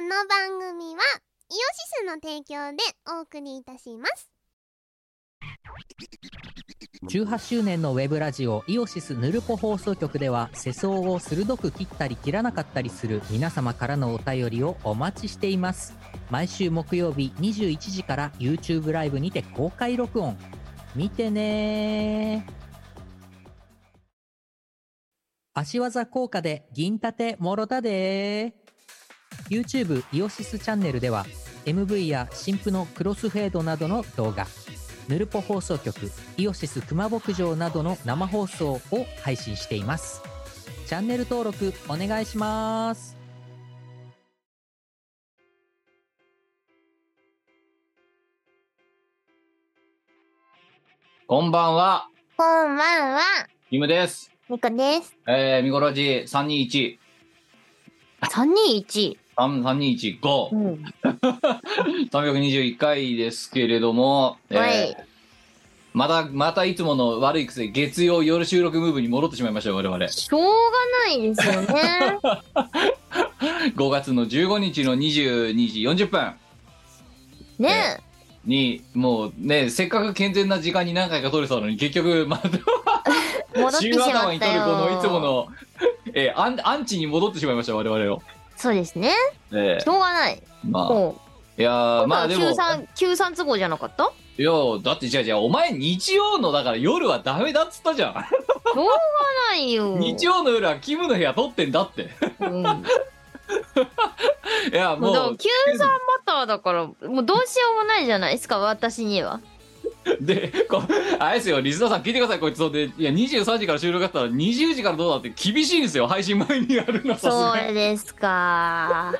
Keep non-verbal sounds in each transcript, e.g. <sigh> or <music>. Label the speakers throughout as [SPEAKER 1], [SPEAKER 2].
[SPEAKER 1] の番組はイオシスの提供でお送りいたします
[SPEAKER 2] 18周年のウェブラジオイオシスヌルポ放送局では世相を鋭く切ったり切らなかったりする皆様からのお便りをお待ちしています毎週木曜日21時から YouTube ライブにて公開録音見てねー足技効果で銀盾もろたでー YouTube イオシスチャンネルでは MV や新婦のクロスフェードなどの動画ヌルポ放送局イオシス熊牧場などの生放送を配信していますチャンネル登録お願いします
[SPEAKER 3] こんばんは、
[SPEAKER 1] こんばんは
[SPEAKER 3] キムです。
[SPEAKER 1] みこです
[SPEAKER 3] えー、ミコラジ321、
[SPEAKER 1] 321
[SPEAKER 3] 321、5、 <laughs>
[SPEAKER 1] ん
[SPEAKER 3] 321回ですけれども、えー
[SPEAKER 1] はい
[SPEAKER 3] また、またいつもの悪い癖、月曜夜収録ムーブに戻ってしまいましたよ、我々。
[SPEAKER 1] しょうがないですよね
[SPEAKER 3] <laughs> 5月の15日の22時40分
[SPEAKER 1] ねえ
[SPEAKER 3] に、もうね、せっかく健全な時間に何回か撮れてたのに、結局、ま
[SPEAKER 1] 戻
[SPEAKER 3] た、
[SPEAKER 1] って
[SPEAKER 3] 週
[SPEAKER 1] しま
[SPEAKER 3] 頭
[SPEAKER 1] っ
[SPEAKER 3] に
[SPEAKER 1] た
[SPEAKER 3] 撮る、
[SPEAKER 1] よ
[SPEAKER 3] このいつもの、 <laughs> えーアン、アンチに戻ってしまいました、我々を。
[SPEAKER 1] そうですね
[SPEAKER 3] え
[SPEAKER 1] しょうがない
[SPEAKER 3] ーまあ、
[SPEAKER 1] も
[SPEAKER 3] いや
[SPEAKER 1] う
[SPEAKER 3] ーまあでも、
[SPEAKER 1] 93 93都合じゃなかった
[SPEAKER 3] いやだってじゃあじゃあお前日曜のだから夜はダメだっつったじゃ
[SPEAKER 1] しょうがないよ
[SPEAKER 3] ん日曜の夜はキムの部屋撮ってんだって
[SPEAKER 1] うんだか
[SPEAKER 3] いやも
[SPEAKER 1] ら
[SPEAKER 3] う
[SPEAKER 1] 93バターだからもうどうしようもないじゃないですか私には
[SPEAKER 3] でこあれですよリスナーさん聞いてくださいこいつそうでいや23時から収録だったら20時からどうだって厳しいんですよ配信前にやるのはさす
[SPEAKER 1] そ
[SPEAKER 3] がに
[SPEAKER 1] うですか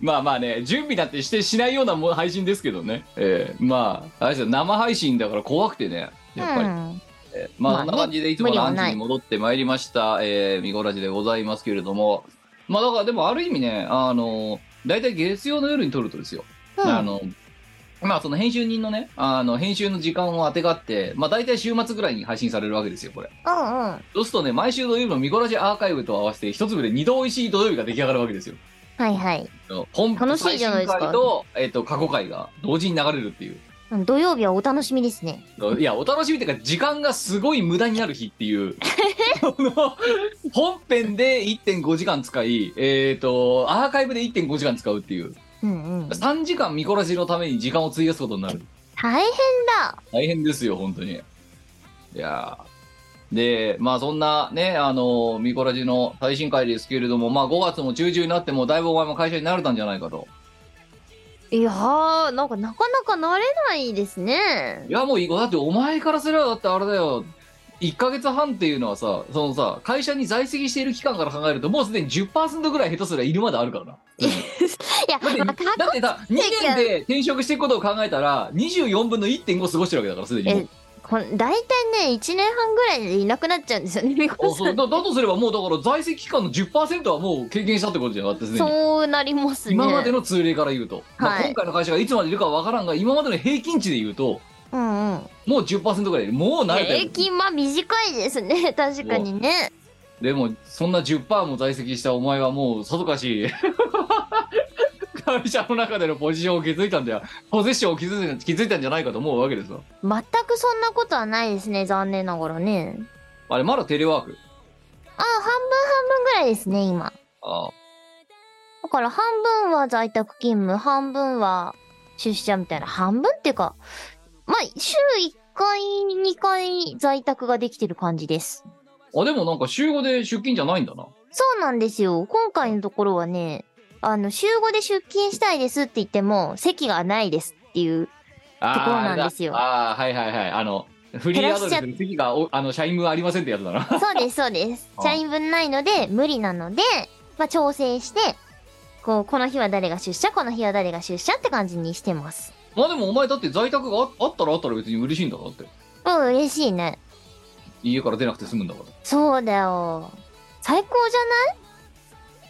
[SPEAKER 3] まあまあね準備だってしてしないようなもう配信ですけどねええまああれですよ生配信だから怖くてねやっぱり、
[SPEAKER 1] うん
[SPEAKER 3] まあ、
[SPEAKER 1] まあ
[SPEAKER 3] そん
[SPEAKER 1] ね
[SPEAKER 3] な感じでいつものアン
[SPEAKER 1] 無理も
[SPEAKER 3] チ
[SPEAKER 1] ない
[SPEAKER 3] に戻ってまいりました、えー、ミゴラジでございますけれども、まあ、だからでもある意味ね、あの、大体月曜の夜に撮るとですよ、
[SPEAKER 1] うん
[SPEAKER 3] あの、まあ、その編集人のね、あの、編集の時間をあてがって、まあ、大体週末ぐらいに配信されるわけですよ、これ。
[SPEAKER 1] うんうん
[SPEAKER 3] そうするとね、毎週土曜日のミゴラジアーカイブと合わせて、一粒で二度おいしい土曜日が出来上がるわけですよ。
[SPEAKER 1] はいはい。
[SPEAKER 3] 本
[SPEAKER 1] 楽しいじゃないですか
[SPEAKER 3] 最新回と、えっ、と、過去回が同時に流れるっていう。
[SPEAKER 1] うん土曜日はお楽しみですね。
[SPEAKER 3] いやお楽しみっていうか時間がすごい無駄になる日っていうこの本編で1.5時間使いえっ、とアーカイブで1.5時間使うっていう
[SPEAKER 1] うんうん。
[SPEAKER 3] 3時間見こらしのために時間を費やすことになる
[SPEAKER 1] 大変だ。
[SPEAKER 3] 大変ですよ本当にいやーでまあそんなねあのミコラジの最新回ですけれどもまあ5月も中旬になってもうだいぶお前も会社に慣れたんじゃないかと
[SPEAKER 1] いやー、なんかなかなか慣れないですね
[SPEAKER 3] い。やもういいだってお前からすればだってあれだよ1ヶ月半っていうのはさそのさ会社に在籍している期間から考えるともうすでに10%ぐらい下手すりゃ犬まであるからない
[SPEAKER 1] や、<laughs>
[SPEAKER 3] だって,、
[SPEAKER 1] まあ、か
[SPEAKER 3] だってさ2年で転職していくことを考えたら24分の1.5過ごしてるわけだからすでにもう
[SPEAKER 1] えこん大体ね、1年半ぐらいでいなくなっちゃうんですよね、みこ
[SPEAKER 3] <laughs> あそうだだとすればもうだから在籍期間の10%はもう経験したってことじゃなかったすでに
[SPEAKER 1] <laughs> そうなりますね。
[SPEAKER 3] 今までの通例から言うと、ま
[SPEAKER 1] は
[SPEAKER 3] あ、
[SPEAKER 1] い
[SPEAKER 3] 今回の会社がいつまでいるかわからんが今までの平均値で言うと
[SPEAKER 1] うんうん。
[SPEAKER 3] もう10%ぐらいもう慣れてる
[SPEAKER 1] 平均は短いですね、 <laughs> 確かにね。
[SPEAKER 3] でもそんな10%も在籍したお前はもうさぞかし <laughs> 会社の中でのポジションを築いたんだよポゼッションを築いた築いたんじゃないかと思うわけですよ
[SPEAKER 1] 全くそんなことはないですね、残念ながらね。
[SPEAKER 3] あれまだテレワーク
[SPEAKER 1] あ、半分半分ぐらいですね、今。
[SPEAKER 3] ああ
[SPEAKER 1] だから半分は在宅勤務、半分は出社みたいな、半分っていうか、まあ、週1回、2回在宅ができてる感じです。
[SPEAKER 3] あでもなんか週5で出勤じゃないんだな
[SPEAKER 1] そうなんですよ。今回のところはね、あの、週5で出勤したいですって言っても、席がないですっていう。
[SPEAKER 3] あ
[SPEAKER 1] ところ
[SPEAKER 3] ああれ
[SPEAKER 1] な
[SPEAKER 3] だ
[SPEAKER 1] んですよ
[SPEAKER 3] ああはいはいはいあのフリーアドレスの次がおあの社員分ありませんってやつだな <laughs>
[SPEAKER 1] そうです、そうです。
[SPEAKER 3] あ
[SPEAKER 1] 社員分ないので、無理なので、まあ、調整して、こう、この日は誰が出社、この日は誰が出社って感じにしてます。
[SPEAKER 3] まあでもお前だって在宅がああったらあったら別に嬉しいんだろだって
[SPEAKER 1] うん、嬉しいね。
[SPEAKER 3] 家から出なくて済むんだから
[SPEAKER 1] そうだよ。最高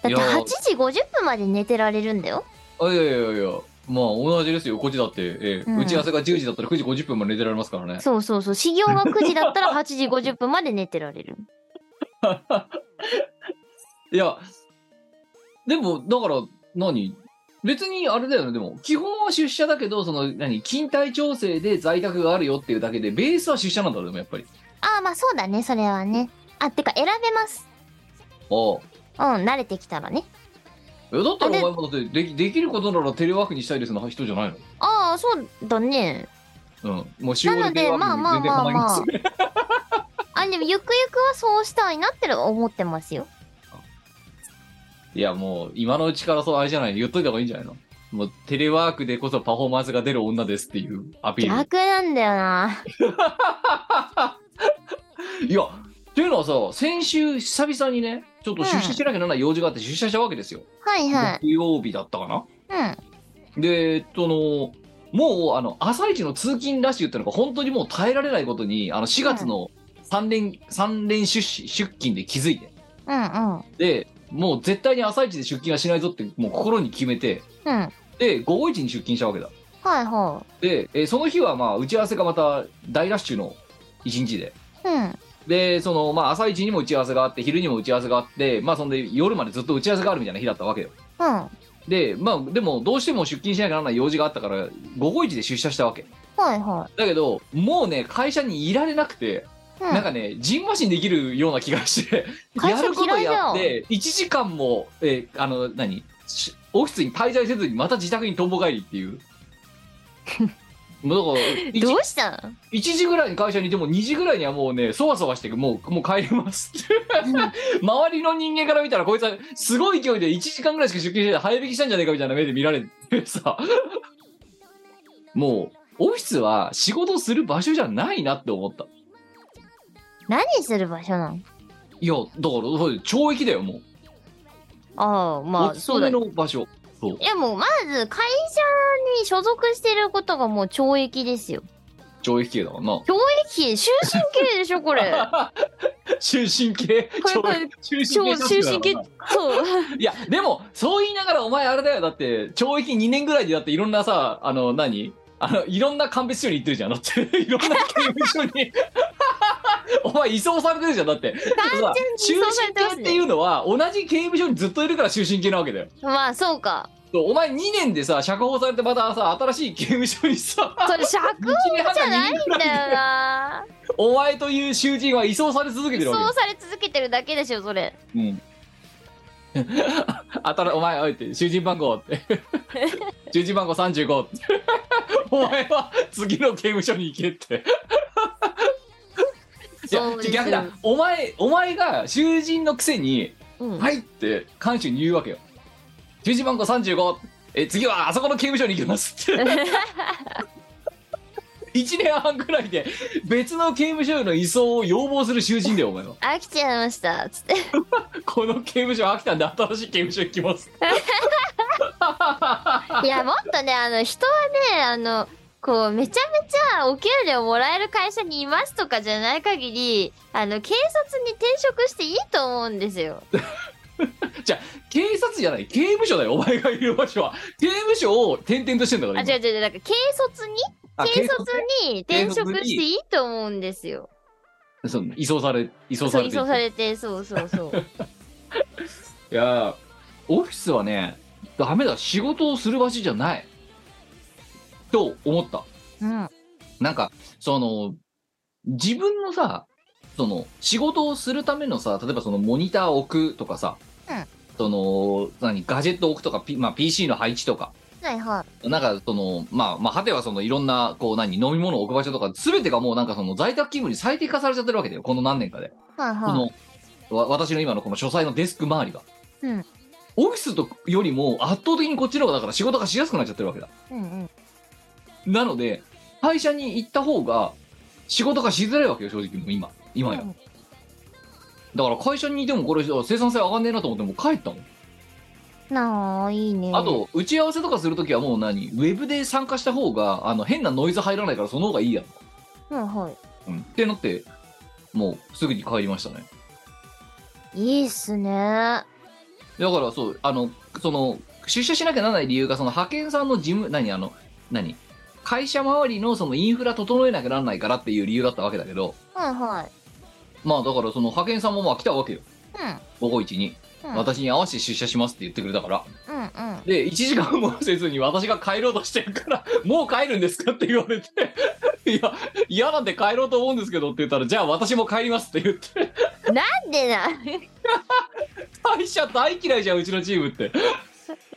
[SPEAKER 1] じゃない
[SPEAKER 3] いや
[SPEAKER 1] だ
[SPEAKER 3] ー
[SPEAKER 1] って8時50分まで寝てられるんだよ。
[SPEAKER 3] あいやいやいやいやまあ同じですよこっちだって、ええ
[SPEAKER 1] うん
[SPEAKER 3] 打ち合わせが10時だったら9時50分まで寝てられますからね
[SPEAKER 1] そうそうそう。始業が9時だ
[SPEAKER 3] <laughs>
[SPEAKER 1] ったら8時50分まで寝てられる。
[SPEAKER 3] いやでもだから何別にあれだよね、でも、基本は出社だけど、その、何、勤怠調整で在宅があるよっていうだけで、ベースは出社なんだろう、でもやっぱり。
[SPEAKER 1] ああ、まあそうだね、それはね。あ、てか選べます。
[SPEAKER 3] ああ。
[SPEAKER 1] うん、慣れてきたらね。
[SPEAKER 3] いやだったらお前
[SPEAKER 1] あ
[SPEAKER 3] もだってできできることならテレワークにしたいですの人じゃない
[SPEAKER 1] ああ、そうだね。
[SPEAKER 3] のうんもう週
[SPEAKER 1] な
[SPEAKER 3] 5
[SPEAKER 1] の
[SPEAKER 3] でテレ
[SPEAKER 1] で、
[SPEAKER 3] ワ
[SPEAKER 1] まあ
[SPEAKER 3] ー
[SPEAKER 1] まあ
[SPEAKER 3] クに全然
[SPEAKER 1] まあ
[SPEAKER 3] 構いま
[SPEAKER 1] まあ
[SPEAKER 3] す。
[SPEAKER 1] <laughs> あ、でもゆくゆくはそうしたいなって思ってますよ。
[SPEAKER 3] いやもう今のうちからそうあれじゃない言っといた方がいいんじゃないのもうテレワークでこそパフォーマンスが出る女ですっていうアピー
[SPEAKER 1] 逆なんだよな。
[SPEAKER 3] ルいやっていうのはさ先週久々にねちょっと出社しなきゃならない用事があって出社したわけですよ、
[SPEAKER 1] はいはい。
[SPEAKER 3] 木曜日だったかな
[SPEAKER 1] うん。
[SPEAKER 3] でそのもうあの朝一の通勤ラッシュっていうのが本当にもう耐えられないことにあの4月の3連三連出出勤で気づいて
[SPEAKER 1] うんうん。
[SPEAKER 3] で、もう絶対に朝一で出勤はしないぞって、もう心に決めて、
[SPEAKER 1] うん。はい
[SPEAKER 3] で、午後一に出勤したわけだ。
[SPEAKER 1] は
[SPEAKER 3] で、えーその日はまあ、打ち合わせがまた大ラッシュの一日で。
[SPEAKER 1] い。うん。
[SPEAKER 3] で、その、まあ、朝一にも打ち合わせがあって、昼にも打ち合わせがあって、まあ、そんで夜までずっと打ち合わせがあるみたいな日だったわけよ。
[SPEAKER 1] うん。
[SPEAKER 3] で、まあ、でも、どうしても出勤しなきゃならない用事があったから、午後一で出社したわけ。
[SPEAKER 1] はいは
[SPEAKER 3] だけど、もうね、会社にいられなくて、
[SPEAKER 1] い。う
[SPEAKER 3] なんかね、じんましんできるような気がして、
[SPEAKER 1] 会
[SPEAKER 3] や
[SPEAKER 1] 社
[SPEAKER 3] ること
[SPEAKER 1] 嫌いだよ
[SPEAKER 3] やって、1時間も、えーあの、何しオフィスに滞在せずに、また自宅にとんぼ帰りっ
[SPEAKER 1] <laughs>
[SPEAKER 3] ていう。もうだから1、
[SPEAKER 1] どうしたの
[SPEAKER 3] 1時ぐらいに会社にいても、2時ぐらいにはもうね、そわそわして、もう、もう帰りますって。周りの人間から見たら、こいつは、すごい勢いで1時間ぐらいしか出勤してない、早引きしたんじゃねえかみたいな目で見られてさ、もう、オフィスは仕事する場所じゃないなって思った。
[SPEAKER 1] 何する場所なの
[SPEAKER 3] いや、だから、そう懲役だよ、もう。
[SPEAKER 1] ああ、ま
[SPEAKER 3] お
[SPEAKER 1] あそう
[SPEAKER 3] 勤
[SPEAKER 1] だ
[SPEAKER 3] め
[SPEAKER 1] よ。
[SPEAKER 3] の場所。そう。
[SPEAKER 1] いやもうまず会社に所属してることがもう懲役ですよ。
[SPEAKER 3] 懲役刑だもんな。
[SPEAKER 1] 懲役終身刑でしょこれ。
[SPEAKER 3] 終身刑
[SPEAKER 1] これこれ
[SPEAKER 3] 懲役
[SPEAKER 1] 超終身
[SPEAKER 3] 刑
[SPEAKER 1] 刑
[SPEAKER 3] だもんない
[SPEAKER 1] そう。
[SPEAKER 3] いや、でも、そう言いながらお前あれだよ。だって、懲役2年ぐらいでだっていろんなさ、あの、何あの、いろんな鑑別所に行ってるじゃん。だって、いろんな刑務所に。 <laughs> お前移送されてるじゃん。だって。
[SPEAKER 1] 完
[SPEAKER 3] 終
[SPEAKER 1] 全に移送され
[SPEAKER 3] 身
[SPEAKER 1] てま
[SPEAKER 3] 刑
[SPEAKER 1] す
[SPEAKER 3] って
[SPEAKER 1] ね。
[SPEAKER 3] いうのは、同じ刑務所にずっといるから終身刑なわけだよ。
[SPEAKER 1] まあそうか。
[SPEAKER 3] そうお前2年でさ、釈放されてまたさ、新しい刑務所に
[SPEAKER 1] <laughs>
[SPEAKER 3] さ、
[SPEAKER 1] それ釈
[SPEAKER 3] 道に
[SPEAKER 1] 放じ
[SPEAKER 3] 旗
[SPEAKER 1] ゃないん
[SPEAKER 3] 二人
[SPEAKER 1] だ
[SPEAKER 3] ぐらい
[SPEAKER 1] よな。
[SPEAKER 3] お前という囚人は移送され続けて
[SPEAKER 1] 移
[SPEAKER 3] るわけ
[SPEAKER 1] 送され続けてるだけでしょそれ。
[SPEAKER 3] <laughs> うん。あたら、お前、おいって、囚人番号って。囚人番号35って。 <laughs> お前は次の刑務所に行けって。いや
[SPEAKER 1] そうです、よ
[SPEAKER 3] 逆だ。お前、お前が囚人のくせに、
[SPEAKER 1] うん。
[SPEAKER 3] はいって、看守に言うわけよ。囚人番号35、え、次はあそこの刑務所に行きま
[SPEAKER 1] <laughs>
[SPEAKER 3] すって。1年半ぐらいで、別の刑務所への移送を要望する囚人だよ、お前は。
[SPEAKER 1] 飽きちゃいましたつって。
[SPEAKER 3] この刑務所飽きたんで新しい刑務所行きます
[SPEAKER 1] <laughs> いやもっとねあの人はねあのこうめちゃめちゃお給料もらえる会社にいますとかじゃない限りあの警察に転職していいと思うんですよ。
[SPEAKER 3] 警察じゃない刑務所だよお前がいる場所は刑務所を転々としてんだか
[SPEAKER 1] あ
[SPEAKER 3] ら
[SPEAKER 1] 違う
[SPEAKER 3] 今
[SPEAKER 1] 違うなんか軽率に
[SPEAKER 3] あ
[SPEAKER 1] 軽率に転
[SPEAKER 3] 軽率に
[SPEAKER 1] 職していいと思うんですよ。
[SPEAKER 3] そう移送され移送さ
[SPEAKER 1] そう
[SPEAKER 3] れ
[SPEAKER 1] 移
[SPEAKER 3] てる
[SPEAKER 1] 送されてそうそう
[SPEAKER 3] <laughs>
[SPEAKER 1] そう。
[SPEAKER 3] いやーオフィスはねダメだ仕事をする場所じゃないと思った
[SPEAKER 1] うん
[SPEAKER 3] なんかその自分のさその仕事をするためのさ例えばそのモニターを置くとかさ、
[SPEAKER 1] うん
[SPEAKER 3] その何ガジェットを置くとか、P まあ、PC の配置とか
[SPEAKER 1] はいは
[SPEAKER 3] なんかその、まあ、まあ、果てはそのいろんな、こう何、飲み物を置く場所とか、すべてがもうなんかその在宅勤務に最適化されちゃってるわけだよ、この何年かで。
[SPEAKER 1] いはい
[SPEAKER 3] こ
[SPEAKER 1] は
[SPEAKER 3] の、わ私の今のこの書斎のデスク周りが。
[SPEAKER 1] うん
[SPEAKER 3] オフィスとよりも圧倒的にこっちの方がだから仕事がしやすくなっちゃってるわけだ。
[SPEAKER 1] い。うんうん。
[SPEAKER 3] なので、会社に行った方が仕事がしづらいわけよ、正直もう今。今や。だから会社にいてもこれ生産性上がんねえなと思ってもう帰ったもん。
[SPEAKER 1] なあいいね。
[SPEAKER 3] あと、打ち合わせとかするときはもう何ウェブで参加した方が、あの、変なノイズ入らないからその方がいいや。
[SPEAKER 1] はいは
[SPEAKER 3] うん、ってなってもうすぐに帰りましたね
[SPEAKER 1] い。いいっすね。
[SPEAKER 3] だからそうあのその出社しなきゃならない理由がその派遣さんの事務何あの何会社周りのそのインフラ整えなきゃならないからっていう理由だったわけだけど
[SPEAKER 1] はいはい。
[SPEAKER 3] まあだからその派遣さんもまあ来たわけよ
[SPEAKER 1] うん
[SPEAKER 3] 午後一に、
[SPEAKER 1] うん
[SPEAKER 3] 私に合わせて出社しますって言ってくれたから
[SPEAKER 1] うんうん
[SPEAKER 3] で1時間もせずに私が帰ろうとしてるから「もう帰るんですか?」って言われて「いや嫌なんで帰ろうと思うんですけど」って言ったら「じゃあ私も帰ります」って言って
[SPEAKER 1] なんでな
[SPEAKER 3] 会社大嫌いじゃんうちのチームって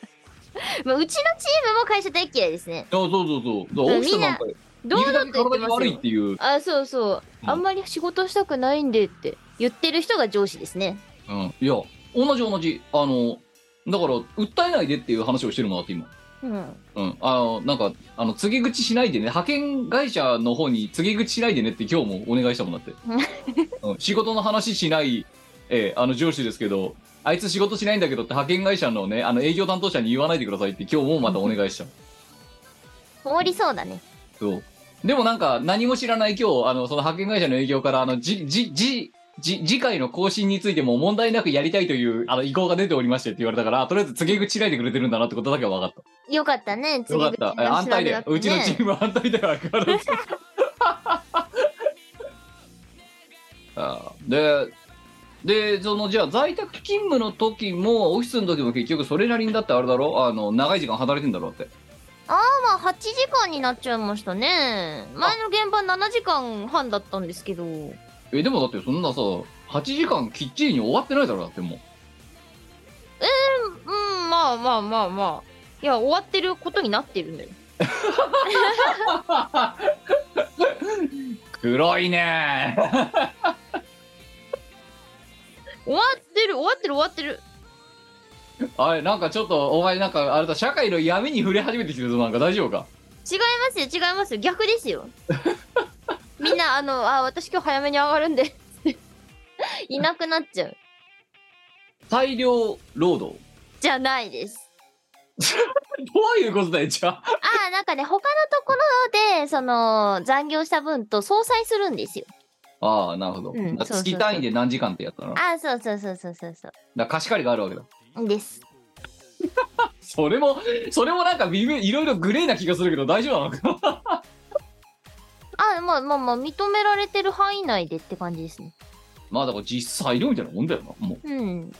[SPEAKER 1] <laughs> まあうちのチームも会社大嫌いですね
[SPEAKER 3] そうそうそうそう
[SPEAKER 1] うん
[SPEAKER 3] 奥さんなんか
[SPEAKER 1] どう
[SPEAKER 3] いる
[SPEAKER 1] な
[SPEAKER 3] だ
[SPEAKER 1] っ
[SPEAKER 3] け
[SPEAKER 1] て言って
[SPEAKER 3] 体に
[SPEAKER 1] ます
[SPEAKER 3] 悪い
[SPEAKER 1] よ
[SPEAKER 3] っていう、
[SPEAKER 1] あそうそう
[SPEAKER 3] うん
[SPEAKER 1] あんまり仕事したくないんでって言ってる人が上司ですね
[SPEAKER 3] うん、いや同じ同じあのだから訴えないでっていう話をしてるもんだって今
[SPEAKER 1] うん
[SPEAKER 3] うん、あのなんかあの告げ口しないでね派遣会社の方に告げ口しないでねって今日もお願いしたもん
[SPEAKER 1] <laughs>
[SPEAKER 3] だって、うん、仕事の話しない、えーあの上司ですけどあいつ仕事しないんだけどって派遣会社のねあの営業担当者に言わないでくださいって今日もまたお願いした
[SPEAKER 1] 通りそうだね
[SPEAKER 3] そうでもなんか何も知らない今日あのその派遣会社の営業からあのじじじじ次回の更新についても問題なくやりたいというあの意向が出ておりましてって言われたからとりあえず告げ口しないでくれてるんだなってことだけは分かった
[SPEAKER 1] よかったね
[SPEAKER 3] よかった。え安泰だよ。うちのチームは安泰だよ、 <laughs> 相変わらず。あーで、で、その、じゃあ、在宅勤務の時も、オフィスの時も結局、それなりにだってあれだろあの、長い時間働いてんだろうって。
[SPEAKER 1] まあ8時間になっちゃいましたね前の現場7時間半だったんですけど
[SPEAKER 3] え、でもだって、そんなさ、8時間きっちりに終わってないだろだってもう。 <laughs>
[SPEAKER 1] うんまあまあまあまあいや終わってることになってるんだよ
[SPEAKER 3] 黒いね <laughs>
[SPEAKER 1] 終わってる終わってる終わってる
[SPEAKER 3] あれ、なんかちょっと、お前なんか、あれだ、社会の闇に触れ始めてきてるぞ、なんか大丈夫か
[SPEAKER 1] 違いますよ違いますよ逆です
[SPEAKER 3] <laughs>
[SPEAKER 1] よみんなあのあ私今日早めに上がるんで <laughs> いなくなっちゃう
[SPEAKER 3] 大量労働。
[SPEAKER 1] じゃないです
[SPEAKER 3] どういうことだよ、じゃあ。
[SPEAKER 1] あ
[SPEAKER 3] <laughs>
[SPEAKER 1] あなんかね他のところでその残業した分と相殺するんですよ
[SPEAKER 3] ああ、なるほど。
[SPEAKER 1] うん
[SPEAKER 3] だから
[SPEAKER 1] そうそうそう
[SPEAKER 3] 月単位で何時間ってやったのだか
[SPEAKER 1] ああそうそうそうそうそうそ
[SPEAKER 3] ら貸し借りがあるわけだ。
[SPEAKER 1] うです
[SPEAKER 3] それも、それもなんか微妙、いろいろグレーな気がするけど大丈夫な <laughs> のか
[SPEAKER 1] あまあまあまあ認められてる範囲内でって感じですね
[SPEAKER 3] まあだから実際のみたいなもんだよな、もう。
[SPEAKER 1] うん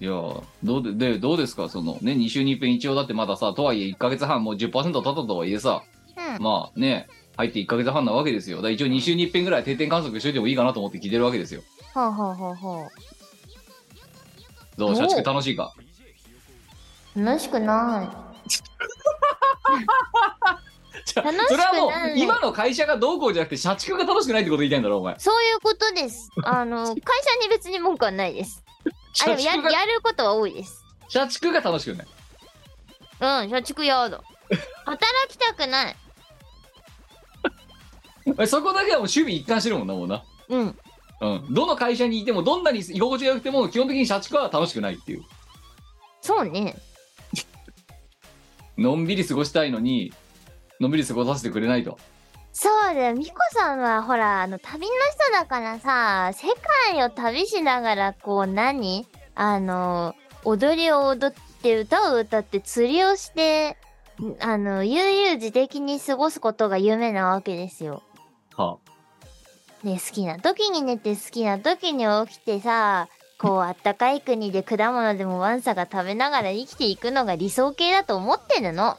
[SPEAKER 3] いやーどうで、で、どうですかそのね、2週に一遍一応だってまださ、とはいえ1ヶ月半もう10%経ったとはいえさ、
[SPEAKER 1] うん
[SPEAKER 3] まあね、入って1ヶ月半なわけですよ。だから一応2週に一遍ぐらい定点観測しといてもいいかなと思って聞いてるわけですよ。
[SPEAKER 1] はあ、はあはあは
[SPEAKER 3] ど
[SPEAKER 1] お
[SPEAKER 3] う
[SPEAKER 1] う
[SPEAKER 3] 社畜楽しいか。
[SPEAKER 1] あ、楽しくな
[SPEAKER 3] じゃあ
[SPEAKER 1] 楽しく
[SPEAKER 3] それはも
[SPEAKER 1] な
[SPEAKER 3] う、
[SPEAKER 1] い
[SPEAKER 3] 今の会社がどうこうじゃなくて、社畜が楽しくないってこと言いたいんだろ、お前
[SPEAKER 1] い。そういうことですあの
[SPEAKER 3] <laughs>
[SPEAKER 1] 会社に別に文句はないですあでも
[SPEAKER 3] 社
[SPEAKER 1] や
[SPEAKER 3] 畜が、
[SPEAKER 1] やることは多いです
[SPEAKER 3] 社畜が楽しくない。
[SPEAKER 1] うん社畜やだ働きたくない
[SPEAKER 3] えそこだけはもう守備一貫してるもんなもうな、
[SPEAKER 1] うん
[SPEAKER 3] うん、どの会社にいてもどんなに居心地が良くても基本的に社畜は楽しくないっていう
[SPEAKER 1] そうね
[SPEAKER 3] のんびり過ごしたいのにのんびり過ごさせてくれないと
[SPEAKER 1] そうだよ美子さんはほらあの旅の人だからさ世界を旅しながらこう何あの踊りを踊って歌を歌って釣りをしてあの悠々自適に過ごすことが夢なわけですよ。
[SPEAKER 3] は
[SPEAKER 1] ね、好きな時に寝て好きな時に起きてさこうあったかい国で果物でもワンサが食べながら生きていくのが理想形だと思ってるの。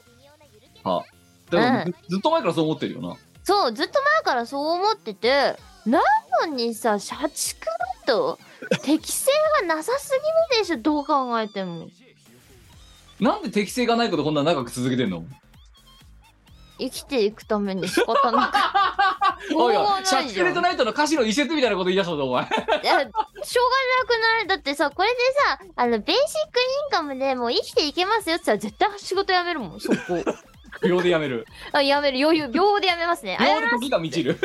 [SPEAKER 3] あはあでも
[SPEAKER 1] うん
[SPEAKER 3] ず,、っと前からそう思ってるよな
[SPEAKER 1] そう、ずっと前からそう思ってて、なのにさ、社畜だと適性がなさすぎるでしょ、どう考えても。
[SPEAKER 3] なんで適性がないことこんな長く続けてんの
[SPEAKER 1] 生きていくために仕方な
[SPEAKER 3] <laughs>
[SPEAKER 1] く。
[SPEAKER 3] おい
[SPEAKER 1] し
[SPEAKER 3] お
[SPEAKER 1] ょうが
[SPEAKER 3] い「シ
[SPEAKER 1] な
[SPEAKER 3] ャ
[SPEAKER 1] い
[SPEAKER 3] チ
[SPEAKER 1] じ
[SPEAKER 3] ク
[SPEAKER 1] ゃん
[SPEAKER 3] レトナイト」の歌詞の一節みたいなこと言い出したぞ
[SPEAKER 1] <laughs>
[SPEAKER 3] お前
[SPEAKER 1] いやしょうがなくないだってさ、これでさ、あの、ベーシックインカムでもう生きていけますよって言ったら絶対仕事辞めるもん、
[SPEAKER 3] <laughs>
[SPEAKER 1] そこ。
[SPEAKER 3] 秒でやめる
[SPEAKER 1] あ、辞める、余裕、秒で辞めますね。あ、や
[SPEAKER 3] 秒
[SPEAKER 1] め
[SPEAKER 3] で
[SPEAKER 1] ます。
[SPEAKER 3] 時が満
[SPEAKER 1] <laughs>
[SPEAKER 3] ちる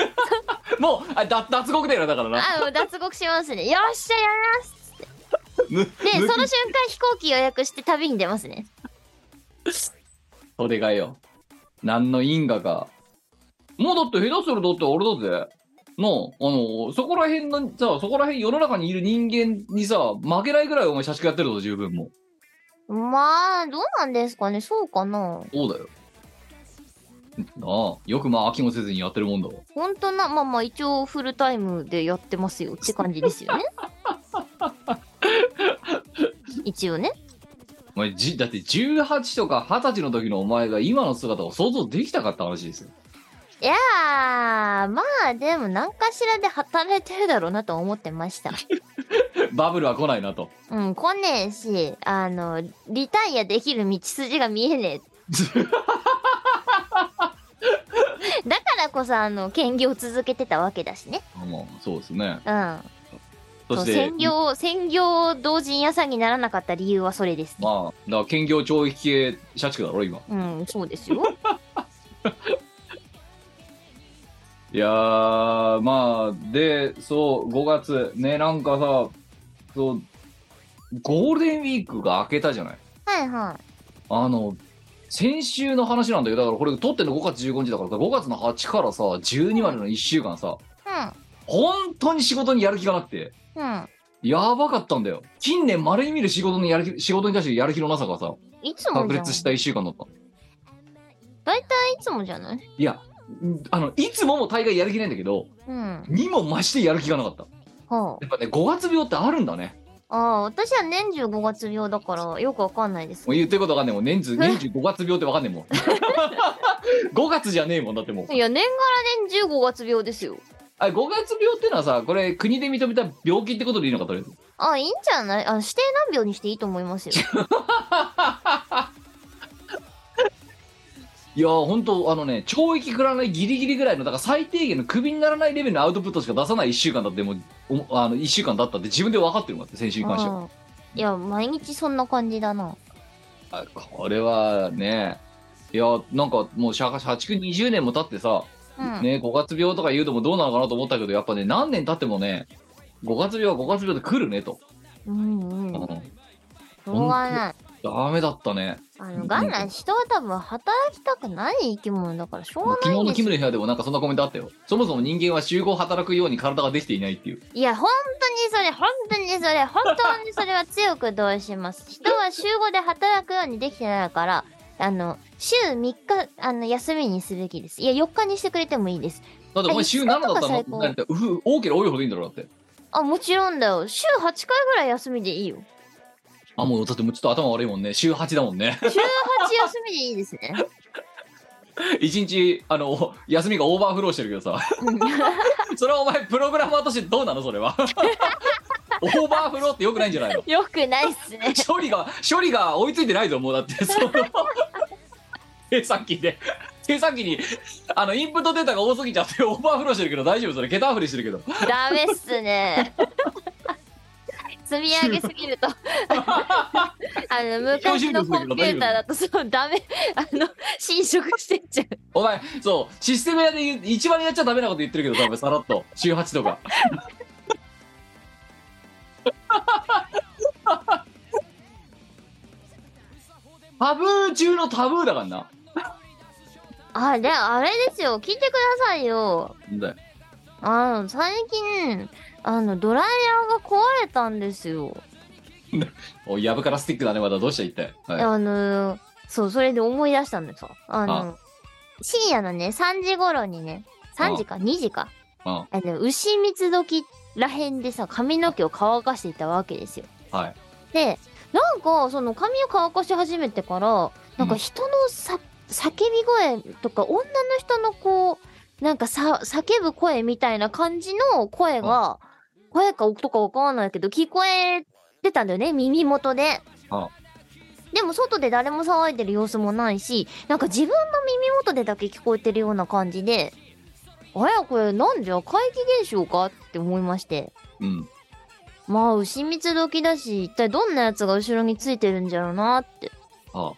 [SPEAKER 3] もうあだ脱獄だよなだからな
[SPEAKER 1] あ、もう脱獄しますね。よっしゃ、やめます。
[SPEAKER 3] <laughs> ぬ
[SPEAKER 1] で、そ
[SPEAKER 3] 抜
[SPEAKER 1] の
[SPEAKER 3] き
[SPEAKER 1] 瞬間飛行機予約して旅に出ますね。
[SPEAKER 3] それがよ。何の因果か。もうだって下手するとだって俺だぜ。のあの、そこら辺のさ、そこら辺世の中にいる人間にさ、負けないぐらいお前社畜やってるぞ、十分もう。
[SPEAKER 1] まあ、どうなんですかね、そうかな。
[SPEAKER 3] そうだよ。なあ、よくまあ飽きもせずにやってるもんだわ。
[SPEAKER 1] 本当なまあまあ一応フルタイムでやってます
[SPEAKER 3] <laughs>
[SPEAKER 1] よって感じですよね一応ね
[SPEAKER 3] お前じだって18とか20歳の時のお前が今の姿を想像できたかった話ですよ <laughs>
[SPEAKER 1] いやー、まあでも何かしらで働いてるだろうなと思ってました。
[SPEAKER 3] バブルは来ないなと
[SPEAKER 1] うん、来ねえし、あの、リタイアできる道筋が見えね
[SPEAKER 3] <laughs>
[SPEAKER 1] え。だからこそ、あの、兼業を続けてたわけだしね。
[SPEAKER 3] もうそうですね
[SPEAKER 1] うん。
[SPEAKER 3] そ
[SPEAKER 1] そう
[SPEAKER 3] して
[SPEAKER 1] 専業、専業同人屋さんにならなかった理由はそれですね。
[SPEAKER 3] まあだから兼業懲役系社畜だろ今
[SPEAKER 1] うん、そうですよ。
[SPEAKER 3] いやーまあでそう5月ねなんかさそうゴールデンウィークが明けたじゃない
[SPEAKER 1] はいは
[SPEAKER 3] あの先週の話なんだけどだからこれ撮ってんの5月15日だからさ5月の8からさ12までの1週間さ本当に仕事にやる気がなくて
[SPEAKER 1] い。うん。うん。
[SPEAKER 3] やばかったんだよ近年まれに見る仕事のやる気仕事に対してやる気のなさがさ
[SPEAKER 1] いつも
[SPEAKER 3] 炸
[SPEAKER 1] じゃん。
[SPEAKER 3] 裂した1週間だった
[SPEAKER 1] 大体いつもじゃない
[SPEAKER 3] いやあのいつもも大概やる気ないんだけど
[SPEAKER 1] うん。
[SPEAKER 3] にも増してやる気がなかった
[SPEAKER 1] は
[SPEAKER 3] やっぱね5月病ってあるんだね
[SPEAKER 1] あ。ああ、私は年中5月病だからよくわかんないです。
[SPEAKER 3] もう言ってることわかんねえもん年中年中5月病ってわかんねえもん <laughs> 5月じゃねえもんだってもう
[SPEAKER 1] いや、年がら年中5月病ですよ。
[SPEAKER 3] あれ5月病ってのはさこれ国で認めた病気ってことでいいのかとりあえず
[SPEAKER 1] ああ、いいんじゃないあの指定難病にしていいと思いますよ。
[SPEAKER 3] いやー本当あのね懲役食らわないギリギリぐらいのだから最低限のクビにならないレベルのアウトプットしか出さない1週間だってもうおあの1週間だったって自分で分かってるもんだって先週に関しては
[SPEAKER 1] うんいや、毎日そんな感じだな。
[SPEAKER 3] あこれはねいやなんかもう社社畜20年も経ってさ、
[SPEAKER 1] うん。
[SPEAKER 3] ね5月病とか言うともどうなのかなと思ったけどやっぱね何年経ってもね5月病は5月病で来るねと、
[SPEAKER 1] うんうん。
[SPEAKER 3] う
[SPEAKER 1] し
[SPEAKER 3] ん
[SPEAKER 1] ょうがない。
[SPEAKER 3] ダメだったね
[SPEAKER 1] あの、元来人は多分働きたくない生き物だからしょうが
[SPEAKER 3] 昨
[SPEAKER 1] な
[SPEAKER 3] 日
[SPEAKER 1] い
[SPEAKER 3] の
[SPEAKER 1] んで
[SPEAKER 3] キ
[SPEAKER 1] す
[SPEAKER 3] ム
[SPEAKER 1] よ。
[SPEAKER 3] の部屋でもなんかそんなコメントあったよそもそも人間は集合働くように体ができていないっていう
[SPEAKER 1] いや、本当にそれ、本当にそれ、本当にそれは強く同意します。人は週5で働くようにできてないから、あの、週3日、あの、休みにすべきです。いや、4日にしてくれてもいいです。
[SPEAKER 3] だってお前週7だったのって言われてうふ多ければ多いほどいいんだろうだって
[SPEAKER 1] あ、もちろんだよ。週8回ぐらい休みでいいよ。
[SPEAKER 3] あもうだってもうちょっと頭悪いもんね週8だもんね <laughs>
[SPEAKER 1] 週8休みでいいですね。
[SPEAKER 3] 一日あの休みがオーバーフローしてるけどさ <laughs>
[SPEAKER 1] うん
[SPEAKER 3] それはお前プログラマーとしてどうなのそれは <laughs> オーバーフローってよくないんじゃないの
[SPEAKER 1] よくないっすね。
[SPEAKER 3] 処理が処理が追いついてないぞもうだってその <laughs> 手先で手先にあのインプットデータが多すぎちゃってオーバーフローしてるけど大丈夫それ桁アフレしてるけど
[SPEAKER 1] ダメっすね。積み上げすぎるとあの昔のコンピューターだとそうダメあの侵食してっちゃう
[SPEAKER 3] お前そうシステム屋で言う一番やっちゃダメなこと言ってるけどさお前さらっと週8とかタブー中のタブーだからな
[SPEAKER 1] あであれですよ聞いてくださいよ
[SPEAKER 3] なんだよ
[SPEAKER 1] あの最近あのドライヤーが壊れたんですよ、
[SPEAKER 3] おいやぶからスティックだねまだどうした一体、はい、
[SPEAKER 1] あのそうそれで思い出したんですよあの深夜のね3時頃にね3時か2時か
[SPEAKER 3] うん
[SPEAKER 1] あの牛蜜時らへんでさ髪の毛を乾かしていたわけですよ
[SPEAKER 3] はい
[SPEAKER 1] でなんかその髪を乾かし始めてからなんか人のさ、叫び声とか女の人のこうなんかさ叫ぶ声みたいな感じの声が、声か音かわからないけど聞こえてたんだよね耳元で。
[SPEAKER 3] あ
[SPEAKER 1] でも外で誰も騒いでる様子もないしなんか自分の耳元でだけ聞こえてるような感じであれこれなんじゃ怪奇現象かって思いまして。
[SPEAKER 3] うん
[SPEAKER 1] まあ、牛蜜時だし、一体どんなやつが後ろについてるんじゃろうなって
[SPEAKER 3] あ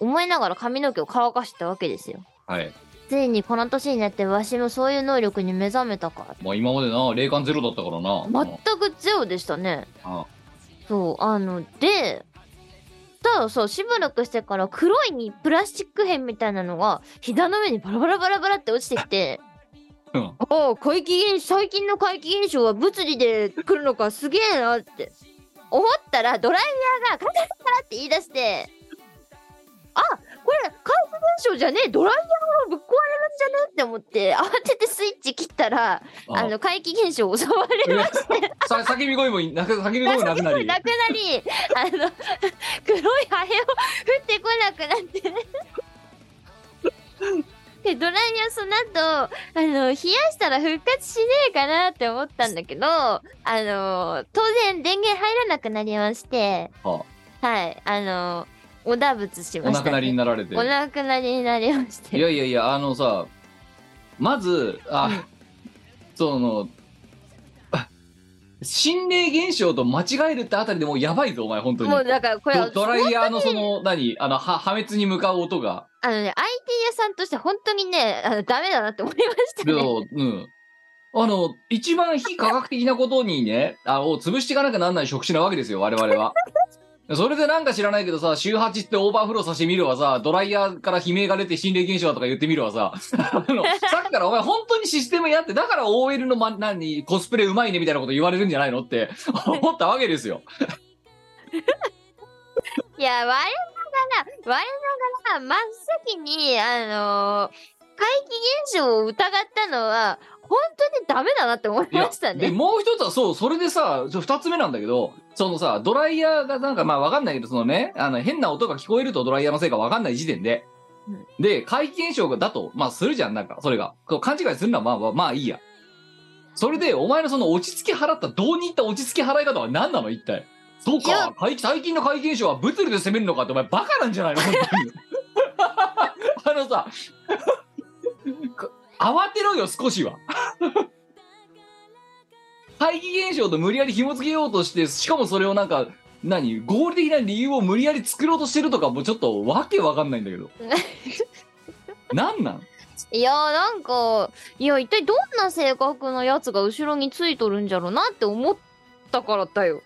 [SPEAKER 1] 思いながら髪の毛を乾かしてたわけですよ。
[SPEAKER 3] はい
[SPEAKER 1] ついにこの年になってわしもそういう能力に目覚めたか
[SPEAKER 3] まあ今までな霊感ゼロだったからな、
[SPEAKER 1] ら。全くゼロでしたね。
[SPEAKER 3] あ
[SPEAKER 1] そう、あの、で、ただそう、しばらくしてから黒いにプラスチック片みたいなのが、膝の上にバラバラバラバラって落ちてきて、
[SPEAKER 3] うん
[SPEAKER 1] ああ、怪奇現象、最近の怪奇現象は物理で来るのかすげえなって思ったらドライヤーがカラカラカラって言い出して、あ、これ怪奇現象じゃねえ、ドライヤーがぶっ壊れるんじゃなって思って、慌ててスイッチ切ったら、あの、怪奇現象襲われまして、
[SPEAKER 3] さ叫び声もなく叫び声も
[SPEAKER 1] 情
[SPEAKER 3] なく
[SPEAKER 1] け
[SPEAKER 3] な
[SPEAKER 1] も
[SPEAKER 3] り
[SPEAKER 1] なくなり、あの、黒いハエを降ってこなくなって。で、ドライにはその後、あの、冷やしたら復活しねえかなって思ったんだけど、あの、当然電源入らなくなりまして、
[SPEAKER 3] は
[SPEAKER 1] はい、あの、おだぶつし
[SPEAKER 3] あお
[SPEAKER 1] ました、
[SPEAKER 3] 亡くなりになられて
[SPEAKER 1] お亡くなりになりまし
[SPEAKER 3] い
[SPEAKER 1] て。
[SPEAKER 3] やいやいや、あのさ、まず、あ、その、あ心霊現象と間違えるってあたりでもうやばいぞ、お前、本当に
[SPEAKER 1] もう。だからこれは
[SPEAKER 3] ドドライヤーのその、何、あの、は破滅に向かう音が、
[SPEAKER 1] あのね、IT 屋さんとして本当にね、あのダメだなって思いました
[SPEAKER 3] で
[SPEAKER 1] ね。
[SPEAKER 3] もうん。あの、一番非科学的なことにね、あを潰していかなきゃなんない職種なわけですよ、我々は。 <laughs> それでなんか知らないけどさ、週8ってオーバーフローさせてみるわさ、ドライヤーから悲鳴が出て心霊現象だとか言ってみるわさ、 <laughs> あの、さっきからお前本当にシステムやって、だから OL のま、何、コスプレうまいねみたいなこと言われるんじゃないのって思ったわけですよ。
[SPEAKER 1] いや、我ながら、我ながら、真っ先に、あのー怪奇現象を疑ったのは、本当にダメだなって思い
[SPEAKER 3] いや
[SPEAKER 1] ました
[SPEAKER 3] で
[SPEAKER 1] ね。
[SPEAKER 3] もう一つはそうそれでさちょ二つ目なんだけどそのさドライヤーがなんかまあわかんないけどそのねあの変な音が聞こえるとドライヤーのせいかわかんない時点で、
[SPEAKER 1] うん
[SPEAKER 3] で怪奇現象だとまあするじゃんなんかそれがこう勘違いするのはまあまあまあいいやそれでお前のその落ち着き払ったどうにいった落ち着き払い方は何なの一体そう
[SPEAKER 1] いや
[SPEAKER 3] か怪奇最近の怪奇現象は物理で攻めるのかってお前バカなんじ
[SPEAKER 1] <laughs>
[SPEAKER 3] ゃないの本当にあのさ慌てろよ少しは怪奇現象と無理やり紐付けようとしてしかもそれをなんか何合理的な理由を無理やり作ろうとしてるとかもうちょっとわけわかんないん
[SPEAKER 1] <laughs>
[SPEAKER 3] だけどなんなん
[SPEAKER 1] いや、なんか、いや、一体どんな性格のやつが後ろについとるんじゃろうなって思ったからだよ。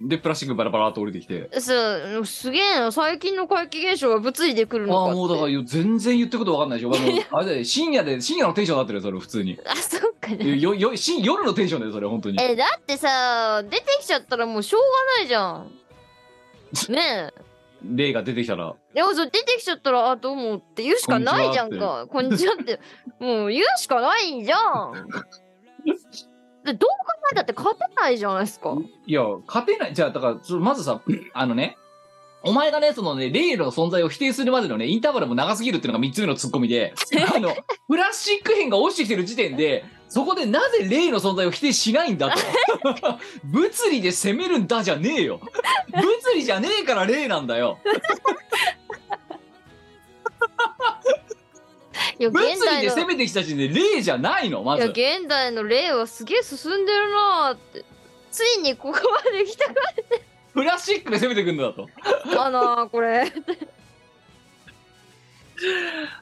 [SPEAKER 3] でプラスチックバラバラっと降りてきて
[SPEAKER 1] す、すげえな、最近の怪奇現象が物理で来る
[SPEAKER 3] ああ
[SPEAKER 1] のかって。
[SPEAKER 3] もうだからいや全然言ってることわかんないでしょお前もうあれだよ深夜で深夜のテンションになってるよそれ普通に
[SPEAKER 1] あ、そっかね。
[SPEAKER 3] よよ深夜のテンションだよそれ本当に
[SPEAKER 1] えだってさ出てきちゃったらもうしょうがないじゃんねえ
[SPEAKER 3] 霊が出てきたら
[SPEAKER 1] でもそう出てきちゃったらあどうもって言うしかないじゃんかこんにちはって <laughs> もう言うしかないじゃんでどう考えたって勝てないじゃないですか
[SPEAKER 3] いや勝てないじゃあだからそのまずさあのねお前がね、そのね、霊の存在を否定するまでのね、インターバルも長すぎるっていうのが3つ目のツッコ
[SPEAKER 1] <laughs>
[SPEAKER 3] ミで、あの、プラスチック片が落ちてきてる時点で、そこでなぜ霊の存在を否定しないんだ
[SPEAKER 1] <laughs>
[SPEAKER 3] と。物理で攻めるんだじゃねえよ。物理じゃねえから霊なんだよ。
[SPEAKER 1] いや
[SPEAKER 3] 物
[SPEAKER 1] 現
[SPEAKER 3] 理
[SPEAKER 1] 代
[SPEAKER 3] で攻
[SPEAKER 1] の
[SPEAKER 3] めてきた時点で霊じゃないの、ま
[SPEAKER 1] いや
[SPEAKER 3] ず。
[SPEAKER 1] 現代の例はすげえ進んでるなーってついにここまで来たか
[SPEAKER 3] プラスチックで攻めてくんだと。
[SPEAKER 1] ったなーこれ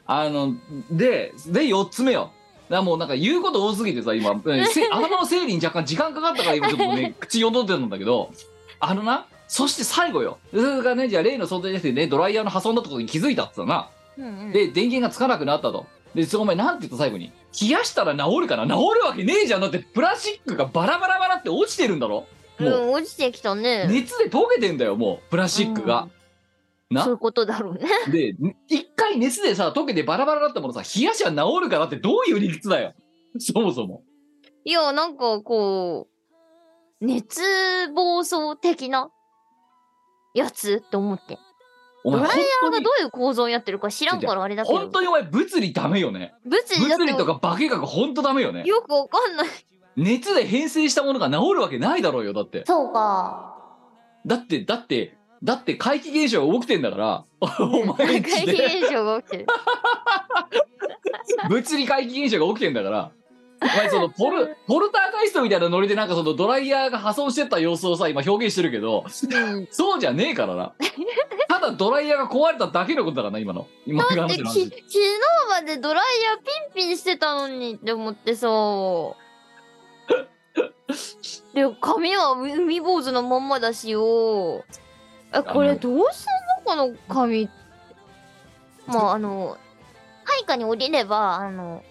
[SPEAKER 3] あの、で、で、4つ目よ。だからもうなんか言うこと多すぎてさ、今、
[SPEAKER 1] <laughs>
[SPEAKER 3] うんせ頭の整理に若干時間かかったから今ちょっとね、口よどんでるんだけど、あのな、そして最後よ。それがね、じゃあ例の存在ですね、ドライヤーの破損だったことに気づいたって言ったな。で、電源がつかなくなったと。で、そのお前なんて言った最後に。冷やしたら治るかな治るわけねえじゃん。だってプラスチックがバラバラバラって落ちてるんだろ
[SPEAKER 1] うん、
[SPEAKER 3] もう、
[SPEAKER 1] うん、落ちてきたね
[SPEAKER 3] 熱で溶けてんだよ、もう、プラスチックが。な
[SPEAKER 1] そういうことだろうね <laughs>
[SPEAKER 3] で、一回熱でさ、溶けてバラバラだったものさ、冷やしは治るからってどういう理屈だよ。そもそも。
[SPEAKER 1] いや、なんかこう、熱暴走的なやつって思って。
[SPEAKER 3] お
[SPEAKER 1] ド
[SPEAKER 3] 前
[SPEAKER 1] ライヤーが
[SPEAKER 3] 本
[SPEAKER 1] どういう構造になってるか知らんからあれだ
[SPEAKER 3] 当に、
[SPEAKER 1] けど
[SPEAKER 3] 本。当にお前物理ダメよね。
[SPEAKER 1] 物理だっ
[SPEAKER 3] 物理と
[SPEAKER 1] て
[SPEAKER 3] か化学本当ダメよね。
[SPEAKER 1] よくわかんない。
[SPEAKER 3] 熱で変性したものが治るわけないだろうよ、だって。
[SPEAKER 1] そうか。
[SPEAKER 3] だって、だって、だって怪奇現象が起きてんだから、 <laughs> お前ん
[SPEAKER 1] 怪
[SPEAKER 3] ち
[SPEAKER 1] 奇
[SPEAKER 3] で
[SPEAKER 1] 現象が起きて
[SPEAKER 3] <laughs>
[SPEAKER 1] る。
[SPEAKER 3] 物理怪奇現象が起きてんだから。お前そのポルポルターガイストみたいなノリでなんかそのドライヤーが破損してった様子をさ今表現してるけど
[SPEAKER 1] うん
[SPEAKER 3] そうじゃねえから
[SPEAKER 1] <laughs>
[SPEAKER 3] な。ただドライヤーが壊れただけのことだからな、今の。今の
[SPEAKER 1] だってき
[SPEAKER 3] 話の
[SPEAKER 1] 昨
[SPEAKER 3] 話
[SPEAKER 1] 日までドライヤーピンピンしてたのにって思ってさ。で髪は海坊主のまんまだしよ。えこ
[SPEAKER 3] あ
[SPEAKER 1] れ
[SPEAKER 3] の
[SPEAKER 1] どうすんのこの髪。まああの配下に降りればあの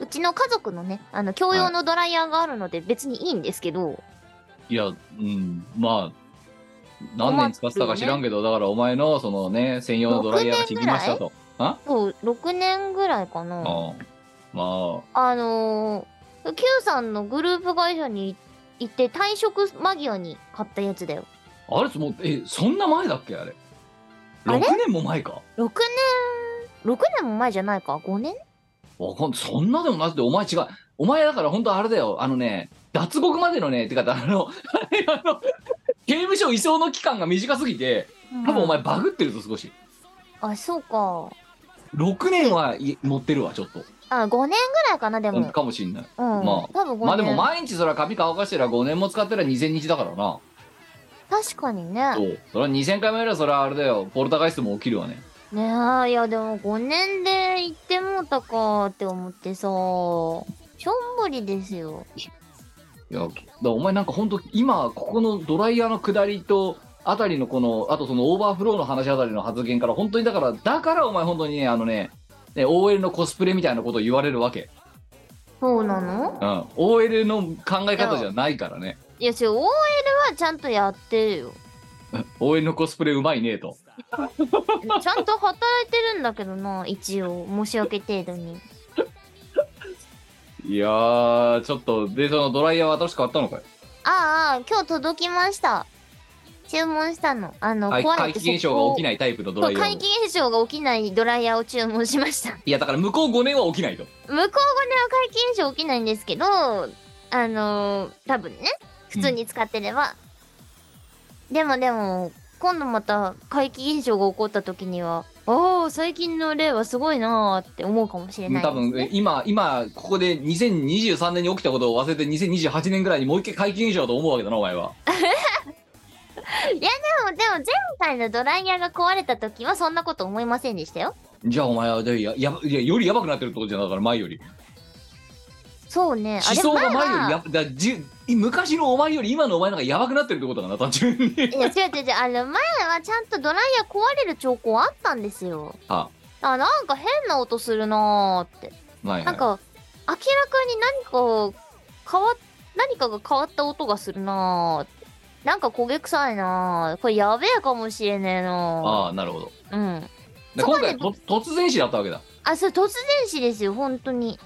[SPEAKER 1] うちの家族のねあの共用のドライヤーがあるので別にいいんですけど、
[SPEAKER 3] いや、うん、まあ、何年使ってたか知らんけど、だからお前のそのね、専用のドライヤーがちぎりましたと。
[SPEAKER 1] そう6年ぐらいかな
[SPEAKER 3] ああま
[SPEAKER 1] あのー、Q さんのグループ会社に行って退職間際に買ったやつだよ。
[SPEAKER 3] ああれもうえそんな前だっけあれ
[SPEAKER 1] あれ
[SPEAKER 3] 6年も前か
[SPEAKER 1] 6年、6年も前じゃないか ?5 年
[SPEAKER 3] わかんそんなでもなくてお前違うお前だから本当あれだよあのね脱獄までの <laughs> ねてかあのあの刑務所移送の期間が短すぎて多分お前バグってるぞ少し
[SPEAKER 1] あ、そうか。
[SPEAKER 3] 6年はい持ってるわちょっと、
[SPEAKER 1] あ、5年ぐらいかな、で
[SPEAKER 3] うん、
[SPEAKER 1] も。
[SPEAKER 3] かもしんない
[SPEAKER 1] うん。
[SPEAKER 3] まあ
[SPEAKER 1] 多分5年。
[SPEAKER 3] まあでも毎日そら髪乾かしてら5年も使ってら2000日だからな
[SPEAKER 1] 確かにね。
[SPEAKER 3] そうそれは2000回もやりゃそれはあれだよポルタガイストも起きるわね
[SPEAKER 1] ねえ、いやでも5年で行ってもうたかって思ってさ、しょんぼりですよ。
[SPEAKER 3] いやだからお前なんか本当今ここのドライヤーの下りとあたりのこのあとそのオーバーフローの話あたりの発言から本当にだからだからお前本当にねあのねね OL のコスプレみたいなことを言われるわけ、
[SPEAKER 1] そうなの
[SPEAKER 3] うん、OL の考え方じゃないからね
[SPEAKER 1] いや、ちょ、OL はちゃんとやってるよ。
[SPEAKER 3] OL のコスプレうまいねと
[SPEAKER 1] ちゃんと働いてるんだけどな、一応。申し訳程度に。
[SPEAKER 3] いやーちょっとでそのドライヤーは新しく買ったのかい
[SPEAKER 1] ああ、今日届きました。注文したの。あの、
[SPEAKER 3] 怪怪奇現象が起き
[SPEAKER 1] ない。
[SPEAKER 3] ないタイプのドラ
[SPEAKER 1] そう
[SPEAKER 3] イヤー
[SPEAKER 1] 怪
[SPEAKER 3] を
[SPEAKER 1] 奇現象が起きないドライヤーを注文しました。 <laughs>
[SPEAKER 3] いやだから向こう5年は起きないと
[SPEAKER 1] 向こう5年は怪奇現象起きないんですけど、あのー多分ね、普通に使ってれば。でもでも、今度また怪奇現象が起こった時には、ああ、最近の例はすごいなーって思うかもしれないで
[SPEAKER 3] 多
[SPEAKER 1] すね、
[SPEAKER 3] 分え今今ここで2023年に起きたことを忘れて2028年ぐらいにもう一回怪奇現象だと思うわけだなお前は
[SPEAKER 1] でも、でも前回のドライヤーが壊れた時はそんなこと思いませんでしたよ。
[SPEAKER 3] じゃあお前はでややばいやよりやばくなってるってことじゃんだから前より
[SPEAKER 1] そうね。あ
[SPEAKER 3] 思
[SPEAKER 1] れ
[SPEAKER 3] 想が前よ
[SPEAKER 1] は
[SPEAKER 3] りやだじ昔のお前より今のお前なんかやばくなってるってことだな単
[SPEAKER 1] <laughs>
[SPEAKER 3] 純に
[SPEAKER 1] いや、違う違う違う。あの、前はちゃんとドライヤー壊れる兆候あったんですよ。
[SPEAKER 3] あ
[SPEAKER 1] あ、なんか変な音するなーって。
[SPEAKER 3] はい
[SPEAKER 1] なんか、明らかに何か変わっ、何かが変わった音がするなーってなんか焦げ臭いなーこれやべえかもしれねえな
[SPEAKER 3] ああなるほど
[SPEAKER 1] ーうん。
[SPEAKER 3] で
[SPEAKER 1] そこ
[SPEAKER 3] 今
[SPEAKER 1] まで
[SPEAKER 3] 回と突然死だったわけだ
[SPEAKER 1] あ、それ突然死ですよ、本当に。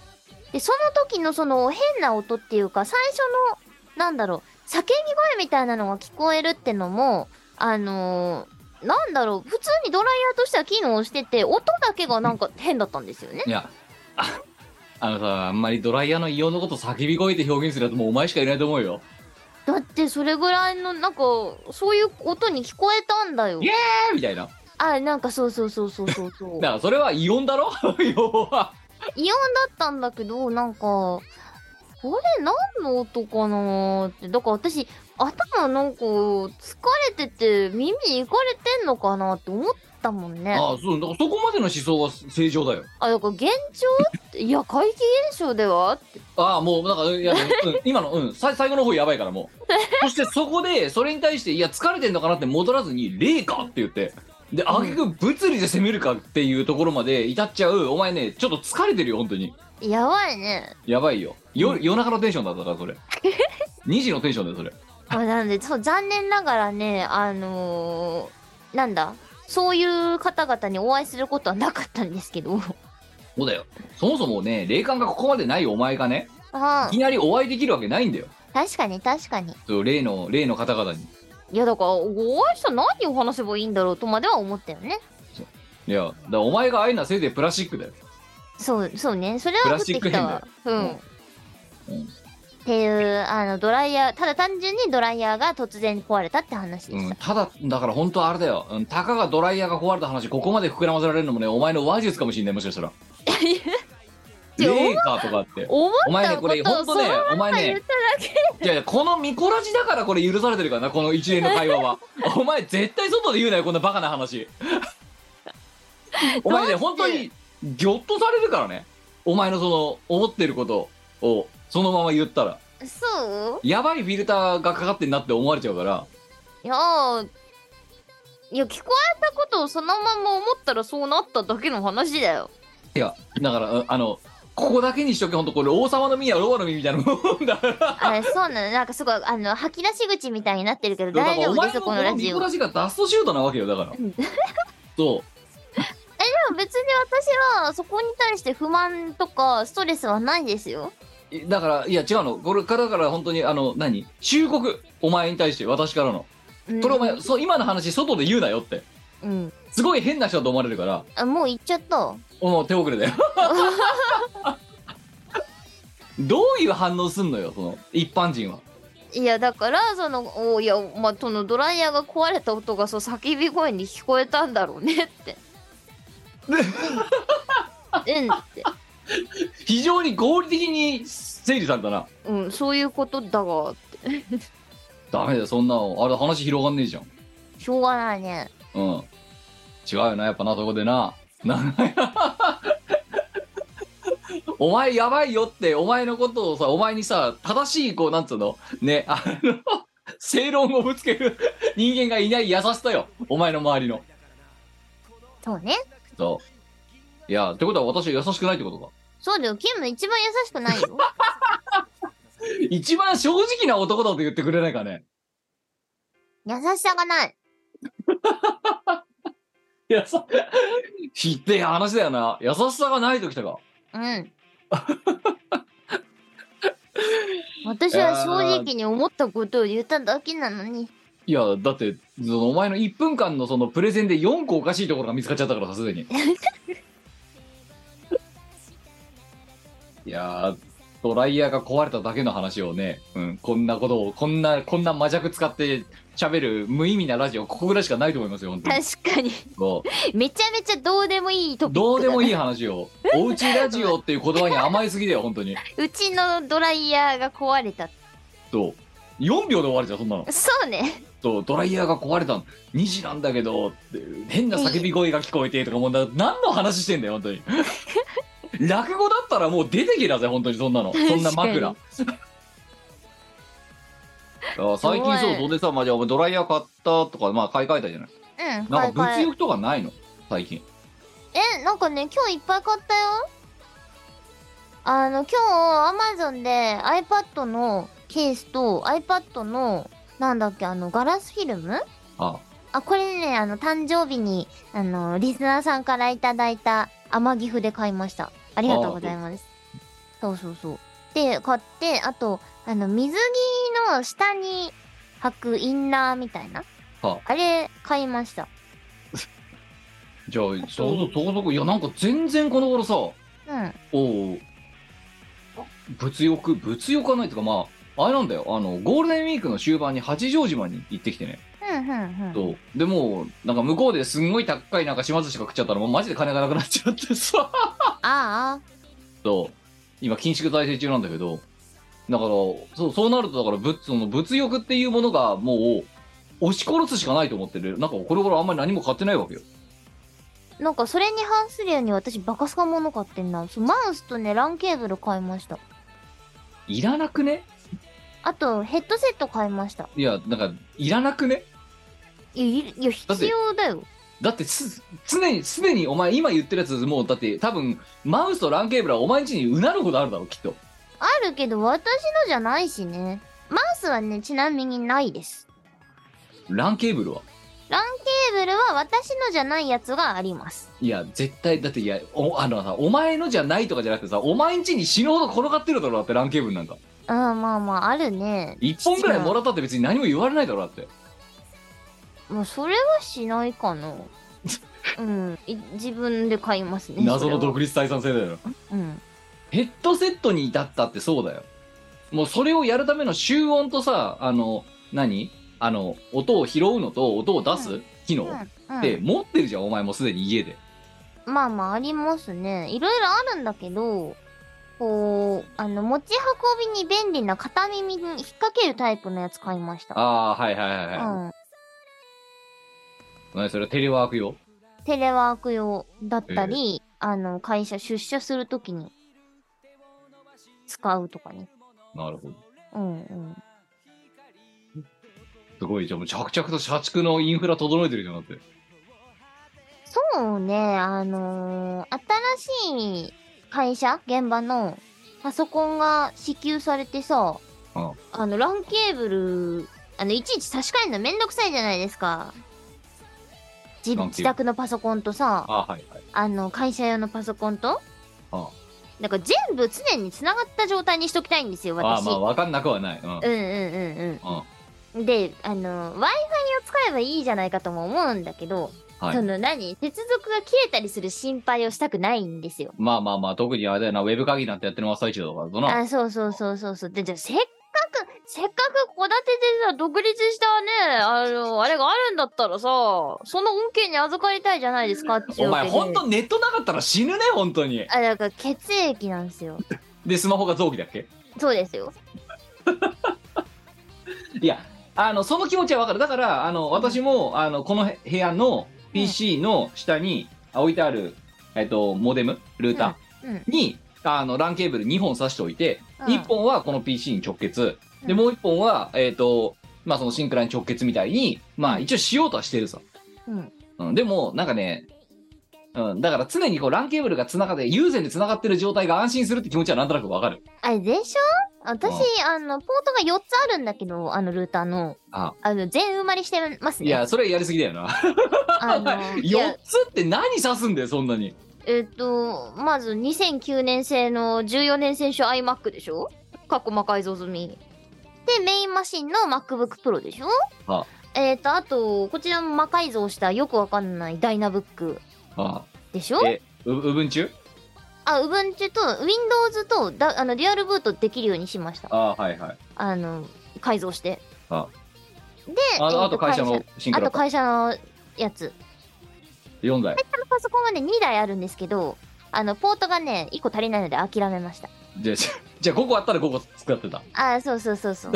[SPEAKER 1] で、その時のその変な音っていうか、最初の、なんだろう、叫び声みたいなのが聞こえるってのも、あのーなんだろう、普通にドライヤーとしては機能してて、音だけがなんか変だったんですよね。
[SPEAKER 3] いやああのさあんまりドライヤーの異様のこと叫び声で表現するやつもうお前しかいないと思うよ
[SPEAKER 1] だってそれぐらいのなんかそういう音に聞こえたんだよ
[SPEAKER 3] イエえーみたいな
[SPEAKER 1] あなんかそうそうそうそうそうそう
[SPEAKER 3] だからそれは異音だろ <laughs> 要は
[SPEAKER 1] 異音だったんだけどなんかこれ何の音かなーってだから私頭なんか疲れてて耳いかれてんのかなって思ったもんねあ
[SPEAKER 3] ああそうだからそこまでの思想は正常だよ
[SPEAKER 1] だから幻聴っていや怪奇現象ではって
[SPEAKER 3] ああもうなんかいや、うん、今の、うん、さ最後の方やばいから <laughs> もうそしてそこでそれに対していや疲れてんのかなって戻らずに「霊か!」って言ってであげく物理で攻めるかっていうところまで至っちゃうお前ねちょっと疲れてるよ本当に
[SPEAKER 1] やばいね
[SPEAKER 3] やばいよよ、夜中のテンションだったから <laughs> それ2時のテンションだよそれ
[SPEAKER 1] あなんでそう残念ながらねあのーなんだそういう方々にお会いすることはなかったんですけど <laughs>
[SPEAKER 3] そうだよそもそもね霊感がここまでないお前がね
[SPEAKER 1] あ
[SPEAKER 3] いきなりお会いできるわけないんだよ
[SPEAKER 1] 確かに確かに
[SPEAKER 3] そう霊の霊の方々に
[SPEAKER 1] いやだからお会いしたら何を話せばいいんだろうとまでは思ったよね
[SPEAKER 3] いやだからお前がああいうのはせいぜいプラスチックだよ
[SPEAKER 1] そうそうねそれは降ってきたわうん、
[SPEAKER 3] 変だようん
[SPEAKER 1] っていうあのドライヤーただ単純にドライヤーが突然壊れたって話でし
[SPEAKER 3] うん、
[SPEAKER 1] た、
[SPEAKER 3] ただだから本当はあれだよ、うん、たかがドライヤーが壊れた話ここまで膨らませられるのもねお前の話術かもしれないもしかしたら
[SPEAKER 1] <laughs> いや
[SPEAKER 3] レーカーとかって
[SPEAKER 1] 思
[SPEAKER 3] お
[SPEAKER 1] っ
[SPEAKER 3] 前
[SPEAKER 1] た
[SPEAKER 3] ねこ
[SPEAKER 1] こ
[SPEAKER 3] れ
[SPEAKER 1] と
[SPEAKER 3] 本
[SPEAKER 1] をそ
[SPEAKER 3] 当
[SPEAKER 1] の
[SPEAKER 3] ね
[SPEAKER 1] ま
[SPEAKER 3] お前
[SPEAKER 1] ま言っ
[SPEAKER 3] ね
[SPEAKER 1] ただけ
[SPEAKER 3] いやいやこのミコラジだからこれ許されてるからなこの一連の会
[SPEAKER 1] <laughs>
[SPEAKER 3] 話はお前絶対外で言うなよこんなバカな話お
[SPEAKER 1] ど
[SPEAKER 3] 前ね
[SPEAKER 1] うして
[SPEAKER 3] 本当にギョッとされるからねお前のその思ってることをそのまま言ったら
[SPEAKER 1] そう
[SPEAKER 3] やばいフィルターがかかってんなって思われちゃうから
[SPEAKER 1] いやーいや聞こえたことをそのまま思ったらそうなっただけの話だ
[SPEAKER 3] <laughs>
[SPEAKER 1] よ
[SPEAKER 3] いや、だから、ああの、ここだけにしとけ、ほんと、これ、王様の実やローマの実みたいなもんだから。
[SPEAKER 1] あそうなのなんかすごいあの吐き出し口みたいになってるけど
[SPEAKER 3] だか
[SPEAKER 1] <laughs> 大
[SPEAKER 3] ら、
[SPEAKER 1] 丈
[SPEAKER 3] お
[SPEAKER 1] 夫
[SPEAKER 3] 前
[SPEAKER 1] です
[SPEAKER 3] のこ
[SPEAKER 1] この
[SPEAKER 3] の
[SPEAKER 1] ラ
[SPEAKER 3] ミ
[SPEAKER 1] ジ
[SPEAKER 3] コ
[SPEAKER 1] オ
[SPEAKER 3] ラジがダストシュートなわけよ、だから
[SPEAKER 1] うん。
[SPEAKER 3] そ
[SPEAKER 1] でも別別に私はそこに対して不満とかストレスはないですよ。
[SPEAKER 3] だからいや違うのこれからだから本当にあの何忠告お前に対して私からの
[SPEAKER 1] うん
[SPEAKER 3] これお前そう今の話外で言うなよって
[SPEAKER 1] うん。
[SPEAKER 3] すごい変な人だと思われるから
[SPEAKER 1] あ、もう行っちゃった。
[SPEAKER 3] おもう手遅れだよ <laughs> どういう反応すんのよその一般人はい
[SPEAKER 1] やだからそのおいやまあそのドライヤーが壊れた音がそう叫び声に聞こえたんだろうね
[SPEAKER 3] <laughs>
[SPEAKER 1] って。うんって、
[SPEAKER 3] 非常に合理的に整理されたな
[SPEAKER 1] うん、そういうことだがって
[SPEAKER 3] ダメだよそんなのあれ話広がんねえじゃん
[SPEAKER 1] しょうがないね。
[SPEAKER 3] うん。違うよな、やっぱな、そこでな。 <laughs> なお前やばいよって、お前のことをさ、お前にさ、正しい、こう、なんつうの、ね、あの、正論をぶつける人間がいない優しさよ。お前の周りの。
[SPEAKER 1] そうね。
[SPEAKER 3] そう。いや、ってことは私は優しくないってことか。
[SPEAKER 1] そうだよ。キム一番優しくない
[SPEAKER 3] <laughs>
[SPEAKER 1] よ。
[SPEAKER 3] 一番正直な男だと言ってくれないかね。
[SPEAKER 1] 優しさがない。
[SPEAKER 3] いや、さ、 <laughs> ひってえ話だよな。優しさがないときたか。
[SPEAKER 1] うん。私は正直に思ったことを言っただけなのに。
[SPEAKER 3] いや、だって、そのお前の1分間のそのプレゼンで4個おかしいところが見つかっちゃったから、さすがに。いやー、ドライヤーが壊れただけの話をね、うん、こんなことを、こんな、こんな魔弱使って喋る無意味なラジオ、ここぐらいしかないと思いますよ、本当に。
[SPEAKER 1] 確かに。
[SPEAKER 3] こう
[SPEAKER 1] めちゃめちゃどうでもいいと
[SPEAKER 3] どうでもいい話を、おうちラジオっていう言葉に甘えすぎだよ、本当に。
[SPEAKER 1] うちのドライヤーが壊れた。
[SPEAKER 3] そう。4秒で終わるじゃん、そんなの。
[SPEAKER 1] そうね。
[SPEAKER 3] とドライヤーが壊れたの2時なんだけどって変な叫び声が聞こえてとかもうな何の話してんだよ本
[SPEAKER 1] <laughs>
[SPEAKER 3] 当に落語だったらもう出てきだぜ本当にそんなのそんな枕あ最近そう
[SPEAKER 1] すご
[SPEAKER 3] そ
[SPEAKER 1] い
[SPEAKER 3] れでさ、まあ、じゃあお前ドライヤー買ったとかまあ買い替えたじゃない
[SPEAKER 1] うん、
[SPEAKER 3] なんか物
[SPEAKER 1] 買い替え
[SPEAKER 3] 欲とかないの最近
[SPEAKER 1] え、なんかね、今日いっぱい買ったよ。あの、今日、アマゾンで iPad のケースと iPad の、なんだっけ、あの、ガラスフィルム
[SPEAKER 3] あ
[SPEAKER 1] あ、これね、あの、誕生日に、あの、リスナーさんからいただいた甘ギフで買いました。ありがとうございます。そうそうそう。で、買って、あと、あの、水着の下に履くインナーみたいな。
[SPEAKER 3] は
[SPEAKER 1] あれ、買いました。
[SPEAKER 3] じゃあそこそこそこいやなんか全然この頃さ
[SPEAKER 1] うん。
[SPEAKER 3] おう物欲物欲はないとかまああれなんだよあのゴールデンウィークの終盤に八丈島に行ってきてね
[SPEAKER 1] うん、うん、うん。
[SPEAKER 3] そうでもうなんか向こうですんごい高いなんか島寿司が食っちゃったらもうマジで金がなくなっちゃってさ <laughs>
[SPEAKER 1] ああ。
[SPEAKER 3] そう今緊縮財政中なんだけどだからそうそうなるとだから物その物欲っていうものがもう押し殺すしかないと思ってるなんかこれ頃あんまり何も買ってないわけよ
[SPEAKER 1] なんかそれに反するように私バカスカもの買ってんなそうマウスとねランケーブル買いました
[SPEAKER 3] いらなくね
[SPEAKER 1] あとヘッドセット買いました
[SPEAKER 3] いやなんかいらなくね
[SPEAKER 1] いやいいや必要だよ
[SPEAKER 3] だってす常にすでにお前今言ってるやつもうだって多分マウスとランケーブルはお前んちにうなることあるだろきっと
[SPEAKER 1] あるけど私のじゃないしねマウスはねちなみにないです
[SPEAKER 3] ランケーブルは
[SPEAKER 1] ランケーブルは私のじゃないやつがあります
[SPEAKER 3] いや、絶対、だって、いや、お、あのさ、お前のじゃないとかじゃなくてさ、お前んちに死ぬほど転がってるだろ、だって、ランケーブルなんか。
[SPEAKER 1] あーまあまああるね
[SPEAKER 3] 一本ぐらいもらったって別に何も言われないだろ、だって。
[SPEAKER 1] もうそれはしないか
[SPEAKER 3] <laughs>
[SPEAKER 1] なうんい自分で買いますね
[SPEAKER 3] 謎の
[SPEAKER 1] それは
[SPEAKER 3] 独立採算制だよ。
[SPEAKER 1] うん
[SPEAKER 3] ヘッドセットに至ったってそうだよ。もうそれをやるための集音とさ、あの、何あの、音を拾うのと音を出す機能
[SPEAKER 1] うん
[SPEAKER 3] って持ってるじゃん、お前もすでに家で。
[SPEAKER 1] まあまあありますね。いろいろあるんだけど、こう、あの、持ち運びに便利な片耳に引っ掛けるタイプのやつ買いました。
[SPEAKER 3] ああ、はいはいはいうは
[SPEAKER 1] ん。
[SPEAKER 3] い。何それテレワーク用
[SPEAKER 1] テレワーク用だったり、あの、会社出社するときに使うとかね。
[SPEAKER 3] なるほど。
[SPEAKER 1] うんうん。
[SPEAKER 3] すごい、じゃあもう着々と社畜のインフラ整えてるじゃん、だって。
[SPEAKER 1] そうね、あのー新しい会社現場のパソコンが支給されてさ、
[SPEAKER 3] うん
[SPEAKER 1] あの、ランケーブル、あの、いちいち差し替えるのめんどくさいじゃないですか。自
[SPEAKER 3] なんて
[SPEAKER 1] 自
[SPEAKER 3] いう
[SPEAKER 1] 宅のパソコンとさ、
[SPEAKER 3] あはいはい
[SPEAKER 1] あの、会社用のパソコンと、
[SPEAKER 3] あ
[SPEAKER 1] なんか全部常に繋がった状態にしときたいんですよ、
[SPEAKER 3] ああ
[SPEAKER 1] 私。
[SPEAKER 3] まあ分かんなくはないうん、う
[SPEAKER 1] う
[SPEAKER 3] ん
[SPEAKER 1] んうんうんうん。で、あの、Wi-Fi を使えばいいじゃないかとも思うんだけど、
[SPEAKER 3] はい
[SPEAKER 1] その何接続が切れたりする心配をしたくないんですよ。
[SPEAKER 3] まあまあまあ特にあれだよなウェブ会議なんてやってる真っ最中だからだな
[SPEAKER 1] あ、そうそうそうそうそう。で、じゃあせっかく、せっかく戸建てでさ、独立したね、あの、あれがあるんだったらさ、その恩恵に預かりたいじゃないですかってい
[SPEAKER 3] お
[SPEAKER 1] うわ
[SPEAKER 3] 前
[SPEAKER 1] けで。
[SPEAKER 3] ほんとネットなかったら死ぬね本当に
[SPEAKER 1] あ、だから血液なんですよ。
[SPEAKER 3] でスマホが臓器だっけ
[SPEAKER 1] そうですよ。
[SPEAKER 3] いやあのその気持ちは分かるだからあの私もあのこの部部屋の PC の下にあ置いてある、えっと、モデムルータ
[SPEAKER 1] うん。
[SPEAKER 3] ーに、あの LAN ケーブル2本挿しておいて、
[SPEAKER 1] うん
[SPEAKER 3] 1本はこの PC に直結で
[SPEAKER 1] うん
[SPEAKER 3] もう1本は、えっとまあ、そのシンクラに直結みたいに、まあ、一応しようとはしてるさ、
[SPEAKER 1] うん。
[SPEAKER 3] うん、でもなんかね、うん、だから常にこう LAN ケーブルがつながって有線でつながってる状態が安心するって気持ちはなんとなく分かる
[SPEAKER 1] あれでしょ私、あの、ポートが4つあるんだけど、あのルーターの。
[SPEAKER 3] あ
[SPEAKER 1] あの、全埋まりしてますね。
[SPEAKER 3] いやそれやりすぎだよな
[SPEAKER 1] あ
[SPEAKER 3] <laughs>
[SPEAKER 1] の、いや
[SPEAKER 3] 4つって何挿すんだよそんなに
[SPEAKER 1] えっ、と、まず2009年製の14年選手 iMac でしょ過去魔改造済み。で、メインマシンの MacBook Pro でしょ
[SPEAKER 3] は
[SPEAKER 1] えっ、と、あと、こちらも魔改造したよくわかんないダイナブック
[SPEAKER 3] あ
[SPEAKER 1] でしょ
[SPEAKER 3] えう部分中
[SPEAKER 1] あ、u b u n t と Windows とだあのデュアルブートできるようにしました。あ
[SPEAKER 3] あはいはい
[SPEAKER 1] の、改造して。
[SPEAKER 3] は
[SPEAKER 1] で、
[SPEAKER 3] あ
[SPEAKER 1] えー
[SPEAKER 3] あと会社のシンク
[SPEAKER 1] あ
[SPEAKER 3] ラ
[SPEAKER 1] と会社のやつ。
[SPEAKER 3] 4台
[SPEAKER 1] 会社のパソコンはね、2台あるんですけど、あの、ポートがね、1個足りないので諦めました。
[SPEAKER 3] じゃあじゃあじゃあ5個あったら5個使ってた
[SPEAKER 1] あー、そうそうそう
[SPEAKER 3] <laughs>
[SPEAKER 1] そう。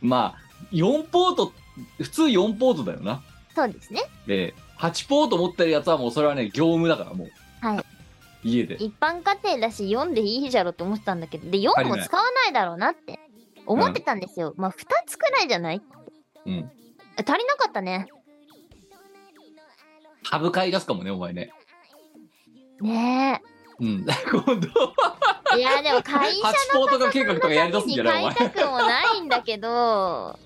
[SPEAKER 3] まあ4ポート普通4ポートだよな
[SPEAKER 1] そうですね。
[SPEAKER 3] で8ポート持ってるやつはもうそれはね業務だからもう
[SPEAKER 1] はい
[SPEAKER 3] 家で
[SPEAKER 1] 一般家庭だし4でいいじゃろって思ってたんだけどで4も使わないだろうなって思ってたんですよ、まあ2つくらいじゃない
[SPEAKER 3] うん
[SPEAKER 1] 足りなかったね
[SPEAKER 3] 株買い出すかもねお前ね
[SPEAKER 1] ね
[SPEAKER 3] うん
[SPEAKER 1] <laughs>
[SPEAKER 3] 今度
[SPEAKER 1] えいやでも会社
[SPEAKER 3] 8ポート化計画とかやり
[SPEAKER 1] の
[SPEAKER 3] 出す
[SPEAKER 1] 時
[SPEAKER 3] んじ
[SPEAKER 1] に
[SPEAKER 3] ゃないお
[SPEAKER 1] 買い
[SPEAKER 3] 前
[SPEAKER 1] たくもないんだけど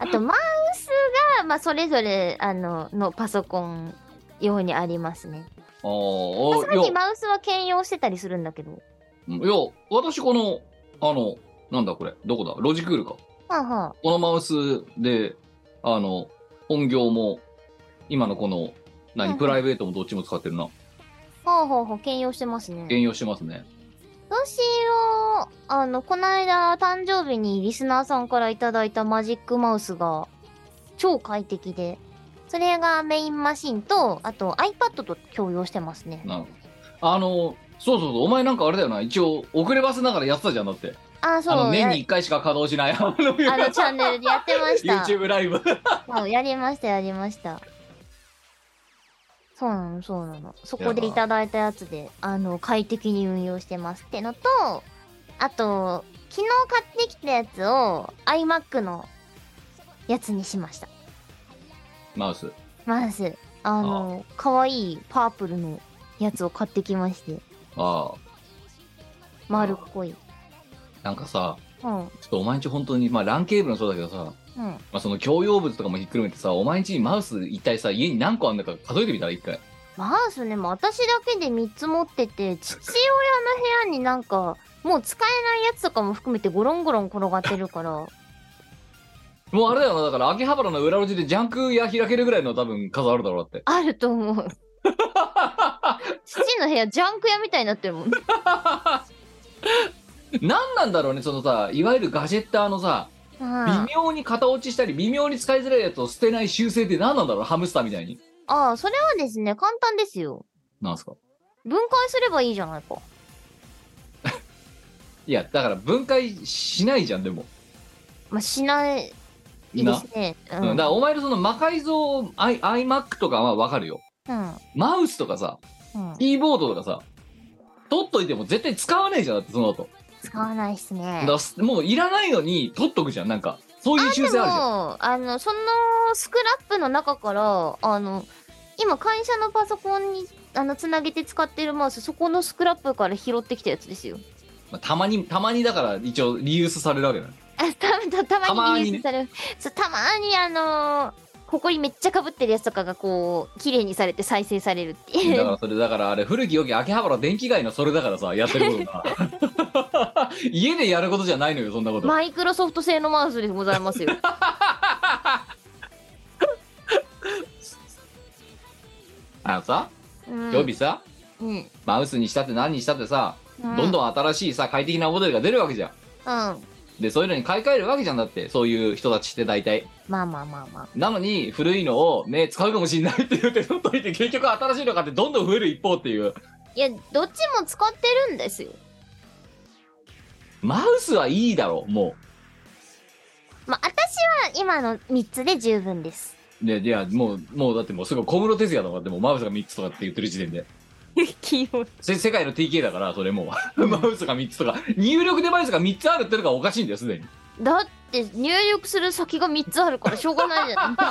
[SPEAKER 1] あとマウスが、まあ、それぞれあののパソコン用にありますね
[SPEAKER 3] お
[SPEAKER 1] さ
[SPEAKER 3] ーお
[SPEAKER 1] す
[SPEAKER 3] ー
[SPEAKER 1] がに
[SPEAKER 3] よ
[SPEAKER 1] マウスは兼用してたりするんだけど
[SPEAKER 3] うんよ私このあのなんだこれどこだロジクールか
[SPEAKER 1] はあは
[SPEAKER 3] このマウスで、あの、本業も、今のこの、
[SPEAKER 1] うんう
[SPEAKER 3] 何、
[SPEAKER 1] ん
[SPEAKER 3] プライベートもどっちも使ってるな。
[SPEAKER 1] あほうほうほう兼用してますね
[SPEAKER 3] 兼用してますね。
[SPEAKER 1] 私は、あの、こないだ誕生日にリスナーさんからいただいたマジックマウスが超快適で、それがメインマシンと、あと iPad と共用してますね。
[SPEAKER 3] なるほどあの、そうそうそう、お前なんかあれだよな、一応、遅ればせながらやってたじゃん、だって。
[SPEAKER 1] あ、
[SPEAKER 3] あ
[SPEAKER 1] そ
[SPEAKER 3] の、
[SPEAKER 1] う、
[SPEAKER 3] 年
[SPEAKER 1] や
[SPEAKER 3] に1回しか稼働しない、あの、
[SPEAKER 1] あのチャンネルでやってました。
[SPEAKER 3] <laughs> YouTube ライブ。
[SPEAKER 1] そうやりました、やりました。そうなの、そうなの。そこでいただいたやつで、あの、快適に運用してますってのと、あと、昨日買ってきたやつを iMac のやつにしました。
[SPEAKER 3] マウス。
[SPEAKER 1] まず、あの、可愛いパープルのやつを買ってきまして、
[SPEAKER 3] ああ、
[SPEAKER 1] 丸っこい。
[SPEAKER 3] なんかさ、
[SPEAKER 1] うん、うん。
[SPEAKER 3] ちょっとお前んち本当に、まあ、ランケーブルもそうだけどさ、まあ、その共用物とかもひっくるめてさ、お前んちにマウス一体さ、家に何個あんだか数えてみたら、一回。
[SPEAKER 1] マウスね、もう私だけで3つ持ってて、父親の部屋になんか、もう使えないやつとかも含めてゴロンゴロン転がってるから、
[SPEAKER 3] もうあれだよな、だから秋葉原の裏路地でジャンク屋開けるぐらいの多分数あるだろうだって。 <laughs>
[SPEAKER 1] あると思う。父の部屋、ジャンク屋みたいになってるもん。
[SPEAKER 3] 何なんだろうねそのさいわゆるガジェッターのさ微
[SPEAKER 1] あ
[SPEAKER 3] 妙に型落ちしたり微妙に使いづらいやつを捨てない習性って何なんだろうハムスターみたいに
[SPEAKER 1] あ、それはですね、簡単ですよ。
[SPEAKER 3] なんすか
[SPEAKER 1] 分解すればいいじゃないか。
[SPEAKER 3] いやだから分解しないじゃんでも、
[SPEAKER 1] まあ、しないですね。う。
[SPEAKER 3] うんん
[SPEAKER 1] うん。
[SPEAKER 3] だからお前のその魔改造アイ iMac とかはわかるよマウスとかさ
[SPEAKER 1] うん。
[SPEAKER 3] キーボードとかさ取っといても絶対使わねえじゃんだってその後
[SPEAKER 1] 使わないっすね
[SPEAKER 3] だ。からすもういらないのに取っとくじゃんなんかそういう習性あるじゃん
[SPEAKER 1] もうあのそのスクラップの中からあの今会社のパソコンにあのつなげて使ってるマウスそこのスクラップから拾ってきたやつですよ。
[SPEAKER 3] まあたまにたまにだから一応リユースされるわけだ
[SPEAKER 1] あたたた
[SPEAKER 3] たま
[SPEAKER 1] まに
[SPEAKER 3] に
[SPEAKER 1] リリースされる。そうたまにあのーここにめっちゃかぶってるやつとかがこう綺麗にされて再生されるってい
[SPEAKER 3] だか
[SPEAKER 1] う
[SPEAKER 3] らそれだからあれ古き良き秋葉原電気街のそれだからさやってることが <laughs> 家でやることじゃないのよそんなこと、
[SPEAKER 1] マイクロソフト製のマウスでござい
[SPEAKER 3] <laughs>
[SPEAKER 1] ますよ
[SPEAKER 3] あのさ
[SPEAKER 1] うん
[SPEAKER 3] 予備さ、
[SPEAKER 1] うん
[SPEAKER 3] マウスにしたって何にしたってさ、
[SPEAKER 1] うん
[SPEAKER 3] どんどん新しいさ快適なモデルが出るわけじゃん
[SPEAKER 1] うん
[SPEAKER 3] でそういうのに買い替えるわけじゃんだってそういう人たちって大体
[SPEAKER 1] まあまあまあまあ
[SPEAKER 3] なのに古いのをね使うかもしんないって言って取っといて結局新しいの買ってどんどん増える一方っていう
[SPEAKER 1] いやどっちも使ってるんですよ
[SPEAKER 3] マウスはいいだろうも
[SPEAKER 1] まあ私は今の3つで十分
[SPEAKER 3] <laughs>
[SPEAKER 1] です
[SPEAKER 3] うでいやもうもうだってもうすごい小室哲哉とかでもマウスが3つとかって言ってる時点で
[SPEAKER 1] キモ
[SPEAKER 3] せ世界の TK だからそれもうマウスが3つとか入力デバイスが3つあるってのがおかしいんだよすでに
[SPEAKER 1] だって入力する先が3つあるからしょうがないじゃん
[SPEAKER 3] <laughs>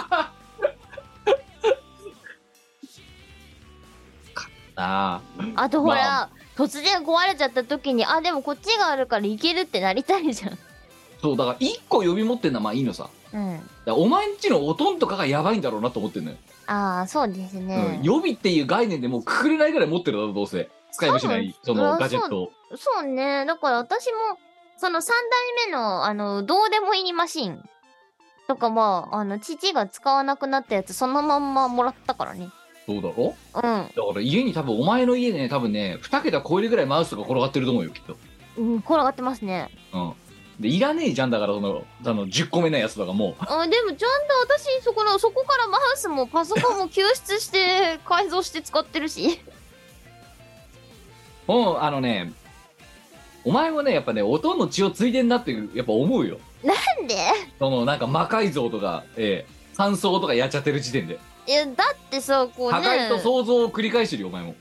[SPEAKER 3] ああ
[SPEAKER 1] あとほら、
[SPEAKER 3] ま
[SPEAKER 1] 突然壊れちゃった時にあでもこっちがあるからいけるってなりたいじゃん
[SPEAKER 3] そうだから1個呼び持ってんのはまあいいのさだか
[SPEAKER 1] うん
[SPEAKER 3] らお前んちのおとんとかがやばいんだろうなと思ってんのよ、
[SPEAKER 1] ああそうですね
[SPEAKER 3] うん、、予備っていう概念でもうくくれないぐらい持ってるだろどうせ使いもしない
[SPEAKER 1] 多
[SPEAKER 3] そ
[SPEAKER 1] 分
[SPEAKER 3] のガジェットを
[SPEAKER 1] そうねだから私もその3代目のあのどうでもいいマシンとかまああの父が使わなくなったやつそのまんまもらったからね
[SPEAKER 3] そうだろ
[SPEAKER 1] うん
[SPEAKER 3] だから家に多分お前の家でね多分ね2桁超えるぐらいマウスが転がってると思うよきっと
[SPEAKER 1] うん転がってます
[SPEAKER 3] <laughs>
[SPEAKER 1] ね
[SPEAKER 3] うんでいらねえじゃんだからそのあの10個目のやつとかもう
[SPEAKER 1] あでもちゃんと私そこのそこからマウスもパソコンも救出して改造して使ってるし
[SPEAKER 3] もうあのねお前もねやっぱねおとんの血を継いでんなってやっぱ思うよ
[SPEAKER 1] なんで
[SPEAKER 3] そのなんか魔改造とか、ええ、三層とかやっちゃってる時点で
[SPEAKER 1] いやだってさこう
[SPEAKER 3] 破
[SPEAKER 1] ね
[SPEAKER 3] 壊と想像を繰り返してるよお前も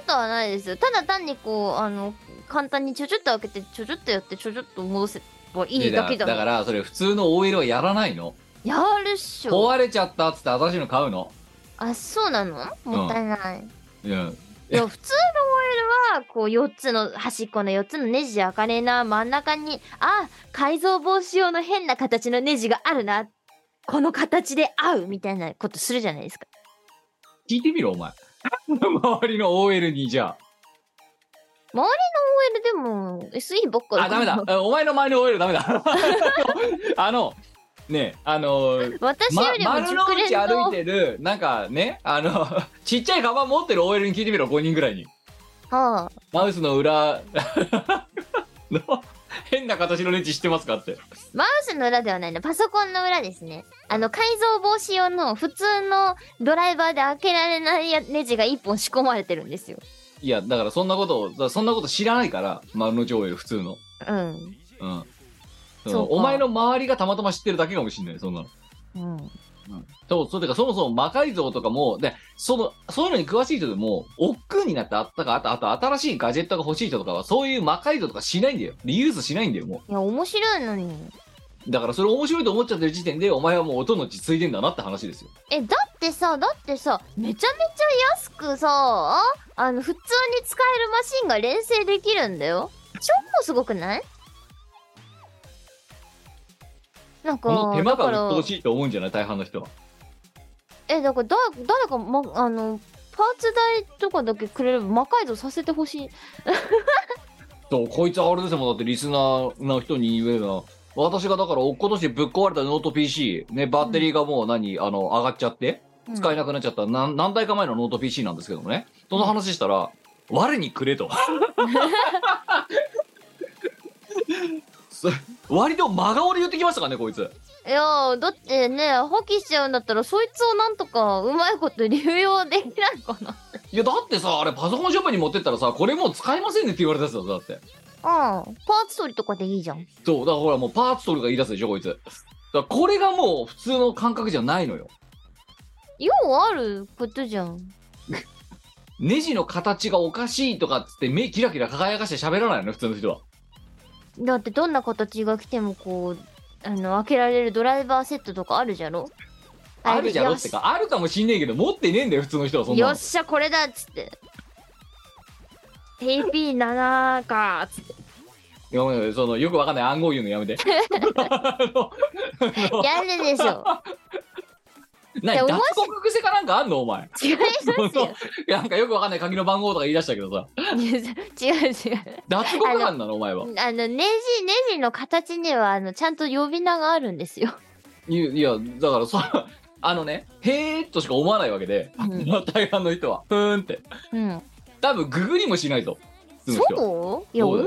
[SPEAKER 1] ことはないですよただ単にこうあの簡単にちょちょっと開けてちょちょっとやってちょちょっと戻せばいいだけじゃ
[SPEAKER 3] だか
[SPEAKER 1] ん
[SPEAKER 3] らそれ普通の OL はやらないの
[SPEAKER 1] やるっしょ
[SPEAKER 3] 壊れちゃったっつって新しいの買うの
[SPEAKER 1] あそうなのもったいない、
[SPEAKER 3] うん
[SPEAKER 1] いや普通の OL はこう4つの端っこの4つのネジ開かねえな真ん中にあ改造防止用の変な形のネジがあるなこの形で合うみたいなことするじゃないですか
[SPEAKER 3] 聞いてみろお前 <laughs> 周りの OL にじゃ
[SPEAKER 1] OL でも SE ばっか
[SPEAKER 3] あ
[SPEAKER 1] り
[SPEAKER 3] あダ
[SPEAKER 1] <laughs>
[SPEAKER 3] メだお前の前の OL ダメだ <laughs> あのねあの
[SPEAKER 1] 私
[SPEAKER 3] ま
[SPEAKER 1] よりも
[SPEAKER 3] 丸の
[SPEAKER 1] 熟
[SPEAKER 3] 内
[SPEAKER 1] 練
[SPEAKER 3] 歩
[SPEAKER 1] の
[SPEAKER 3] いてるなんかねあの <laughs> ちっちゃいカバン持ってる OL に聞いてみろ5人ぐらいに
[SPEAKER 1] はあ
[SPEAKER 3] マウスの裏 <laughs> の変な形のレンチ知ってますかって
[SPEAKER 1] マウスの裏ではないのパソコンの裏ですねあの改造防止用の普通のドライバーで開けられないやネジが1本仕込まれてるんですよ
[SPEAKER 3] いやだからそんなことをだからそんなこと知らないから丸の内 OL 普通の
[SPEAKER 1] うん
[SPEAKER 3] うんそ
[SPEAKER 1] そう
[SPEAKER 3] の
[SPEAKER 1] か
[SPEAKER 3] お前の周りがたまたま知ってるだけかもしんないそんなの
[SPEAKER 1] うん
[SPEAKER 3] そうそうてかそもそも魔改造とかもでそのそういうのに詳しい人でも億劫になってあったかあとあと新しいガジェットが欲しい人とかはそういう魔改造とかしないんだよリユースしないんだよもう
[SPEAKER 1] いや面白いのに
[SPEAKER 3] だからそれ面白いと思っちゃってる時点でお前はもう音の血ついでんだなって話ですよ
[SPEAKER 1] えだってさだってさめちゃめちゃ安くさあの普通に使えるマシンが連成できるんだよ超すごくないなんか
[SPEAKER 3] この手間
[SPEAKER 1] だか
[SPEAKER 3] が
[SPEAKER 1] ら
[SPEAKER 3] 鬱陶しいと思うんじゃない大半の人は
[SPEAKER 1] えだからだ誰か、ま、あのパーツ代とかだけくれれば魔改造させてほしい
[SPEAKER 3] そうこいつはあれですもんだってリスナーの人に言えば私がだから落っことしてぶっ壊れたノート PC ねバッテリーがもう何、あの上がっちゃって使えなくなっちゃった、なん、何台か前のノート PC なんですけどもねその話したら「我にくれ」と <laughs> そ割と真顔で言ってきましたからねこいつ
[SPEAKER 1] いやーだってね破棄しちゃうんだったらそいつをなんとかうまいこと流用できないかない
[SPEAKER 3] やだってさあれパソコンショップに持ってったらさこれもう使えませんねって言われたやつだぞだって
[SPEAKER 1] うんパーツ取りとかでいいじゃん
[SPEAKER 3] そうだからほらもうパーツ取るが言い出すでしょこいつだからこれがもう普通の感覚じゃないのよ
[SPEAKER 1] ようあることじゃん
[SPEAKER 3] ネジの形がおかしいとかっつって目キラキラ輝かして喋らないの普通の人は
[SPEAKER 1] だってどんな形が来てもこうあの開けられるドライバーセットとかあるじゃろ
[SPEAKER 3] あるじゃろ
[SPEAKER 1] よ
[SPEAKER 3] って
[SPEAKER 1] し
[SPEAKER 3] かあるかもしんねえけど持ってねえんだよ普通の人はそんな
[SPEAKER 1] よ
[SPEAKER 3] の
[SPEAKER 1] っしゃこれだっつって <laughs> PP7 かーっつって
[SPEAKER 3] いやもうそのよ
[SPEAKER 1] <laughs>
[SPEAKER 3] くわかんない暗号言うのやめてあの
[SPEAKER 1] <laughs> やるでしょ
[SPEAKER 3] 何
[SPEAKER 1] いや
[SPEAKER 3] 脱
[SPEAKER 1] 面白い
[SPEAKER 3] 獄癖かなんかあんのお前
[SPEAKER 1] 違いますよ。
[SPEAKER 3] なんかよくわかんない鍵の番号とか言い出したけどさ
[SPEAKER 1] いや違う違う。
[SPEAKER 3] 脱獄犯なのお前は
[SPEAKER 1] あの、ネジ、ネジの形には、あの、ちゃんと呼び名があるんですよ。
[SPEAKER 3] いやいやだからさあのねへーっとしか思わないわけで、
[SPEAKER 1] う
[SPEAKER 3] 大半の人はふーんって
[SPEAKER 1] うん。
[SPEAKER 3] 多分ググりもしないと
[SPEAKER 1] そういや、
[SPEAKER 3] そ
[SPEAKER 1] お
[SPEAKER 3] う
[SPEAKER 1] も
[SPEAKER 3] だよ
[SPEAKER 1] ろくな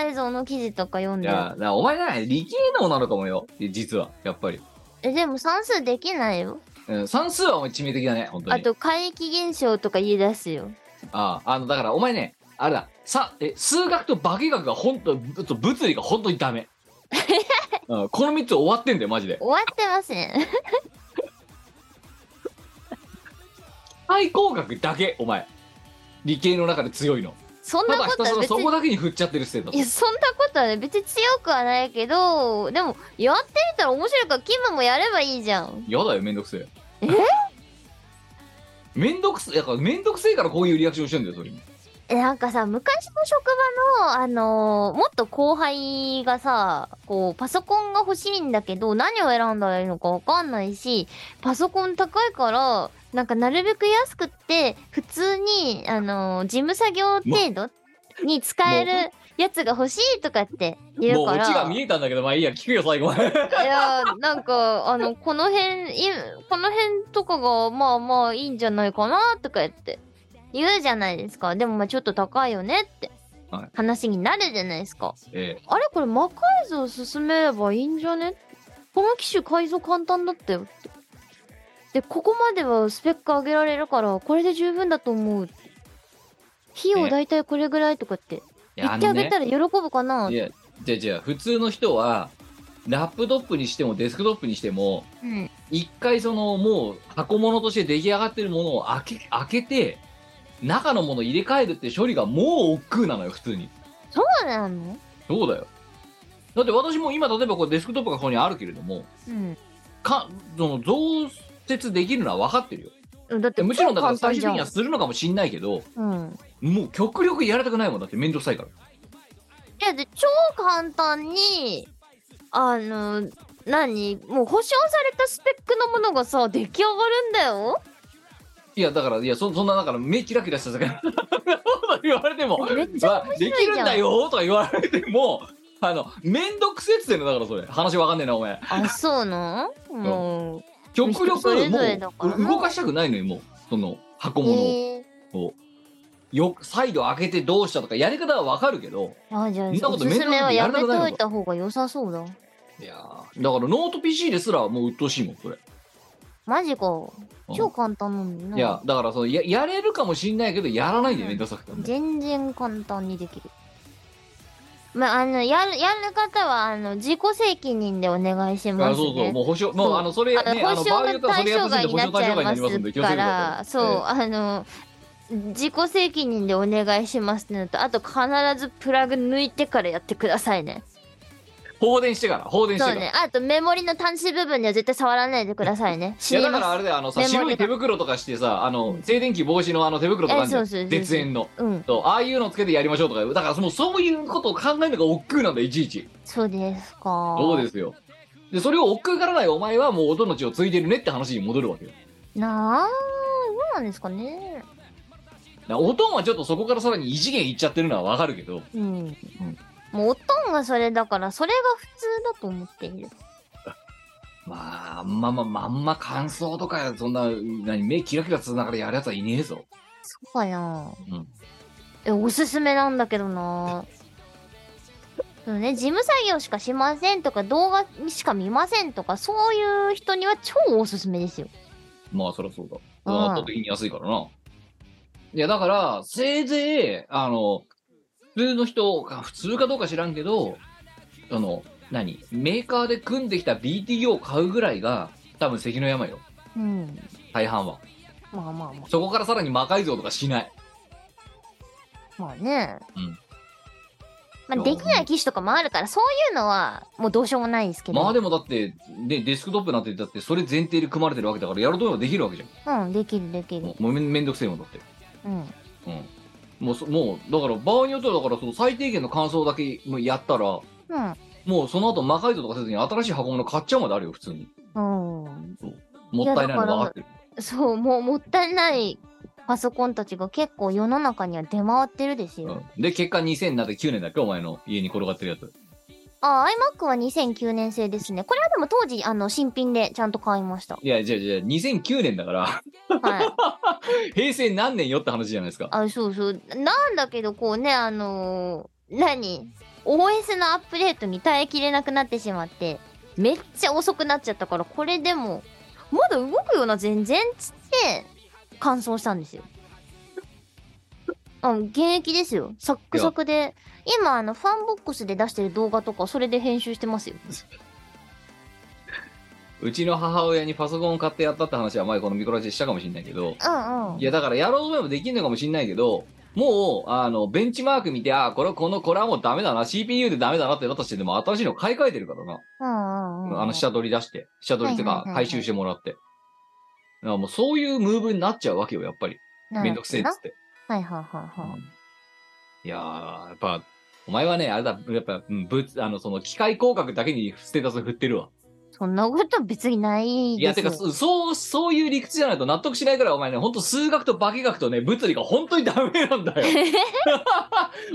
[SPEAKER 1] い改造の記事とか読ん
[SPEAKER 3] い
[SPEAKER 1] で
[SPEAKER 3] やだからお前な理系能なのかもよ実はやっぱり、
[SPEAKER 1] え、でも算数できないよ。
[SPEAKER 3] うん、算数はお前致命的だね本当に
[SPEAKER 1] あと、怪奇現象とか言い出すよ。
[SPEAKER 3] あああのだからお前ねあれださえ数学と化学が本当ぶと物理が本当に
[SPEAKER 1] <laughs>
[SPEAKER 3] ダメ、うん、この3つ終わってんだよマジで
[SPEAKER 1] 終わってますね。
[SPEAKER 3] 最工学だけお前理系の中で強いの
[SPEAKER 1] <laughs> そん
[SPEAKER 3] た
[SPEAKER 1] な
[SPEAKER 3] だ
[SPEAKER 1] こ
[SPEAKER 3] ひ
[SPEAKER 1] と
[SPEAKER 3] た
[SPEAKER 1] は
[SPEAKER 3] すら
[SPEAKER 1] 別
[SPEAKER 3] そこ
[SPEAKER 1] に。
[SPEAKER 3] だけに振っちゃってるステータ
[SPEAKER 1] いや、
[SPEAKER 3] ス
[SPEAKER 1] そんなことはね、別に強くはないけど、でも、やってみたら面白いから、キムもやればいいじゃん。
[SPEAKER 3] やだよめんどくせえ
[SPEAKER 1] え
[SPEAKER 3] めんどくせえだからめんどくせえからこういうリアクションしてんだよそれに
[SPEAKER 1] えなんかさ、昔の職場の、あのーもっと後輩がさ、こう、パソコンが欲しいんだけど、何を選んだらいいのかわかんないし、パソコン高いから、なんかなるべく安くって、普通に、あのー事務作業程度に使えるやつが欲しいとかって言
[SPEAKER 3] も
[SPEAKER 1] う
[SPEAKER 3] う
[SPEAKER 1] か
[SPEAKER 3] オ
[SPEAKER 1] ら。
[SPEAKER 3] チが見えたんだけどまあいいや聞くよ最
[SPEAKER 1] <laughs>
[SPEAKER 3] 後まで
[SPEAKER 1] いやなんかあのこの辺いこの辺とかがまあまあいいんじゃないかなとか言って言うじゃないですかでもまあちょっと高いよねって
[SPEAKER 3] はい
[SPEAKER 1] 話になるじゃないですか、
[SPEAKER 3] ええ
[SPEAKER 1] あれこれ魔改造進めればいいんじゃねこの機種改造簡単だったよってでここまではスペック上げられるからこれで十分だと思うって費用大体これぐらいとかって
[SPEAKER 3] い
[SPEAKER 1] 言
[SPEAKER 3] や
[SPEAKER 1] ってあ
[SPEAKER 3] のね
[SPEAKER 1] げたら喜ぶかな、
[SPEAKER 3] いや、じゃあじゃあ普通の人は、ラップトップにしてもデスクトップにしても、
[SPEAKER 1] うん
[SPEAKER 3] 一回そのもう箱物として出来上がってるものを開け、開けて、中のものを入れ替えるって処理がもう億劫なのよ、普通に。
[SPEAKER 1] そうなの
[SPEAKER 3] そうだよ。だって私も今例えばこれデスクトップがここにあるけれども、
[SPEAKER 1] うん
[SPEAKER 3] か、その増設できるのは分かってるよ。
[SPEAKER 1] だって
[SPEAKER 3] むしろだから
[SPEAKER 1] 超簡単
[SPEAKER 3] 最終
[SPEAKER 1] じゃ
[SPEAKER 3] 的
[SPEAKER 1] ん
[SPEAKER 3] にはするのかもしんないけど、
[SPEAKER 1] うん
[SPEAKER 3] もう極力やりたくないもんだって面倒くさいから。
[SPEAKER 1] いやで超簡単にあの何もう保証されたスペックのものがさ出来上がるんだよ
[SPEAKER 3] いや、だから、いや、そそんな、だから、目キラキラした世界言われても、
[SPEAKER 1] めっちゃ
[SPEAKER 3] まあ
[SPEAKER 1] 面
[SPEAKER 3] で
[SPEAKER 1] 白い
[SPEAKER 3] き
[SPEAKER 1] じゃん
[SPEAKER 3] るんだよとか言われても、あの、めんどくせえっつってんの、だからそれ。話わかんねえな、お前。
[SPEAKER 1] あそうなのもう
[SPEAKER 3] 極力、も
[SPEAKER 1] 人それぞれだから
[SPEAKER 3] う、
[SPEAKER 1] な
[SPEAKER 3] 動かしたくないのよ、もう。その、箱物を。
[SPEAKER 1] えー
[SPEAKER 3] よ、再度開けてどうしたとか、やり方はわかるけど、
[SPEAKER 1] あじゃあ
[SPEAKER 3] そんな
[SPEAKER 1] お
[SPEAKER 3] こと
[SPEAKER 1] すすめはやめ
[SPEAKER 3] 面倒な
[SPEAKER 1] と
[SPEAKER 3] く
[SPEAKER 1] いた方が良さそうだ
[SPEAKER 3] いやーだから、ノート PC ですら、もう鬱陶しいもん、それ。
[SPEAKER 1] マジか
[SPEAKER 3] うん
[SPEAKER 1] 超簡単なのにない
[SPEAKER 3] や、だから、その、や、やれるかもしんないけど、やらないんだよ、めんどくさくて。
[SPEAKER 1] 全然簡単にできるまああのやるやる方はあの自己責任でお願いし
[SPEAKER 3] あ
[SPEAKER 1] ま
[SPEAKER 3] そう
[SPEAKER 1] すね
[SPEAKER 3] そう、もう保証、もう、
[SPEAKER 1] そう
[SPEAKER 3] あの、それ、
[SPEAKER 1] あ
[SPEAKER 3] ね、
[SPEAKER 1] の
[SPEAKER 3] あ
[SPEAKER 1] 保
[SPEAKER 3] の、
[SPEAKER 1] 証
[SPEAKER 3] 場合によってはそ
[SPEAKER 1] 対
[SPEAKER 3] れやっ
[SPEAKER 1] 象
[SPEAKER 3] た時
[SPEAKER 1] 外
[SPEAKER 3] 点で
[SPEAKER 1] に
[SPEAKER 3] 保
[SPEAKER 1] なっちゃいま
[SPEAKER 3] 証対象外になりますんで、
[SPEAKER 1] す
[SPEAKER 3] 気をつ
[SPEAKER 1] か
[SPEAKER 3] けてくださ
[SPEAKER 1] ら
[SPEAKER 3] い。
[SPEAKER 1] そう、あの自己責任でお願いしますってのとあと必ずプラグ抜いてからやってくださいね
[SPEAKER 3] ええ放電してから、放電して
[SPEAKER 1] そう
[SPEAKER 3] か
[SPEAKER 1] ね
[SPEAKER 3] ら。
[SPEAKER 1] あとメモリの端子部分には絶対触らないでくださいね
[SPEAKER 3] い
[SPEAKER 1] 死
[SPEAKER 3] や
[SPEAKER 1] に
[SPEAKER 3] だからあ
[SPEAKER 1] ま
[SPEAKER 3] れだよあのさ
[SPEAKER 1] メモリが
[SPEAKER 3] 白い手袋とかしてさあの静電気防止のあの手袋とかあるじゃ
[SPEAKER 1] え
[SPEAKER 3] ん
[SPEAKER 1] そうそうそう
[SPEAKER 3] 絶縁の
[SPEAKER 1] すうん
[SPEAKER 3] そうああいうのつけてやりましょうとかだからもうそういうことを考えるのが億劫なんだいちいち
[SPEAKER 1] そうですか
[SPEAKER 3] そうですよでそれを億劫からないお前はもう音の血を継いでるねって話に戻るわけよ
[SPEAKER 1] なあどうなんですかね
[SPEAKER 3] だから音はちょっとそこからさらに異次元いっちゃってるのはわかるけど
[SPEAKER 1] うん、もうおとんがそれだからそれが普通だと思っている
[SPEAKER 3] まああんままあまあんま感想とかそんな何目キラキラつながらやるやつはいねえぞ
[SPEAKER 1] そうかな、
[SPEAKER 3] うん
[SPEAKER 1] えおすすめなんだけどなでもね事務作業しかしませんとか動画しか見ませんとかそういう人には超おすすめですよ
[SPEAKER 3] まあそりゃそうだ。
[SPEAKER 1] うん
[SPEAKER 3] 圧倒的に安いからな。いやだから、せいぜい、あの、普通の人が、普通かどうか知らんけど、あの、何メーカーで組んできた BTO を買うぐらいが、多分関の山よ。
[SPEAKER 1] うん
[SPEAKER 3] 大半は。
[SPEAKER 1] まあまあま
[SPEAKER 3] そこからさらに魔改造とかしない。
[SPEAKER 1] あまあね、
[SPEAKER 3] うん
[SPEAKER 1] まあ、できない機種とかもあるからそういうのはもうどうしようもないですけど、
[SPEAKER 3] まあでもだって、ね、デスクトップなんてだって、それ前提で組まれてるわけだから、やろうと思えばできるわけじゃ
[SPEAKER 1] うんできるでき
[SPEAKER 3] ん。
[SPEAKER 1] る
[SPEAKER 3] もうもうめんめんどくせえもんだって。
[SPEAKER 1] うん
[SPEAKER 3] うん。もうそ、もう、だから場合によっては、だからその最低限の感想だけもうやった
[SPEAKER 1] う
[SPEAKER 3] ら、
[SPEAKER 1] ん
[SPEAKER 3] もうその後魔改造とかせずに新しい箱物買っちゃうまであるよ、普通に。
[SPEAKER 1] うん、
[SPEAKER 3] もったいないのが分かってる。
[SPEAKER 1] そう、もうもったいないパソコンたちが結構世の中には出回ってるですよ。
[SPEAKER 3] うんで、結果2009年だっけお前の家に転がってるやつ。
[SPEAKER 1] あ、iMac は2009年製ですね。これはでも当時、あの、新品でちゃんと買いました。
[SPEAKER 3] いや、じゃあじゃあ2009年だから、 <laughs>
[SPEAKER 1] はい。
[SPEAKER 3] 平成何年よって話じゃないですか。
[SPEAKER 1] あ、そうそう。なんだけど、こうね、あのー何 ?OS のアップデートに耐えきれなくなってしまって、めっちゃ遅くなっちゃったから、これでも、まだ動くよな、全然、つって、乾燥したんですよ。あ、現役ですよ。サックサクで。今、あの、ファンボックスで出してる動画とか、それで編集してますよ。
[SPEAKER 3] うちの母親にパソコンを買ってやったって話は前このミコラジでしたかもしれないけど、
[SPEAKER 1] うんうん。
[SPEAKER 3] いやだからやろうと思えばできるのかもしれないけど、もう、あの、ベンチマーク見て、あーこれ、この、これはもうダメだな、CPU でダメだなってなったとしてでも、新しいの買い替えてるからな。
[SPEAKER 1] うんうんうん。
[SPEAKER 3] あの、下取り出して、下取りと
[SPEAKER 1] はいは
[SPEAKER 3] か
[SPEAKER 1] いはいはい
[SPEAKER 3] 回収してもらって。だからもうそういうムーブになっちゃうわけよ、やっぱり。
[SPEAKER 1] なるほど
[SPEAKER 3] め
[SPEAKER 1] なん
[SPEAKER 3] どくせえっつって。
[SPEAKER 1] はいはいはいはい。
[SPEAKER 3] いやー、やっぱ、お前はね、あれだ、やっぱ、うん、ぶあの、その、機械工学だけにステータス振ってるわ。
[SPEAKER 1] そんなこと別にない
[SPEAKER 3] い
[SPEAKER 1] で
[SPEAKER 3] や、
[SPEAKER 1] す
[SPEAKER 3] て
[SPEAKER 1] よ。
[SPEAKER 3] か、そそう、そういう理屈じゃないと納得しないからい、お前ね、ほんと数学と化学とね、物理が本当にダメなんだ
[SPEAKER 1] <laughs>
[SPEAKER 3] よ。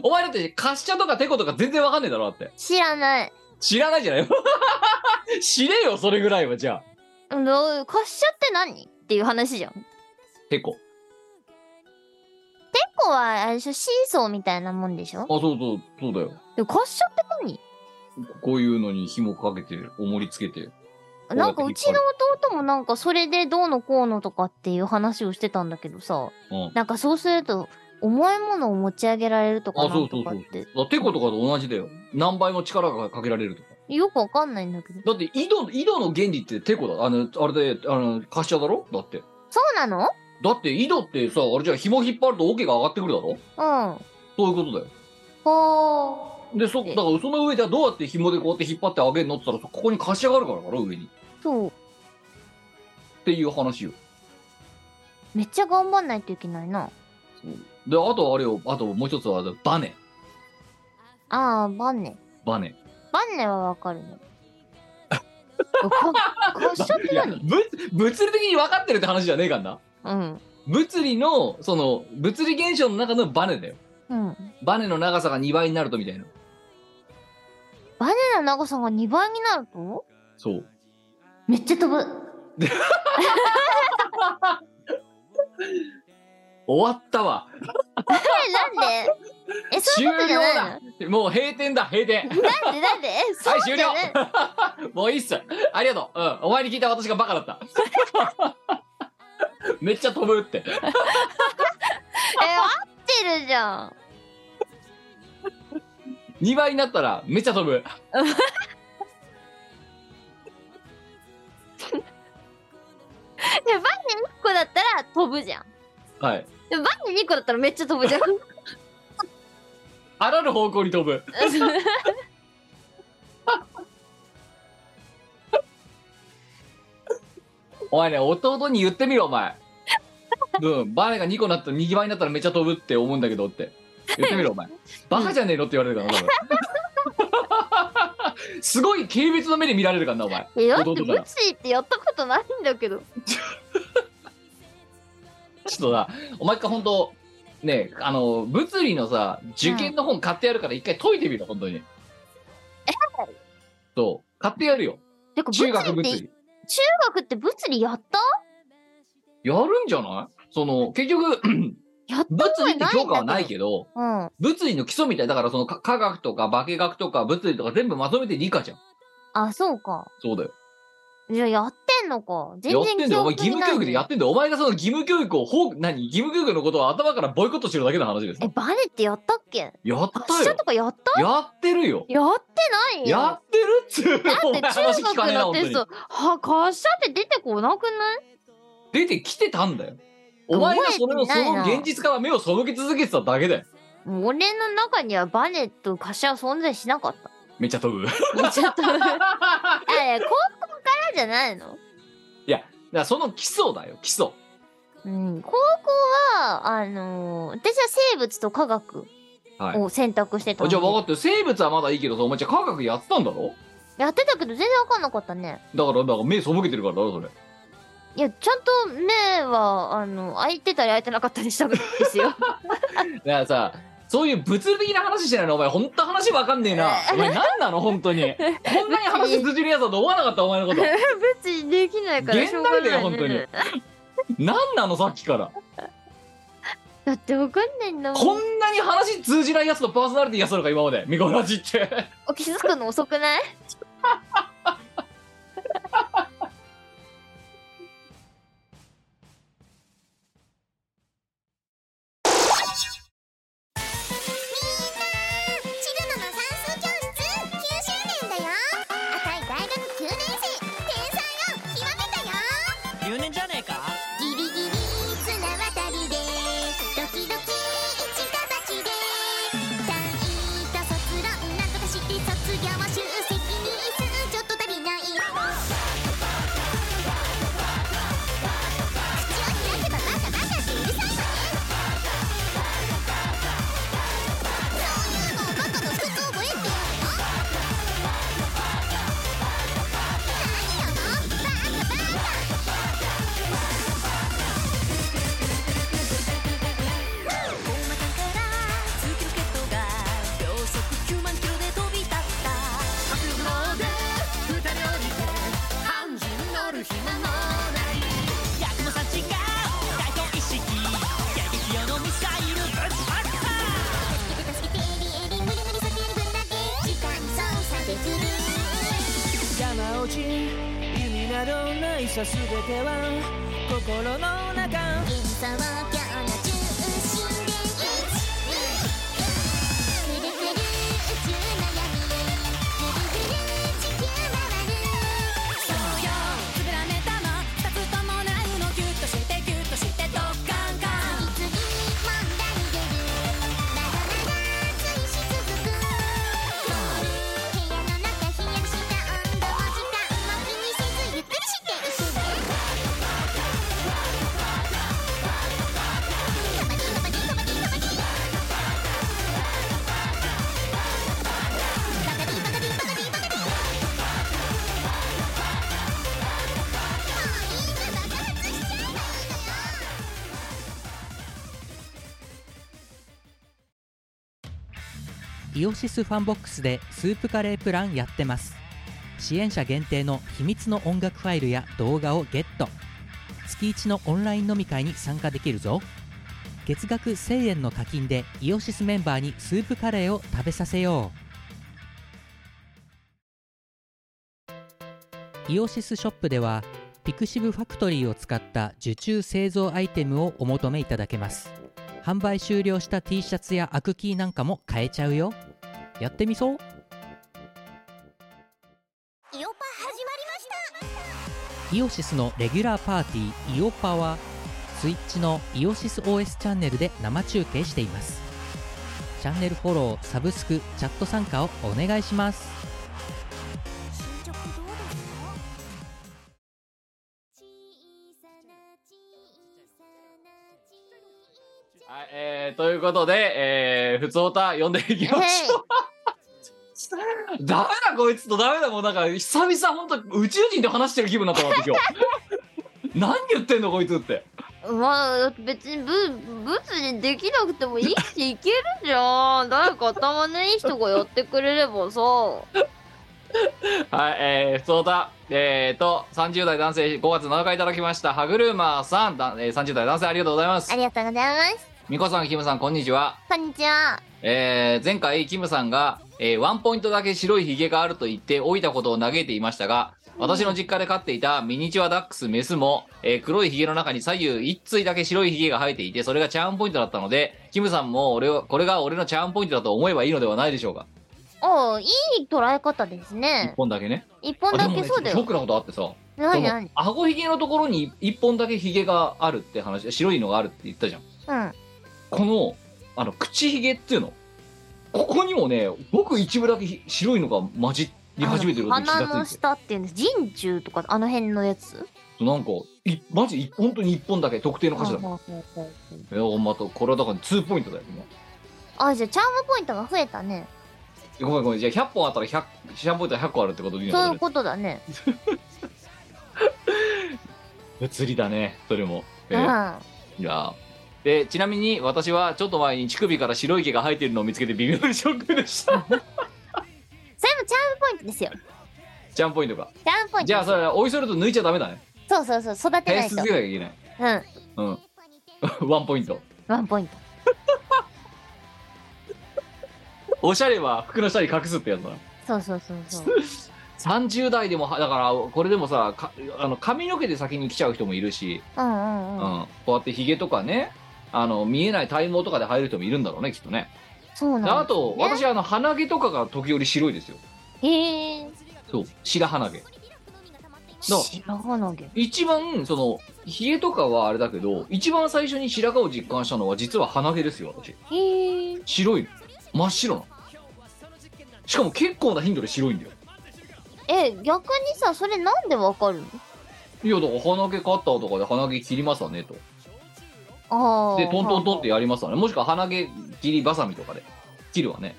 [SPEAKER 3] お前だって、滑車とかテコとか全然わかんねえだろ、だって。
[SPEAKER 1] <laughs> 知らない。
[SPEAKER 3] 知らないじゃない <laughs> 知れよ、それぐらいは、じゃあ。
[SPEAKER 1] うん滑車って何っていう話じゃん。結
[SPEAKER 3] テコ。
[SPEAKER 1] 構は、あれでしょ、シーソーみたいなもんでしょ
[SPEAKER 3] あ、そうそう、そうだよ。
[SPEAKER 1] でも滑車って何
[SPEAKER 3] こういうのに紐かけて、重りつけて。うや
[SPEAKER 1] な
[SPEAKER 3] っ
[SPEAKER 1] ん
[SPEAKER 3] て
[SPEAKER 1] か
[SPEAKER 3] 引っ張る
[SPEAKER 1] うちの弟もなんかそれでどうのこうのとかっていう話をしてたんだけどさ、
[SPEAKER 3] うん。
[SPEAKER 1] なんかそうすると重いものを持ち上げられるとか
[SPEAKER 3] あ
[SPEAKER 1] な
[SPEAKER 3] そうんそ
[SPEAKER 1] と
[SPEAKER 3] う
[SPEAKER 1] か
[SPEAKER 3] そう
[SPEAKER 1] って
[SPEAKER 3] だテコとかと同じだよ。何倍も力がかけられるとか。
[SPEAKER 1] よくわかんないんだけど。
[SPEAKER 3] だって、井戸、井戸の原理ってテコだ。あの、あれで、あの、滑車だろだって。
[SPEAKER 1] そうなの
[SPEAKER 3] だって、井戸ってさ、あれじゃあ紐引っ張ると桶が上がってくるだろ
[SPEAKER 1] うん。
[SPEAKER 3] そういうことだよ。
[SPEAKER 1] ほ
[SPEAKER 3] で、そ、だ
[SPEAKER 1] え
[SPEAKER 3] からその上ではどうやって紐でこうやって引っ張ってあげるのって言ったら、ここに貸し上がるからだろ、上に。
[SPEAKER 1] ー。そう。
[SPEAKER 3] っていう話よ。
[SPEAKER 1] めっちゃ頑張んないといけないな。
[SPEAKER 3] で、あとあれよ、あともう一つは、バネ。
[SPEAKER 1] あー、バネ。
[SPEAKER 3] バネ。
[SPEAKER 1] バネはわかるね。こ滑車って
[SPEAKER 3] いや、
[SPEAKER 1] 何
[SPEAKER 3] 物、物理的に分かってるって話じゃねえかんな。
[SPEAKER 1] うん。
[SPEAKER 3] 物理の、その、物理現象の中のバネだよ。
[SPEAKER 1] うん。
[SPEAKER 3] バネの長さが2倍になるとみたいな。
[SPEAKER 1] バネの長さが2倍になると
[SPEAKER 3] そう。
[SPEAKER 1] めっちゃ飛ぶ。
[SPEAKER 3] <laughs> 終わったわ。
[SPEAKER 1] え、なんでえ、そう
[SPEAKER 3] 終
[SPEAKER 1] いう
[SPEAKER 3] 了
[SPEAKER 1] ことじゃないのな
[SPEAKER 3] だもう閉店だ、閉店。
[SPEAKER 1] んでなん
[SPEAKER 3] <laughs>
[SPEAKER 1] でえ、そう
[SPEAKER 3] 終
[SPEAKER 1] じ
[SPEAKER 3] 了
[SPEAKER 1] ゃない
[SPEAKER 3] もういいっす。ありがとう。うん。お前に聞いた私がバカだった。 <laughs> めっちゃ飛ぶって。
[SPEAKER 1] え、合ってるじゃん。
[SPEAKER 3] 2倍になったらめっちゃ飛
[SPEAKER 1] で、
[SPEAKER 3] ぶ。
[SPEAKER 1] バネ1個だったら飛ぶじゃん。
[SPEAKER 3] はい。
[SPEAKER 1] で、バネ2個だったらめっちゃ飛
[SPEAKER 3] <laughs>
[SPEAKER 1] ぶじゃん。
[SPEAKER 3] あらぬ方向に飛ぶ。お前ね、弟に言ってみろ、
[SPEAKER 1] <laughs>
[SPEAKER 3] お前。うん。バネが2個になったら2倍になったらめっちゃ飛ぶって思うんだけどって。言ってみろ、お前。バカじゃねえのって言われる
[SPEAKER 1] <laughs>
[SPEAKER 3] からな、多分すごい軽蔑の目で見られるからな、お前。
[SPEAKER 1] え、だって
[SPEAKER 3] 弟
[SPEAKER 1] 物
[SPEAKER 3] だ
[SPEAKER 1] 理ってやったことないんだけど。
[SPEAKER 3] ちょっとな、お前一回本当ねえ、あの、物理のさ、受験の本買ってやるから一回解いてみろ、本当に。そう、買ってやるよ。
[SPEAKER 1] てか、物
[SPEAKER 3] 中学
[SPEAKER 1] 理
[SPEAKER 3] 物
[SPEAKER 1] って、中
[SPEAKER 3] 理。
[SPEAKER 1] 学って物理やった
[SPEAKER 3] やるんじゃないその、結局、
[SPEAKER 1] やった
[SPEAKER 3] 物
[SPEAKER 1] 覚
[SPEAKER 3] 理
[SPEAKER 1] えな
[SPEAKER 3] って
[SPEAKER 1] いんだけ
[SPEAKER 3] 教
[SPEAKER 1] ど
[SPEAKER 3] 科はないけど、
[SPEAKER 1] うん。
[SPEAKER 3] 物理の基礎みたい。だからそのか科学とか化学とか物理とか全部まとめて理科じゃん。
[SPEAKER 1] あ、そうか。
[SPEAKER 3] そうだよ。
[SPEAKER 1] じゃあやってんのか。全
[SPEAKER 3] や
[SPEAKER 1] 然
[SPEAKER 3] ってん
[SPEAKER 1] 記
[SPEAKER 3] だよ。お
[SPEAKER 1] 憶
[SPEAKER 3] 前
[SPEAKER 1] に
[SPEAKER 3] 義務
[SPEAKER 1] ない
[SPEAKER 3] 教育でやってんだよ。お前がその義務教育を、ほう何義務教育のことを頭からボイコットしてるだけの話です
[SPEAKER 1] え、。バネってやったっけ
[SPEAKER 3] やった
[SPEAKER 1] 発射
[SPEAKER 3] よ
[SPEAKER 1] と。かやった
[SPEAKER 3] やってるよ。
[SPEAKER 1] やってないよ。
[SPEAKER 3] やってるっつうの。
[SPEAKER 1] だっ
[SPEAKER 3] お
[SPEAKER 1] て
[SPEAKER 3] 前
[SPEAKER 1] 中
[SPEAKER 3] 話聞か
[SPEAKER 1] 学
[SPEAKER 3] ねえな、
[SPEAKER 1] の
[SPEAKER 3] 本当
[SPEAKER 1] テス。
[SPEAKER 3] に
[SPEAKER 1] ト、は、滑車って出てこなくない
[SPEAKER 3] 出てきてたんだよ。お前がそれを
[SPEAKER 1] 覚
[SPEAKER 3] そ
[SPEAKER 1] えてない
[SPEAKER 3] の
[SPEAKER 1] な
[SPEAKER 3] 現実から目を背け続けてただけだよ。
[SPEAKER 1] 俺の中にはバネと滑車は存在しなかった。
[SPEAKER 3] めっちゃ飛ぶ。 <laughs> だか
[SPEAKER 1] ちょっと、あれ、高校からじゃないの
[SPEAKER 3] らその基礎だよ、基礎。
[SPEAKER 1] うん、高校は、あのー私は生物と科学
[SPEAKER 3] はい。
[SPEAKER 1] を選択してた
[SPEAKER 3] あ
[SPEAKER 1] の
[SPEAKER 3] じ
[SPEAKER 1] で、
[SPEAKER 3] ゃあ分かったよ生物はまだいいけどさ、お前じゃあ科学やってたんだろ
[SPEAKER 1] やってたけど全然わかんなかったね。
[SPEAKER 3] だから、だから目背けてるからだろ、それ。
[SPEAKER 1] いや、ちゃんと目は、あの、開いてたり開いてなかったりしたんです
[SPEAKER 3] <laughs>
[SPEAKER 1] よ。
[SPEAKER 3] だからさそういう物理的な話してないのお前本当話わかんねえなお前何なの本当にこんなに話通じるやつだと思わなかったお前
[SPEAKER 1] <laughs>
[SPEAKER 3] のこと
[SPEAKER 1] 別にできないからしょうがない、ね。
[SPEAKER 3] 現代だよ何なのさっきから
[SPEAKER 1] だってわかんないんだも
[SPEAKER 3] こ
[SPEAKER 1] ん。
[SPEAKER 3] んなに話通じないやつのパーソナリティやつなのか今までミコラジって
[SPEAKER 1] 気づくの遅くない
[SPEAKER 4] チルノの算数教室9周年だよ赤い大学9年生天才を極めたよ
[SPEAKER 5] 留年じゃねえか
[SPEAKER 4] ギリギリ綱渡りでドキドキ一か八で単位と卒論なんとかして卒業は集積に数ちょっと足りない口を開けばバカバカってうるさいわねそういうのをバカの服覚えてるの何なのバカバカ大股から突き抜けとが秒速9万キロで飛び立った白鵬で二人降りて半人乗る暇もない百の幸が大表意識撃用のミサイルぶちまった助けて助けてエリエリ無理無理避ける分だけ時間操作できる
[SPEAKER 5] 山落ち弓などないさ全ては心の中
[SPEAKER 4] 幻想郷の中心で1ぐるぐる宇宙悩みぐるぐる地球回る
[SPEAKER 5] そうよつぶらねたま二つともないのギュッとしてギュッとしてドッカン
[SPEAKER 4] 次々問題出る長々追し続く
[SPEAKER 5] カン
[SPEAKER 4] 部屋の中冷やした温度も時間も気にせずゆっくりしていくねカバディカバディカバディカバディバカディバカディバカディバカディもういいから爆発しちゃえばいいのよ
[SPEAKER 2] イオシスファンボックスでスープカレープランやってます支援者限定の秘密の音楽ファイルや動画をゲット月1のオンライン飲み会に参加できるぞ月額1000円の課金でイオシスメンバーにスープカレーを食べさせようイオシスショップではピクシブファクトリーを使った受注製造アイテムをお求めいただけます販売終了した T シャツやアクキーなんかも買えちゃうよやってみそう
[SPEAKER 4] イオパ始まりました
[SPEAKER 2] イオシスのレギュラーパーティー「イオパ」はスイッチのイオシス OS チャンネルで生中継していますチャンネルフォローサブスクチャット参加をお願いします
[SPEAKER 4] 進捗どうですか
[SPEAKER 3] はい、えー、ということで、えー、ふつおた読んでいきましょう。 <laughs> ダメだ、こいつとダメだ、もうなんか、久々、本当宇宙人と話してる気分になったわって、今 <laughs> 日。何言ってんの、こいつって。
[SPEAKER 1] まあ、別にブ、ブツにできなくてもいいし、いけるじゃん。誰か頭のいい人がやってくれればさ。
[SPEAKER 3] はい、えー、ふつおた、えーと、30代男性、5月7日いただきました、歯車さん、だえー、30代男性、ありがとうございます
[SPEAKER 1] あ。りがとうございます。
[SPEAKER 3] みこさん、キムさん、こんにちは。
[SPEAKER 1] こんにちは。
[SPEAKER 3] えー前回キムさんが、えーワンポイントだけ白いひげがあると言って老いたことを嘆いていましたが私の実家で飼っていたミニチュアダックスメスも、えー黒いひげの中に左右一対だけ白いひげが生えていてそれがチャームポイントだったのでキムさんも俺をこれが俺のチャームポイントだと思えばいいのではないでしょうか
[SPEAKER 1] おういい捉え方です
[SPEAKER 3] 一
[SPEAKER 1] ね。
[SPEAKER 3] 本だけね
[SPEAKER 1] 一本だ
[SPEAKER 3] あで
[SPEAKER 1] け
[SPEAKER 3] もね
[SPEAKER 1] そうだ
[SPEAKER 3] ショッ
[SPEAKER 1] よ。
[SPEAKER 3] クなことあってさ
[SPEAKER 1] なに
[SPEAKER 3] そ
[SPEAKER 1] な
[SPEAKER 3] の
[SPEAKER 1] に
[SPEAKER 3] 顎ひげのところに一本だけひげがあるって話白いのがあるって言ったじゃん
[SPEAKER 1] うん。
[SPEAKER 3] このあの口ひげっていうのここにもねごく一部だけひ白いのが混じり始めてることに気
[SPEAKER 1] 鼻
[SPEAKER 3] が
[SPEAKER 1] の
[SPEAKER 3] ついて
[SPEAKER 1] 下っていうんです。人中とか、あの辺のやつ。
[SPEAKER 3] なんかいマジ一本当に一本だけ特定の箇所だ
[SPEAKER 1] ほうほうほうほう
[SPEAKER 3] いやまたこれはだから2ポイントだよ今
[SPEAKER 1] あ、じゃあ、チャームポイントが増えたね。
[SPEAKER 3] ごめんごめんじゃあ100本あったら100シャンポイント100個あるってことでいいの
[SPEAKER 1] そう
[SPEAKER 3] か
[SPEAKER 1] いうことだね。
[SPEAKER 3] 物理だねそれも、え
[SPEAKER 1] う
[SPEAKER 3] ー
[SPEAKER 1] ん。
[SPEAKER 3] いやーでちなみに私はちょっと前に乳首から白い毛が生えているのを見つけて微妙にショックでした
[SPEAKER 1] <laughs> それもチャームポイントですよ。
[SPEAKER 3] ジャンポイントが
[SPEAKER 1] チャームポイントです。
[SPEAKER 3] じゃあそれおいそれと抜いちゃダメだね
[SPEAKER 1] そうそうそう、育てな
[SPEAKER 3] 返
[SPEAKER 1] い
[SPEAKER 3] し
[SPEAKER 1] と。
[SPEAKER 3] 続けなきゃいけない
[SPEAKER 1] うん。
[SPEAKER 3] うん <laughs> ワンポイント
[SPEAKER 1] ワンポイント。
[SPEAKER 3] おしゃれは服の下に隠すってやつだな
[SPEAKER 1] そうそうそうそう。
[SPEAKER 3] 30代でもはだからこれでもさかあの髪の毛で先に来ちゃう人もいるし、
[SPEAKER 1] うんう
[SPEAKER 3] うん
[SPEAKER 1] んうん。
[SPEAKER 3] こうやってひげとかねあの見えない体毛とかで生える人もいるんだろうねきっとね
[SPEAKER 1] そう
[SPEAKER 3] で
[SPEAKER 1] な
[SPEAKER 3] あ
[SPEAKER 1] んだ、
[SPEAKER 3] と
[SPEAKER 1] ね。
[SPEAKER 3] 私あの鼻毛とかが時折白いですよ
[SPEAKER 1] へえ。
[SPEAKER 3] そう白鼻毛の
[SPEAKER 1] 白鼻毛。
[SPEAKER 3] 一番その冷えとかはあれだけど一番最初に白髪を実感したのは実は鼻毛ですよ私
[SPEAKER 1] へえ。
[SPEAKER 3] 白い真っ白なしかも結構な頻度で白いんだよ
[SPEAKER 1] え、逆にさ、それなんでわかるの
[SPEAKER 3] いやだから鼻毛カッターとかで鼻毛切りますわねと
[SPEAKER 1] ああ。
[SPEAKER 3] でトントントンってやりますわねもしくは鼻毛切りバサミとかで切るわね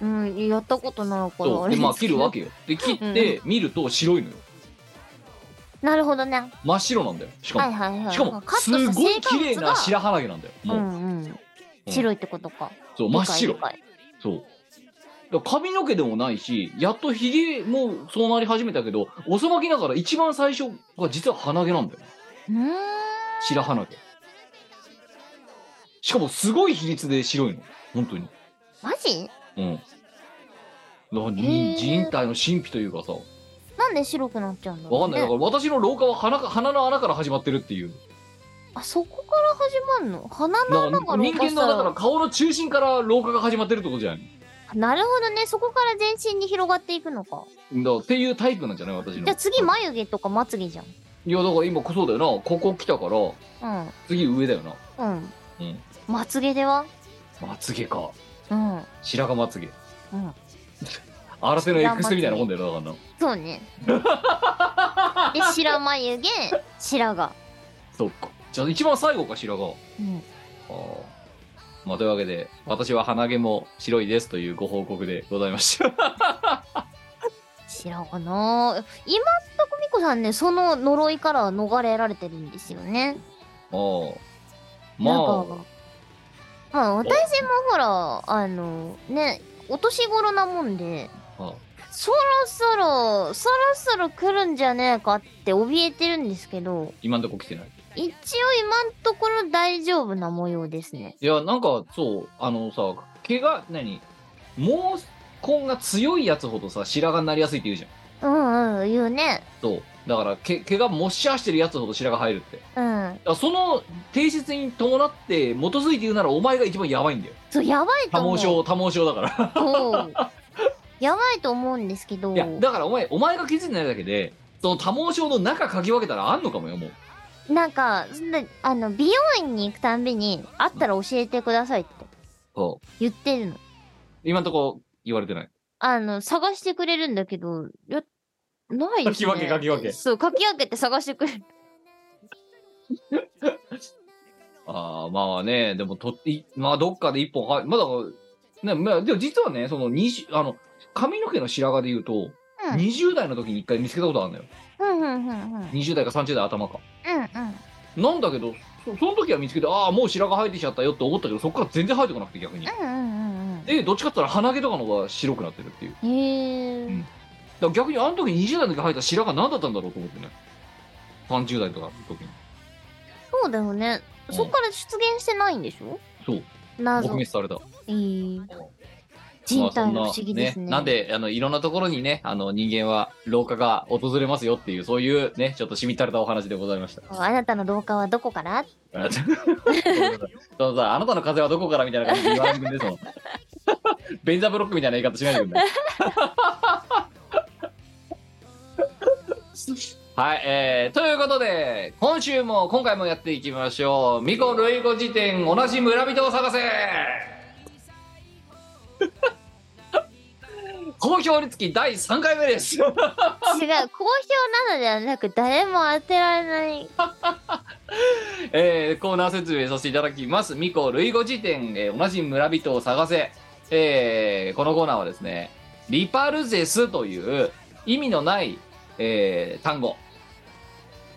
[SPEAKER 1] うん、やったことないから。
[SPEAKER 3] そうでまあ切るわ。けよで切って見ると白いのよ
[SPEAKER 1] なるほどね。
[SPEAKER 3] 真っ白なんだよし
[SPEAKER 1] は
[SPEAKER 3] か
[SPEAKER 1] いはいは
[SPEAKER 3] も
[SPEAKER 1] い。
[SPEAKER 3] しかも
[SPEAKER 1] カット
[SPEAKER 3] す
[SPEAKER 1] した
[SPEAKER 3] ごい綺麗な
[SPEAKER 1] 生
[SPEAKER 3] 白鼻毛なんだよ
[SPEAKER 1] 活が
[SPEAKER 3] も
[SPEAKER 1] う
[SPEAKER 3] う
[SPEAKER 1] んうん。白いってことか。
[SPEAKER 3] そう真っ白
[SPEAKER 1] 理解理解
[SPEAKER 3] そう。だから髪の毛でもないし、やっとひげもそうなり始めたけど、遅まきながら一番最初が実は鼻毛なんだよ。
[SPEAKER 1] うーん。
[SPEAKER 3] 白鼻毛。しかもすごい比率で白いの。本当に。
[SPEAKER 1] マジ
[SPEAKER 3] うん。な
[SPEAKER 1] へー
[SPEAKER 3] に人体の神秘というかさ、
[SPEAKER 1] なんで白くなっちゃうんだろう、ね。
[SPEAKER 3] わかんない。だから私の老化は鼻か鼻の穴から始まってるっていう。
[SPEAKER 1] あそこから始まるの鼻の
[SPEAKER 3] な
[SPEAKER 1] 穴
[SPEAKER 3] ん
[SPEAKER 1] か
[SPEAKER 3] から人間のだから顔の中心から老化が始まってるってことじゃない
[SPEAKER 1] なるほどねそこから全身に広がっていくのか
[SPEAKER 3] だからっていうタイプなんじゃない私の。
[SPEAKER 1] じゃあ次眉毛とかまつ毛じゃん
[SPEAKER 3] いやだから今そうだよな。ここ来たから、次上だよな。
[SPEAKER 1] うんうん
[SPEAKER 3] うん
[SPEAKER 1] まつ毛では
[SPEAKER 3] まつげか。
[SPEAKER 1] うんうん
[SPEAKER 3] 白髪まつげ新手のエクステみたいなもんだよなだからな
[SPEAKER 1] そう
[SPEAKER 3] <laughs>
[SPEAKER 1] ねで白眉毛白髪
[SPEAKER 3] そっかじゃあ一番最後か白髪
[SPEAKER 1] うん
[SPEAKER 3] あーまあというわけで私は鼻毛も白いですというご報告でございました <laughs>
[SPEAKER 1] 白髪なぁ今んとこみこさんねその呪いからは逃れられてるんですよね
[SPEAKER 3] あーま
[SPEAKER 1] なん
[SPEAKER 3] あ
[SPEAKER 1] かまあ私もほらあのねお年頃なもんで
[SPEAKER 3] あ
[SPEAKER 1] そろそろ、そろそろ来るんじゃねえかって怯えてるんですけど、
[SPEAKER 3] 今んとこ来てない
[SPEAKER 1] 一応今のところ大丈夫な模様ですね。
[SPEAKER 3] いやなんかそうあのさ毛が何毛根が強いやつほどさ白髪になりやすいって言うじゃん
[SPEAKER 1] うんうん、言うね。
[SPEAKER 3] そうだから毛毛がもっしゃーしてるやつほど白髪生えるってだか
[SPEAKER 1] うん。
[SPEAKER 3] らその定質に伴って基づいて言うならお前が一番やばいんだよ
[SPEAKER 1] そう、やばいと
[SPEAKER 3] 多
[SPEAKER 1] 思う。
[SPEAKER 3] 毛症多毛症だから
[SPEAKER 1] そう。やばいと思うんですけど。
[SPEAKER 3] いやだからお前お前が気づいてないだけでその多毛症の中かき分けたらあんのかもよもう
[SPEAKER 1] なんか、そんな、あの、美容院に行くたんびに、あったら教えてくださいって
[SPEAKER 3] そう
[SPEAKER 1] 言ってるの。
[SPEAKER 3] 今んとこ言われてない
[SPEAKER 1] あの、探してくれるんだけど、いや、ないですね。
[SPEAKER 3] かき分けかき分け
[SPEAKER 1] そう、かき分けて探してくれる。
[SPEAKER 3] ああまあねでもといまあどっかで一本はまだねまあでも実はねその20あの髪の毛の白髪で言うと、
[SPEAKER 1] うん
[SPEAKER 3] 20代の時に一回見つけたことあるのよ
[SPEAKER 1] うんうんうんうん。
[SPEAKER 3] 20代か30代頭か
[SPEAKER 1] うんうん。
[SPEAKER 3] なんだけどそその時は見つけてああもう白髪生えてきちゃったよって思ったけどそっから全然生えてこなくて逆に
[SPEAKER 1] うんうんうんうん。
[SPEAKER 3] でどっちかって言ったら鼻毛とかの方が白くなってるっていうだか
[SPEAKER 1] へえ。
[SPEAKER 3] ら逆にあの時20代の時生えた白髪何だったんだろうと思ってね30代とかの時に
[SPEAKER 1] そうだよね。
[SPEAKER 3] うん
[SPEAKER 1] そっから出現してないんでしょ
[SPEAKER 3] そう撲
[SPEAKER 1] 謎。え
[SPEAKER 3] 滅された。
[SPEAKER 1] ー、人体の不思議ですね。
[SPEAKER 3] まあそんななんで、あの、いろんなところにね、あの、人間は老化が訪れますよっていう、そういうね、ちょっとしみったれたお話でございました。
[SPEAKER 1] あなたの同化はどこから
[SPEAKER 3] <laughs> あそうさ、あなたの風はどこからみたいな感じで言われてくんですもん。ベンザブロックみたいな言い方しないでくんない。はい、えー、ということで、今週も、今回もやっていきましょう。ミコ類語辞典、同じ村人を探せ好評につき第3回目です。
[SPEAKER 1] 違う、好評なのではなく、誰も当てられ
[SPEAKER 3] <laughs>
[SPEAKER 1] ない。
[SPEAKER 3] えーコーナー説明させていただきます。ミコ類語辞典、えー同じ村人を探せ、えーこのコーナーはですね、リパルゼスという意味のない、えー単語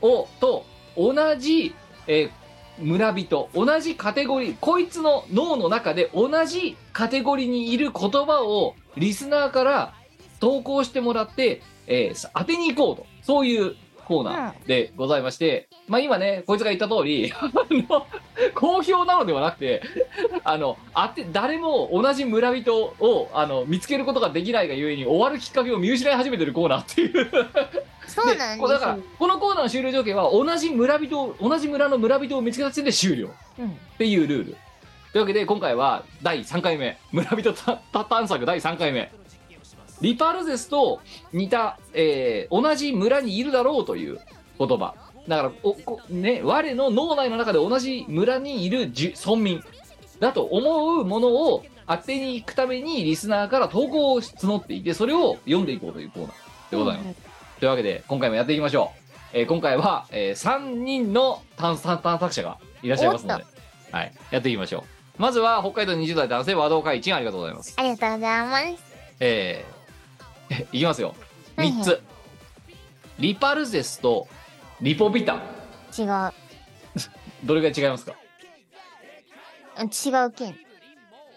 [SPEAKER 3] をと同じ、えー村人同じカテゴリーこいつの脳の中で同じカテゴリーにいる言葉をリスナーから投稿してもらって、えー当てに行こうとそういうコーナーでございまして、まあ今ねこいつが言った通りあの好評なのではなくてあの当て誰も同じ村人をあの見つけることができないがゆえに終わるきっかけを見失い始めてるコーナーっていう
[SPEAKER 1] そうなん
[SPEAKER 3] で
[SPEAKER 1] ですよ
[SPEAKER 3] こうだからこのコーナーの終了条件は同じ村人を同じ村の村人を見つけた時点で終了
[SPEAKER 1] うん
[SPEAKER 3] っていうルールというわけで今回は第3回目村人たた探索第3回目リパルゼスと似た、えー同じ村にいるだろうという言葉だからおこ、ね、我の脳内の中で同じ村にいるじゅ村民だと思うものを当てに行くためにリスナーから投稿を募っていてそれを読んでいこうというコーナーでございます、というわけで今回もやっていきましょう、えー今回は、え3人の探探探索者がいらっしゃいますので、はい、やっていきましょうまずは北海道20代男性和道会一ありがとうございます
[SPEAKER 1] ありがとうございます
[SPEAKER 3] えーいきますよ
[SPEAKER 1] はいはい
[SPEAKER 3] 3つリパルゼスとリポビタン
[SPEAKER 1] 違う
[SPEAKER 3] どれぐらい違いますか
[SPEAKER 1] 違う県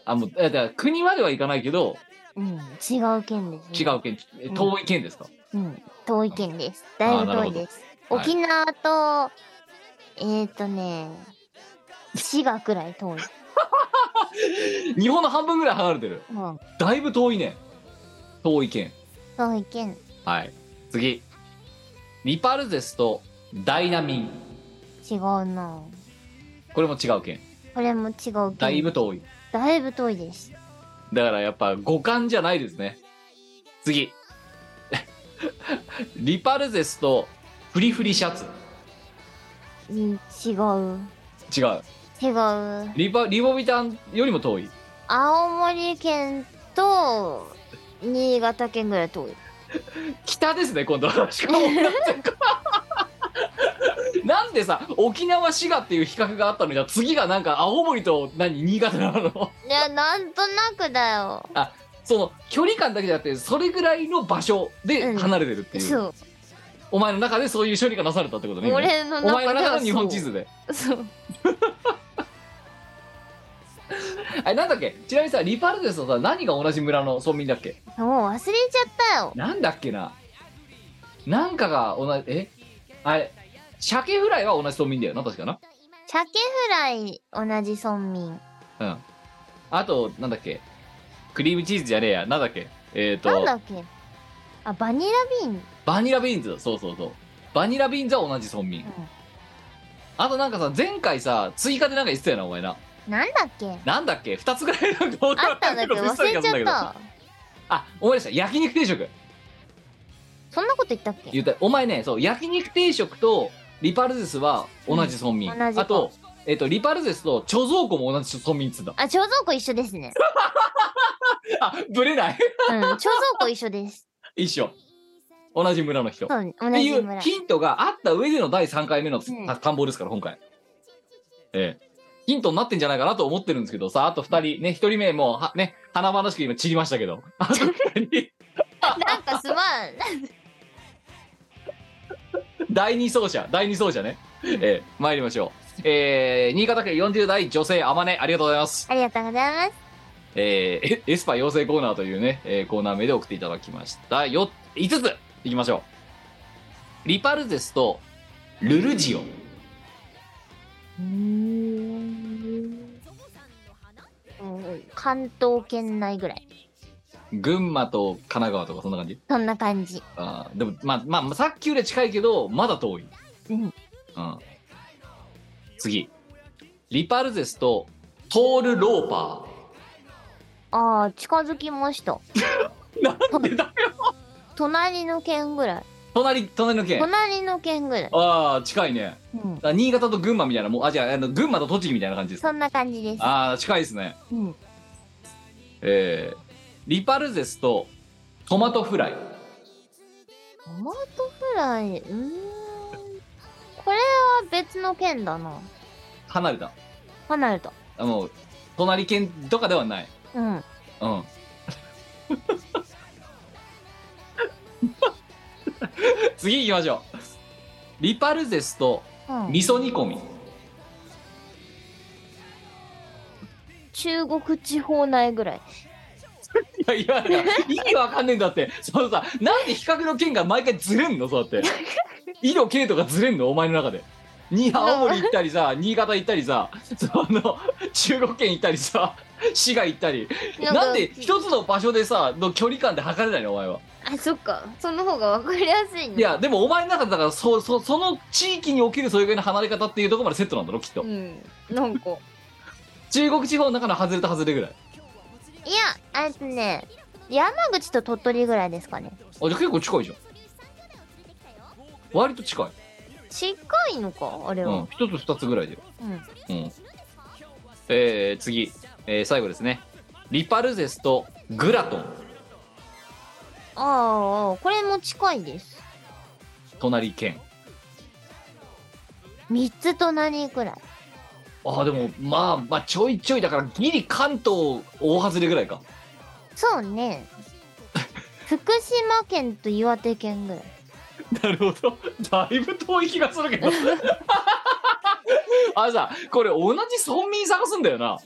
[SPEAKER 3] あもうだから国まではいかないけど
[SPEAKER 1] うん違う県です
[SPEAKER 3] 違
[SPEAKER 1] ね
[SPEAKER 3] う県、え遠い県ですか、
[SPEAKER 1] うん遠い県ですだいぶ遠いです
[SPEAKER 3] あーなるほどはい
[SPEAKER 1] 沖縄と、えっ、ー、とね滋賀くらい遠い、
[SPEAKER 3] 日本の半分ぐらい離れてる
[SPEAKER 1] うん、
[SPEAKER 3] だいぶ遠いね遠い県
[SPEAKER 1] 遠い県
[SPEAKER 3] はい次リパルゼスとダイナミン
[SPEAKER 1] 違うな
[SPEAKER 3] これも違う県
[SPEAKER 1] これも違う県
[SPEAKER 3] だいぶ遠い
[SPEAKER 1] だいぶ遠いです
[SPEAKER 3] だからやっぱ五感じゃないですね次 <laughs> リパルゼスとフリフリシャツ
[SPEAKER 1] うん違う
[SPEAKER 3] 違う
[SPEAKER 1] 違う
[SPEAKER 3] リパリボビタンよりも遠い
[SPEAKER 1] 青森県と新潟県ぐらい遠い
[SPEAKER 3] 北ですね今度はしかもなんか <laughs> なんでさ沖縄滋賀っていう比較があったのに次がなんか青森と何新潟なの
[SPEAKER 1] いやなんとなくだよ
[SPEAKER 3] その距離感だけじゃなくてそれぐらいの場所で離れてるっていう、
[SPEAKER 1] そう
[SPEAKER 3] お前の中でそういう処理がなされたってことね今ね
[SPEAKER 1] 俺の
[SPEAKER 3] お前
[SPEAKER 1] 中
[SPEAKER 3] の
[SPEAKER 1] で
[SPEAKER 3] 中
[SPEAKER 1] は
[SPEAKER 3] の日本地図で
[SPEAKER 1] そうそ
[SPEAKER 3] <laughs>
[SPEAKER 1] う
[SPEAKER 3] あれなんだっけちなみにさリパルデスとさ何が同じ村の村民だっけ
[SPEAKER 1] もう忘れちゃったよ
[SPEAKER 3] なんだっけななんかが同じえあれ鮭フライは同じ村民だよな確かな
[SPEAKER 1] 鮭フライ同じ村民
[SPEAKER 3] うんあとなんだっけクリームチーズじゃねえやなんだっけえっ、
[SPEAKER 1] なんだ
[SPEAKER 3] と
[SPEAKER 1] っけあバニラビーン
[SPEAKER 3] バニラビーンズそうそうそうバニラビーンズは同じ村民、あとなんかさ前回さ追加でなんか言ってたよなお前な
[SPEAKER 1] なんだっけ
[SPEAKER 3] なんだっけ2つぐらいなんか分
[SPEAKER 1] あったんだっ
[SPEAKER 3] <laughs>
[SPEAKER 1] け
[SPEAKER 3] こと
[SPEAKER 1] 忘れち
[SPEAKER 3] 言てた
[SPEAKER 1] ゃっ
[SPEAKER 3] 気がするんだ
[SPEAKER 1] た
[SPEAKER 3] けどあ思い出した焼肉定食
[SPEAKER 1] そんなこと言ったっけ
[SPEAKER 3] 言ったお前ねそう焼肉定食とリパルゼスは同じ村民、
[SPEAKER 1] うん同じか
[SPEAKER 3] あと,、えっとリパルゼスと貯蔵庫も同じ村民っつうんだ
[SPEAKER 1] あ貯蔵庫一緒ですね
[SPEAKER 3] あぶれない <laughs>
[SPEAKER 1] うん貯蔵庫一緒です
[SPEAKER 3] 一緒同じ村の人っ
[SPEAKER 1] そう同
[SPEAKER 3] て
[SPEAKER 1] じ
[SPEAKER 3] いう
[SPEAKER 1] 村
[SPEAKER 3] ヒントがあった上での第3回目の探訪ですから今回ええヒントになってんじゃないかなと思ってるんですけどさあと2人ね1人目もうはね華々しく今散りましたけど <laughs> あと2人
[SPEAKER 1] なんかすまん
[SPEAKER 3] 第2走者第2走者ねええ参りましょうえー、新潟県40代女性あまねありがとうございます
[SPEAKER 1] ありがとうございます
[SPEAKER 3] えーエエスパ養成コーナーというね、えーコーナー名で送っていただきました。よ、5ついきましょう。リパルゼスとルルジオ。
[SPEAKER 1] うん関東圏内ぐらい
[SPEAKER 3] 群馬と神奈川とかそんな感じ
[SPEAKER 1] そんな感じ
[SPEAKER 3] あーでも、まあ、まあまあ、さっきより近いけど、まだ遠い。
[SPEAKER 1] うん
[SPEAKER 3] うん次。リパルゼスとトールローパ
[SPEAKER 1] ああ近づきました
[SPEAKER 3] ー。なんでだ
[SPEAKER 1] 隣の県ぐらい
[SPEAKER 3] 隣、隣の県。
[SPEAKER 1] 隣の県ぐらい、
[SPEAKER 3] ああ、近いね。
[SPEAKER 1] うん、
[SPEAKER 3] あ新潟と群馬みたいな、もう、あ、じゃあ、あの群馬と栃木みたいな感じですか。
[SPEAKER 1] そんな感じです
[SPEAKER 3] ああ、近いですね。
[SPEAKER 1] うん
[SPEAKER 3] えーリパルゼスとトマトフライ
[SPEAKER 1] トマトフライうーんこれは別の県だな
[SPEAKER 3] 離れた
[SPEAKER 1] 離れた
[SPEAKER 3] あもう隣県とかではない
[SPEAKER 1] うん
[SPEAKER 3] うん <laughs> 次行きましょうリパルゼスと
[SPEAKER 1] うん
[SPEAKER 3] 味噌煮込み
[SPEAKER 1] 中国地方内ぐらい。
[SPEAKER 3] いやいやいや意味わかんねえんだってそのさなんで比較の件が毎回ずれんのそうやって緯度経度がずれんのお前の中でに青森行ったりさ新潟行ったりさその中国圏行ったりさ滋賀行ったり
[SPEAKER 1] な
[SPEAKER 3] なん
[SPEAKER 1] か
[SPEAKER 3] んで一つの場所でさの距離感で測れないのお前は
[SPEAKER 1] あ、そっか。その方がわかりやすいね。
[SPEAKER 3] い、やでもお前の中でだからそそその地域におけるそれぐらいの離れ方っていうところまでセットなんだろきっと
[SPEAKER 1] うん。なんか。
[SPEAKER 3] 中国地方の中の外れと外れぐらい
[SPEAKER 1] いや、あとね、山口と鳥取ぐらいですかね。
[SPEAKER 3] あじゃあ結構近いじゃん割と近い、
[SPEAKER 1] 近いのか、あれ
[SPEAKER 3] うん
[SPEAKER 1] は。、
[SPEAKER 3] 一つ二つぐらいで
[SPEAKER 1] うん。
[SPEAKER 3] うん。えー、次、えー最後ですね。リパルゼスとグラトン、
[SPEAKER 1] ああ、これも近いです。
[SPEAKER 3] 隣県。
[SPEAKER 1] 三つ隣くらい。
[SPEAKER 3] ああ、でも、まあ、まあ、ちょいちょい、だから、ギリ関東大外れぐらいか。
[SPEAKER 1] そうね。福島県と岩手県ぐらい。
[SPEAKER 3] なるほど。だいぶ遠い気がするけど。 <laughs> あのさ、これ、同じ村民探すんだよな。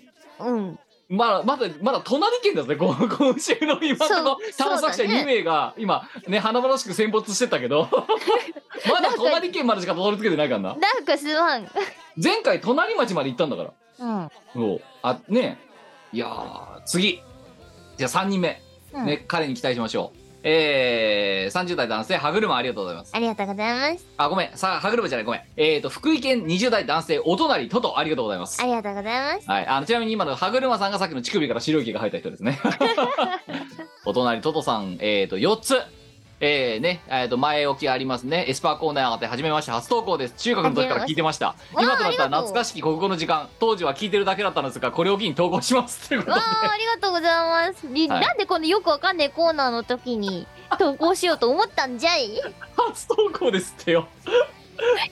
[SPEAKER 1] うん。
[SPEAKER 3] まだ、まだ、まだ隣県だぜ、こう今週の今のと
[SPEAKER 1] そ
[SPEAKER 3] こ
[SPEAKER 1] う
[SPEAKER 3] 探索者
[SPEAKER 1] そうだね
[SPEAKER 3] 2名が、今、ね、華々しく戦没してった
[SPEAKER 1] <laughs>
[SPEAKER 3] けど、まだ隣県までしかたどり着けてないからな。
[SPEAKER 1] なんかすまん。
[SPEAKER 3] 前回、隣町まで行ったんだから。
[SPEAKER 1] うん。
[SPEAKER 3] そうあねいやー次じゃあ3人目、
[SPEAKER 1] うん
[SPEAKER 3] ね、彼に期待しましょうえー、30代男性歯車ありがとうございます
[SPEAKER 1] ありがとうございます。
[SPEAKER 3] あごめんさあ歯車じゃないごめんえーと福井県20代男性お隣トトありがとうございます
[SPEAKER 1] ありがとうございます。
[SPEAKER 3] はい、あのちなみに今の歯車さんがさっきの乳首から白い毛が生えた
[SPEAKER 1] <laughs>
[SPEAKER 3] 人ですね <laughs> お隣トトさんえー、と4つえーねえー、と前置きありますねエスパーコーナー上がって初めまして初投稿です中学の時から聞いてました
[SPEAKER 1] めまして
[SPEAKER 3] 今となっ
[SPEAKER 1] わああり
[SPEAKER 3] ては
[SPEAKER 1] がとう
[SPEAKER 3] 懐かしき国語の時間当時は聞いてるだけだったんですがこれを機に投稿しますということ
[SPEAKER 1] わ
[SPEAKER 3] で
[SPEAKER 1] あ、ありがとうございます。り
[SPEAKER 3] はい
[SPEAKER 1] なんでこのよくわかんないコーナーの時 <laughs> に投稿しようと思ったんじゃい
[SPEAKER 3] <laughs> 初投稿ですってよ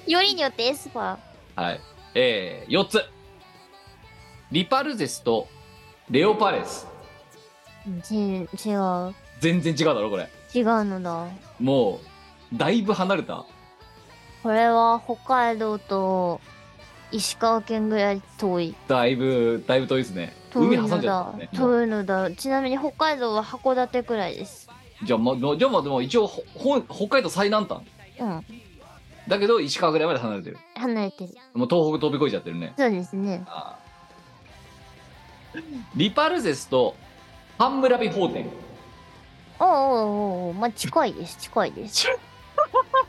[SPEAKER 1] よりによってエスパ
[SPEAKER 3] はいえー、4つリパルゼスとレオパレス
[SPEAKER 1] ー。ち違う。
[SPEAKER 3] 全然違うだろこれ
[SPEAKER 1] 違うのだ。
[SPEAKER 3] もうだいぶ離れた
[SPEAKER 1] これは北海道と石川県ぐらい遠い。
[SPEAKER 3] だいぶだいぶ遠いですね
[SPEAKER 1] 遠
[SPEAKER 3] 海
[SPEAKER 1] い
[SPEAKER 3] 挟
[SPEAKER 1] の
[SPEAKER 3] んじゃ
[SPEAKER 1] だ
[SPEAKER 3] ったね。もう
[SPEAKER 1] 遠いのだ。ちなみに北海道は函館くらいです。
[SPEAKER 3] じゃあまあじゃあまあでも一応ほほ北海道最南端
[SPEAKER 1] うん。
[SPEAKER 3] だけど石川ぐらいまで離れてる
[SPEAKER 1] 離れてる。
[SPEAKER 3] もう東北飛び越えちゃってるね
[SPEAKER 1] そうですね。
[SPEAKER 3] あーリパルゼスと半村美法典
[SPEAKER 1] おうおうおうおうまあ、近いです、近いです。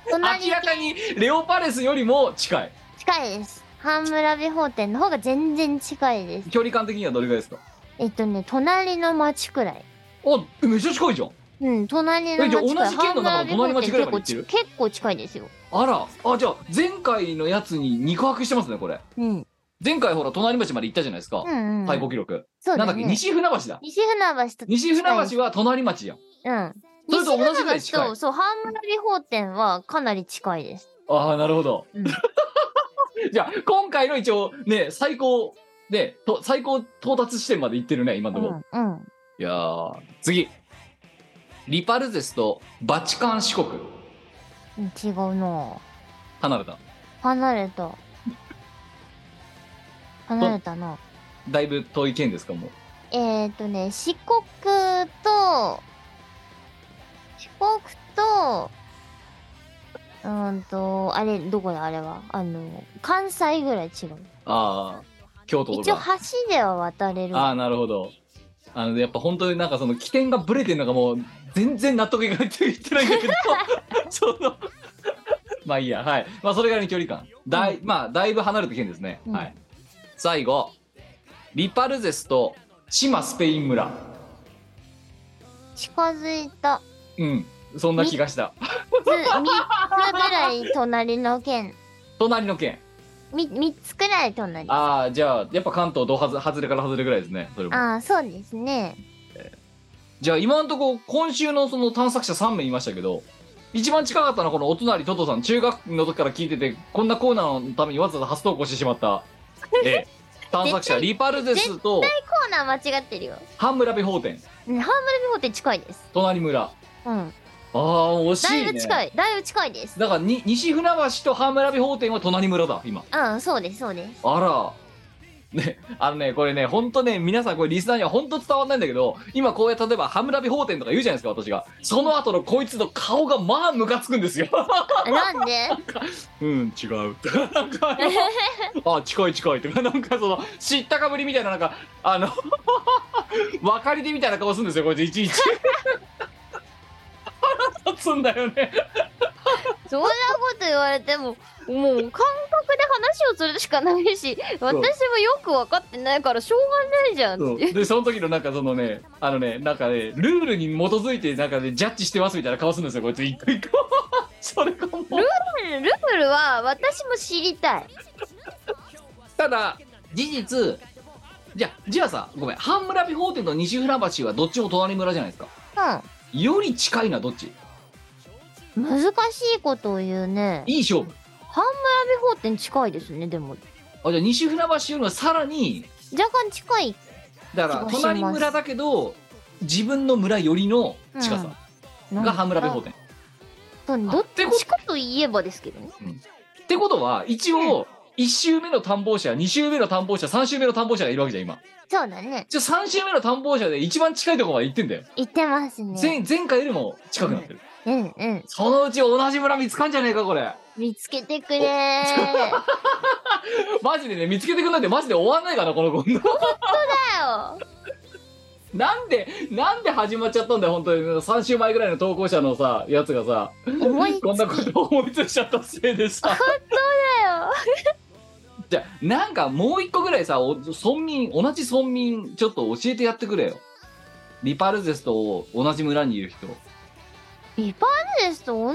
[SPEAKER 1] 隣
[SPEAKER 3] 明らかにレオパレスよりも近い
[SPEAKER 1] 近いです。半村美法店の方が全然近いです。
[SPEAKER 3] 距離感的にはどれぐらいですか
[SPEAKER 1] えっとね、隣の町くらい。
[SPEAKER 3] おめっちゃ近いじゃん
[SPEAKER 1] うん、隣の町くらい。
[SPEAKER 3] えじゃあ同じ県の中の隣町ぐらいまで行って
[SPEAKER 1] 半村美法
[SPEAKER 3] る
[SPEAKER 1] 店結構ち結構近いですよ。
[SPEAKER 3] あらあじゃあ前回のやつに肉薄してますねこれ
[SPEAKER 1] うん。
[SPEAKER 3] 前回ほら隣町まで行ったじゃないですか、
[SPEAKER 1] うん、うん。
[SPEAKER 3] 最高記録、
[SPEAKER 1] そう
[SPEAKER 3] な
[SPEAKER 1] だ
[SPEAKER 3] んだっけ
[SPEAKER 1] ね。
[SPEAKER 3] 西船橋だ
[SPEAKER 1] 西船橋と。
[SPEAKER 3] 西船橋は隣町やん
[SPEAKER 1] うん。
[SPEAKER 3] それ
[SPEAKER 1] 西
[SPEAKER 3] と同じぐらい
[SPEAKER 1] 船
[SPEAKER 3] 近い
[SPEAKER 1] 橋と、そう、半村美法店はかなり近いです。
[SPEAKER 3] ああなるほど、
[SPEAKER 1] うん
[SPEAKER 3] <laughs> じゃあ今回の一応ね最高でと最高到達地点まで行ってるね今
[SPEAKER 1] う
[SPEAKER 3] のところ、
[SPEAKER 1] ん。うん。
[SPEAKER 3] いやー次リパルゼスとバチカン四国
[SPEAKER 1] うん違うなぁ
[SPEAKER 3] 離れた
[SPEAKER 1] 離れ
[SPEAKER 3] <laughs>
[SPEAKER 1] た。離れたな。
[SPEAKER 3] だいぶ遠い県ですかもう
[SPEAKER 1] えー、とね、四国と、四国と、うーんと、あれ、どこだ、あれは。あの、関西ぐらい違う。
[SPEAKER 3] ああ京都と
[SPEAKER 1] 一応、
[SPEAKER 3] か
[SPEAKER 1] 橋では渡れる。
[SPEAKER 3] ああなるほどあのやっぱ本当になんかその起点がブレてるのがもう全然納得いかないって言ってないんだ
[SPEAKER 1] <laughs>
[SPEAKER 3] けどそのまあいいやはいまあそれぐらいの距離感だい、まあだいぶ離れた県ですね、
[SPEAKER 1] うん
[SPEAKER 3] はい最後リパルゼスと島スペイン村
[SPEAKER 1] 近づいた。
[SPEAKER 3] うんそんな気がした
[SPEAKER 1] つ、三つぐらい隣の県。
[SPEAKER 3] 隣の県
[SPEAKER 1] み、三つくらい隣。あ
[SPEAKER 3] ああじゃあやっぱ関東どはず外れから外れぐらいですねそれも
[SPEAKER 1] あー、そうですね。
[SPEAKER 3] じゃあ今のとこ今週のその探索者3名いましたけど一番近かったのはこのお隣トトさん中学の時から聞いててこんなコーナーのためにわざわざ初投稿してしまった、
[SPEAKER 1] <laughs>
[SPEAKER 3] ええ探索者リパルゼス
[SPEAKER 1] コ
[SPEAKER 3] と
[SPEAKER 1] ーナー間違ってるよ。
[SPEAKER 3] 半村美法店
[SPEAKER 1] うんハーブルビホテ近いです。
[SPEAKER 3] 隣村
[SPEAKER 1] うん。
[SPEAKER 3] ああ惜し
[SPEAKER 1] だ
[SPEAKER 3] い
[SPEAKER 1] い
[SPEAKER 3] ね
[SPEAKER 1] ぶ近いだいぶ近いです
[SPEAKER 3] だからに西船橋と羽村美法店は隣村だ今
[SPEAKER 1] うんそうですそう <laughs> です
[SPEAKER 3] あらねあのねこれね本当ね皆さんこれリスナーには本当伝わんないんだけど今こうやって例えば羽村美法店とか言うじゃないですか私がその後のこいつの顔がまあムカつくんですよ
[SPEAKER 1] なんで
[SPEAKER 3] うん違うなんかあのあ近い近いと <laughs> かなんかその知ったかぶりみたいななんかあの <laughs> 分かり手みたいな顔するんですよこいついちいち腹立つんだよね
[SPEAKER 1] そんなこと言われてももう感覚で話をするしかないし私もよく分かってないからしょうがないじゃん
[SPEAKER 3] そう
[SPEAKER 1] っていう
[SPEAKER 3] でその時のなんかそのねあのねなんかねルールに基づいてなんかねジャッジしてますみたいな顔するんですよこいつ一個一個 <laughs> それがもう
[SPEAKER 1] ルールは私も知りたい
[SPEAKER 3] ただ事実じゃあじゃあさごめん半村美法店と西船橋はどっちも隣村じゃないですかより近いのはどっち
[SPEAKER 1] うん難しいことを言うね
[SPEAKER 3] いい勝負
[SPEAKER 1] 半村美法店近いですねでも
[SPEAKER 3] あじゃあ西船橋よりはさらに
[SPEAKER 1] 若干近い
[SPEAKER 3] だか
[SPEAKER 1] 気
[SPEAKER 3] ら
[SPEAKER 1] がします
[SPEAKER 3] 隣村だけど自分の村よりの近さ
[SPEAKER 1] なん
[SPEAKER 3] が半村美法店、
[SPEAKER 1] そうどっちかといえばですけどね
[SPEAKER 3] ってことは一応1周目の探訪者2周目の探訪者3周目の探訪者がいるわけじゃん今
[SPEAKER 1] そうだね
[SPEAKER 3] じゃあ3週目の探訪者で一番近いところまで行ってんだよ、
[SPEAKER 1] 行ってますね
[SPEAKER 3] 前前回よりも近くなってる、
[SPEAKER 1] うんうん
[SPEAKER 3] そのうち同じ村見つかんじゃねえかこれ
[SPEAKER 1] 見つけてくれーだ
[SPEAKER 3] <laughs>
[SPEAKER 1] よ
[SPEAKER 3] マジでね見つけてくんないってマジで終わんないかな <laughs> この子なんでなんで始まっちゃったんだよ本当に3週前ぐらいの投稿者のさやつがさ
[SPEAKER 1] 思いつき
[SPEAKER 3] こんなこと思いついちゃったせいでさ
[SPEAKER 1] だよ
[SPEAKER 3] じゃあなんかもう一個ぐらいさお村民同じ村民ちょっと教えてやってくれよリパルゼスと同じ村にいる人
[SPEAKER 1] リパールですと同じ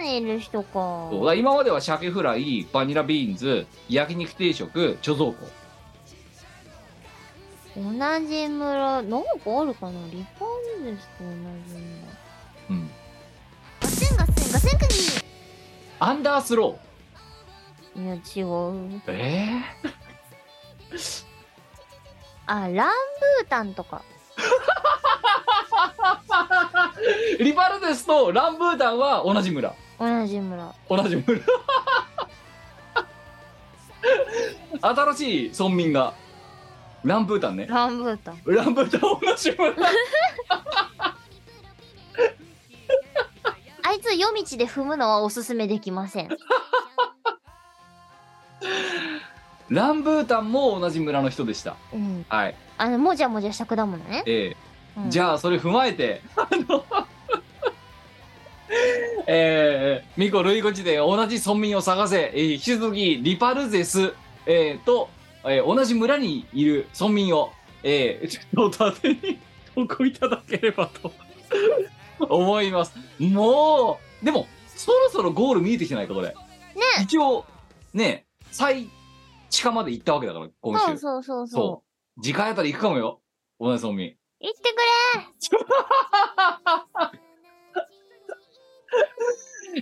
[SPEAKER 1] 村にいる人か
[SPEAKER 3] そうだ今までは鮭フライバニラビーンズ焼肉定食貯蔵庫
[SPEAKER 1] 同じ村なんかあるかなリパールですと同じ
[SPEAKER 3] うん
[SPEAKER 1] 村ガセンガセンガセンクニ
[SPEAKER 3] アンダースロ
[SPEAKER 1] ーいや違う
[SPEAKER 3] ーえ
[SPEAKER 1] あランブータンとか
[SPEAKER 3] ー、リバルデスとランブータンは同じ村
[SPEAKER 1] 同じ村
[SPEAKER 3] 同じ村 <laughs> 新しい村民がランブータンね
[SPEAKER 1] ランブータン
[SPEAKER 3] ランブータン同じ村
[SPEAKER 1] あいつ夜道で踏むのはおすすめできま
[SPEAKER 3] <laughs>
[SPEAKER 1] せん
[SPEAKER 3] ランブータンも同じ村の人でした
[SPEAKER 1] うん
[SPEAKER 3] はい
[SPEAKER 1] あのもじゃもじゃした果物ね、
[SPEAKER 3] えー
[SPEAKER 1] うん
[SPEAKER 3] じゃあそれ踏まえてあの <laughs> えー、ミコルイゴチで同じ村民を探せ、えー引き続きリパルゼス、えーと、えー同じ村にいる村民を、えー、ちょっとお盾におこいただければ
[SPEAKER 1] <laughs>
[SPEAKER 3] と思いますもうでもそろそろゴール見えてきてないかこれね一応ね最近まで行ったわけだから今週
[SPEAKER 1] そうそうそうそ
[SPEAKER 3] そう次回あたり行くかもよ同じ村民
[SPEAKER 1] う行ってく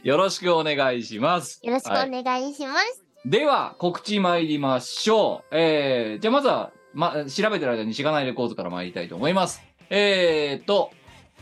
[SPEAKER 3] よろしくお願いします。
[SPEAKER 1] れよろしくお
[SPEAKER 3] はい
[SPEAKER 1] 願いします、
[SPEAKER 3] では、告知参りましょう。えー、じゃあまずは、ま、調べてる間にしがないレコードから参りたいと思います。えーと、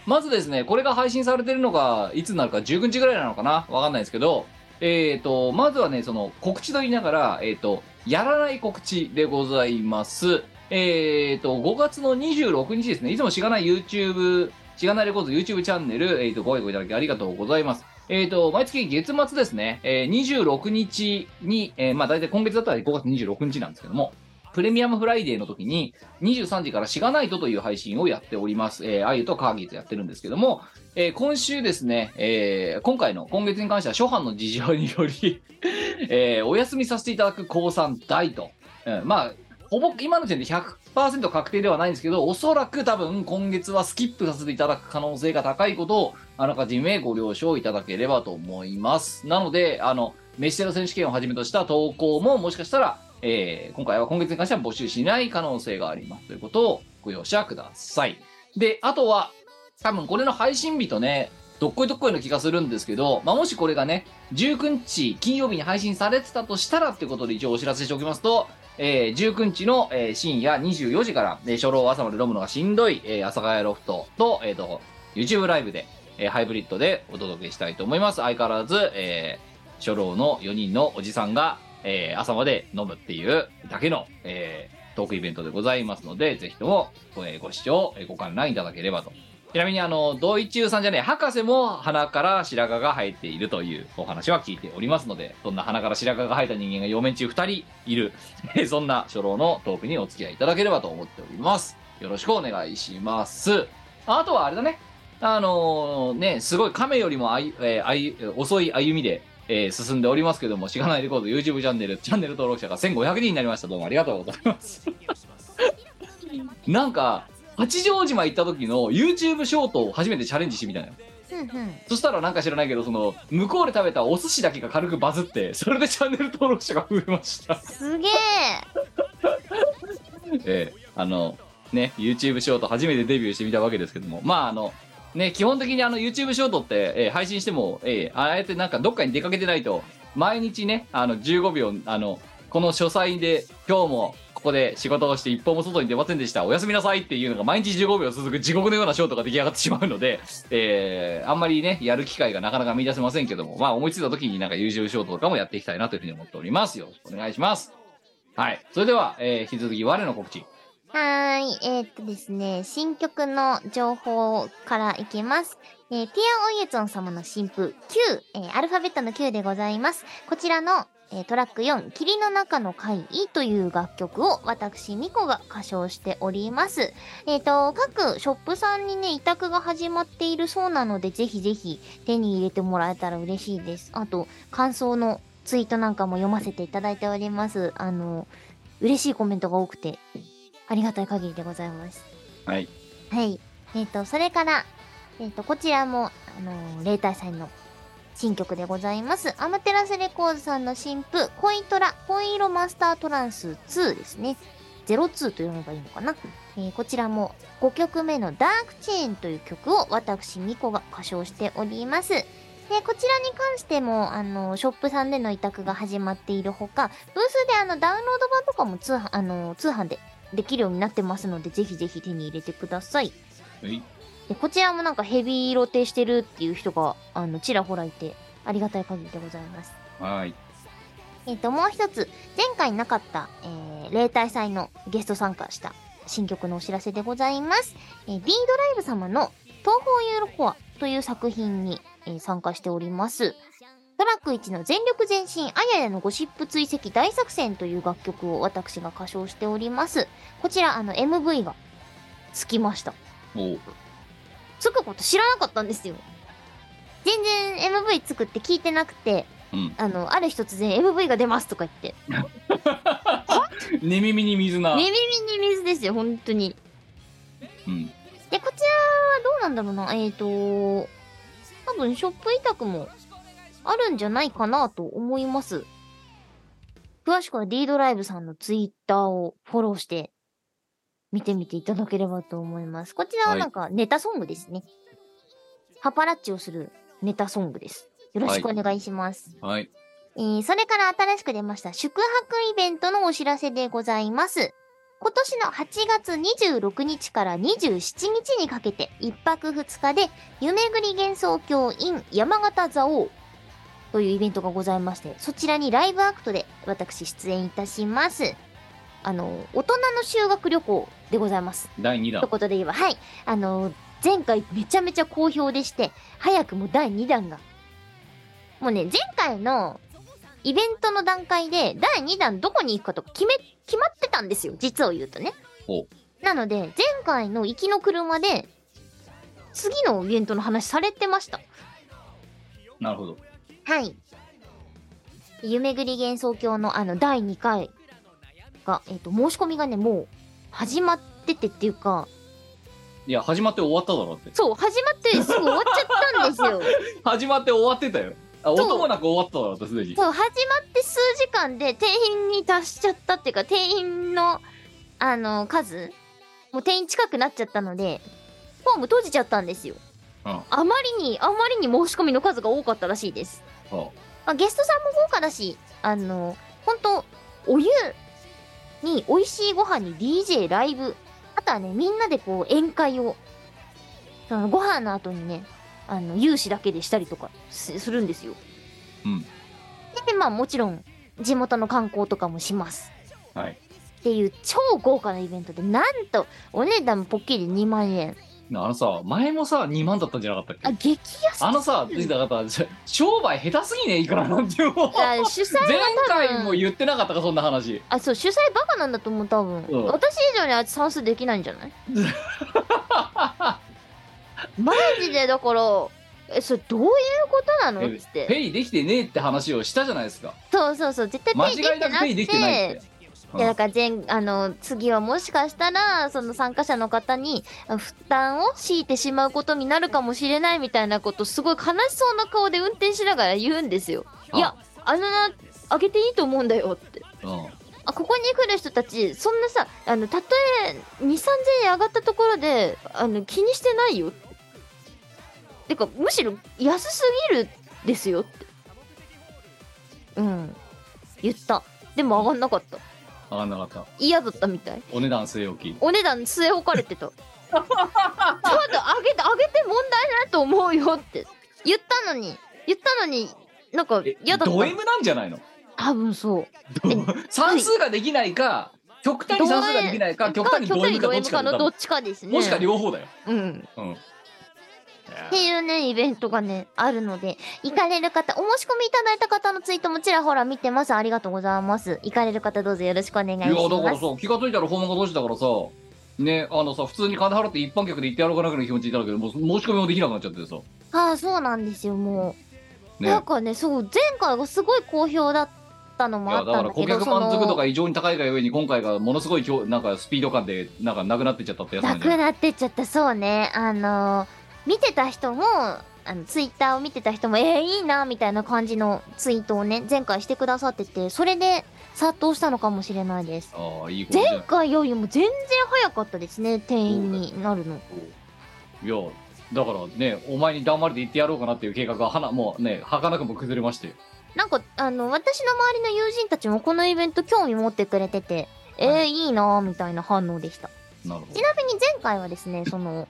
[SPEAKER 3] まずですね、これが配信されてるのが、いつになるか19日ぐらいなのかなわかんないですけど、えーと、まずはね、その、告知と言いながら、えーと、やらない告知でございます。えーと、5月の26日ですね、いつもしがない YouTube、しがないレコード YouTube チャンネル、えーと、ご愛顧いただきありがとうございます。えー、と毎月月末ですね、えー、26日に、えーまあ、大体今月だったら5月26日なんですけども、プレミアムフライデーの時に、23時からしがないとという配信をやっております。えー、あゆとカーギーとやってるんですけども、えー今週ですね、えー今回の今月に関しては初版の事情により、 <laughs> えーお休みさせていただく高3大と、うん、まあ、ほぼ今の時点で100%確定ではないんですけど、おそらく多分今月はスキップさせていただく可能性が高いことを、あらかじめご了承いただければと思います。なので、あの、飯テロ選手権をはじめとした投稿ももしかしたら、えー今回は今月に関しては募集しない可能性がありますということをご容赦ください。で、あとは、多分これの配信日とね、どっこいどっこいの気がするんですけど、まあ、もしこれがね、19日金曜日に配信されてたとしたらってことで一応お知らせしておきますと、えー19日の、えー深夜24時から、えー初老を朝まで飲むのがしんどい、えー、朝ヶ谷ロフトと、えっ、と、YouTube ライブで、えーハイブリッドでお届けしたいと思います。相変わらず、えー初老の4人のおじさんが、えー朝まで飲むっていうだけの、えートークイベントでございますので、ぜひともご,、えーご視聴、えーご観覧いただければと。ちなみに、あの、同一中さんじゃねえ、博士も鼻から白髪が生えているというお話は聞いておりますので、そんな鼻から白髪が生えた人間が4面中2人いる、 <laughs> えーそんな初老のトークにお付き合いいただければと思っております。よろしくお願いします。あとはあれだね、あのーね、すごい亀よりもあい、えーあい遅い歩みで、えー進んでおりますけども、しがないレコード YouTube チャンネル、チャンネル登録者が1500人になりました。どうもありがとうございます。なんか、八丈島行った時の YouTube ショートを初めてチャレンジしてみたのよ。
[SPEAKER 1] うんうん。
[SPEAKER 3] そしたらなんか知らないけど、その、向こうで食べたお寿司だけが軽くバズって、それでチャンネル登録者が増えました。
[SPEAKER 1] すげえ。
[SPEAKER 3] ええあのね YouTube ショート初めてデビューしてみたわけですけどもまああのね基本的にあの YouTube ショートって、ええ配信しても、ええああえてなんかどっかに出かけてないと毎日ねあの15秒あのこの書斎で今日もここで仕事をして一歩も外に出ませんでしたおやすみなさいっていうのが毎日15秒続く地獄のようなショートが出来上がってしまうので、ええあんまりねやる機会がなかなか見出せませんけどもまあ思いついた時になんか YouTube ショートとかもやっていきたいなというふうに思っておりますよろしくお願いしますはいそれでは、ええ引き続き我の告知
[SPEAKER 1] はーい。えーっとですね、新曲の情報からいきます。えー、ティア・オイエツォン様の新譜 Q、えーアルファベットの Q でございます。こちらの、えートラック4、霧の中の会議という楽曲を私、ミコが歌唱しております。えっ、と、各ショップさんにね、委託が始まっているそうなので、ぜひぜひ手に入れてもらえたら嬉しいです。あと、感想のツイートなんかも読ませていただいております。あの、嬉しいコメントが多くて、ありがたい限りでございます。
[SPEAKER 3] はい。
[SPEAKER 1] はい。えっ、と、それから、えっ、と、こちらも、あのー、例大祭の新曲でございます。アマテラスレコーズさんの新譜、恋トラ、恋色マスタートランス2ですね。02というのがいいのかな、えーこちらも5曲目のダークチェーンという曲を私、ミコが歌唱しております。で、こちらに関しても、あのー、ショップさんでの委託が始まっているほか、ブースであの、ダウンロード版とかも通販、あのー通販でできるようになってますので、ぜひぜひ手に入れてください。
[SPEAKER 3] はい。
[SPEAKER 1] でこちらもなんかヘビーロテしてるっていう人が、あの、ちらほらいて、ありがたい限りでございます。
[SPEAKER 3] はい。
[SPEAKER 1] えっ、と、もう一つ、前回なかった、えー、例大祭のゲスト参加した新曲のお知らせでございます。えー、D ドライブ様の東方ユーロコアという作品に、えー参加しております。トラック1の全力前進、あややのゴシップ追跡大作戦という楽曲を私が歌唱しております。こちら、あの、MV がつきました。
[SPEAKER 3] おう
[SPEAKER 1] つくこと知らなかったんですよ。全然 MV つくって聞いてなくて、
[SPEAKER 3] うん
[SPEAKER 1] あの、ある日突然 MV が出ますとか言って、
[SPEAKER 3] <laughs> 寝耳に水な。
[SPEAKER 1] 寝耳に水ですよ、本当に。
[SPEAKER 3] うん。
[SPEAKER 1] で、こちらはどうなんだろうな、えーと、多分ショップ委託もあるんじゃないかなと思います。詳しくは D ドライブさんのツイッターをフォローして見てみていただければと思います。こちらはなんかネタソングですね。ハパラッチをするネタソングです。よろしくお願いします。
[SPEAKER 3] はい。
[SPEAKER 1] えーそれから新しく出ました宿泊イベントのお知らせでございます。今年の8月26日から27日にかけて1泊2日で夢ぐり幻想郷 in 山形蔵王というイベントがございまして、そちらにライブアクトで私出演いたします。あの、大人の修学旅行でございます。
[SPEAKER 3] 第2
[SPEAKER 1] とい
[SPEAKER 3] 弾
[SPEAKER 1] う。ことで言えば、はい。あの、前回めちゃめちゃ好評でして、早くも第2弾が。もうね、前回のイベントの段階で、第2弾どこに行くかとか決め、決まってたんですよ。実を言うとね
[SPEAKER 3] ほ。
[SPEAKER 1] なので、前回の行きの車で、次のイベントの話されてました。
[SPEAKER 3] なるほど。
[SPEAKER 1] はい。夢ぐり幻想郷のあの第2回が、えっ、と、申し込みがね、もう始まっててっていうか、
[SPEAKER 3] いや、始まって終わっただろって。
[SPEAKER 1] そう、始まってすぐ終わっちゃったんです <laughs> よ。
[SPEAKER 3] <laughs> 始まって終わってたよ。あ、
[SPEAKER 1] そう
[SPEAKER 3] 音もなく終わっただろって、すでに。
[SPEAKER 1] そう、始まって数時間で定員に達しちゃったっていうか、定員の、あの、数、もう定員近くなっちゃったので、ホーム閉じちゃったんですよ。
[SPEAKER 3] うん
[SPEAKER 1] あまりに、あまりに申し込みの数が多かったらしいです。
[SPEAKER 3] そ
[SPEAKER 1] まあ、ゲストさんも豪華だし、あの、本当お湯に、美味しいご飯に DJ ライブ、あとはね、みんなでこう、宴会を、そのご飯の後にね、あの融資だけでしたりとかすするんですよ。
[SPEAKER 3] うん
[SPEAKER 1] でまあもちろん地元の観光とかもします。
[SPEAKER 3] はい
[SPEAKER 1] っていう超豪華なイベントでなんとお値段ポッキリ2万円
[SPEAKER 3] なあのさ前もさ2万だったんじゃなかった
[SPEAKER 1] あ
[SPEAKER 3] っけ
[SPEAKER 1] 激安
[SPEAKER 3] あのさ藤田方商売下手すぎねいくらなんてもう
[SPEAKER 1] あ主催
[SPEAKER 3] 前
[SPEAKER 1] は多
[SPEAKER 3] 回も
[SPEAKER 1] 分
[SPEAKER 3] 言ってなかったかそんな話
[SPEAKER 1] あそう主催バカなんだと思う多分、
[SPEAKER 3] うん
[SPEAKER 1] 私以上にあいつ算数できないんじゃない
[SPEAKER 3] <laughs>
[SPEAKER 1] マジでだからえそれどういうことなのっ
[SPEAKER 3] え
[SPEAKER 1] つって
[SPEAKER 3] ペイできてねえって話をしたじゃないですか
[SPEAKER 1] そうそうそう絶対
[SPEAKER 3] 間
[SPEAKER 1] ペイでき
[SPEAKER 3] 違
[SPEAKER 1] て
[SPEAKER 3] いな
[SPEAKER 1] な
[SPEAKER 3] く
[SPEAKER 1] く
[SPEAKER 3] ペイできてないってて
[SPEAKER 1] いやだから前あの次はもしかしたらその参加者の方にあ負担を強いてしまうことになるかもしれないみたいなことすごい悲しそうな顔で運転しながら言うんですよ。
[SPEAKER 3] あ
[SPEAKER 1] いやあのなあげていいと思うんだよって。
[SPEAKER 3] うん
[SPEAKER 1] あここに来る人たちそんなさあのたとえ2,3000円上がったところであの気にしてないよって。てかむしろ安すぎるですよって。うん言った。でも上がんなかった。
[SPEAKER 3] 分かんなかった
[SPEAKER 1] 嫌だったみたい
[SPEAKER 3] お値段据え置き
[SPEAKER 1] お値段据え置かれて
[SPEAKER 3] <laughs>
[SPEAKER 1] たちょっと上げて上げて問題ないと思うよって言ったのに言ったのになんか
[SPEAKER 3] え
[SPEAKER 1] 嫌だっ
[SPEAKER 3] ド
[SPEAKER 1] た
[SPEAKER 3] M なんじゃないの
[SPEAKER 1] 多分そう
[SPEAKER 3] 算数ができないか極端に算数ができないか極端にド M かどっちか
[SPEAKER 1] の
[SPEAKER 3] だ
[SPEAKER 1] ど
[SPEAKER 3] も
[SPEAKER 1] っちかですね
[SPEAKER 3] もしか両方だよ
[SPEAKER 1] うん
[SPEAKER 3] うん
[SPEAKER 1] っていうねイベントがねあるので行かれる方お申し込みいただいた方のツイートもちらほら見てますありがとうございます行かれる方どうぞよろしくお願いし
[SPEAKER 3] い
[SPEAKER 1] ま
[SPEAKER 3] や
[SPEAKER 1] す
[SPEAKER 3] だからさ気が付いたら訪問が同時だからさねあのさ普通に金払って一般客で行ってやろうかなくらいの気持ちでいたんだけどもう申し込みもできなくなっちゃってさ
[SPEAKER 1] ああそうなんですよもうな
[SPEAKER 3] ね
[SPEAKER 1] んかねそう前回がすごい好評だったの
[SPEAKER 3] い
[SPEAKER 1] もあ
[SPEAKER 3] や
[SPEAKER 1] っ
[SPEAKER 3] だ
[SPEAKER 1] たん
[SPEAKER 3] から
[SPEAKER 1] だけ
[SPEAKER 3] 顧
[SPEAKER 1] ど
[SPEAKER 3] 客満足度が
[SPEAKER 1] そ
[SPEAKER 3] 異常に高いがゆえに今回がものすごい強なんかスピード感でなんかなくなってっちゃったってやつ
[SPEAKER 1] の
[SPEAKER 3] なん
[SPEAKER 1] な
[SPEAKER 3] じゃな
[SPEAKER 1] く
[SPEAKER 3] い
[SPEAKER 1] なってっちゃったそうねあの見てた人もあのツイッターを見てた人もえー、いいなみたいな感じのツイートをね前回してくださっててそれで殺到したのかもしれないです
[SPEAKER 3] ああいいことじゃ
[SPEAKER 1] 前
[SPEAKER 3] ん
[SPEAKER 1] 回よりも全然早かったですね店員になるの
[SPEAKER 3] いやだからねお前に黙れて行ってやろうかなっていう計画がはなもうね儚くも崩れまして
[SPEAKER 1] なんかあの私の周りの友人たちもこのイベント興味持ってくれててえー、
[SPEAKER 3] はい
[SPEAKER 1] いなみたいな反応でした
[SPEAKER 3] なるほ
[SPEAKER 1] ちなみに前回はですね、その、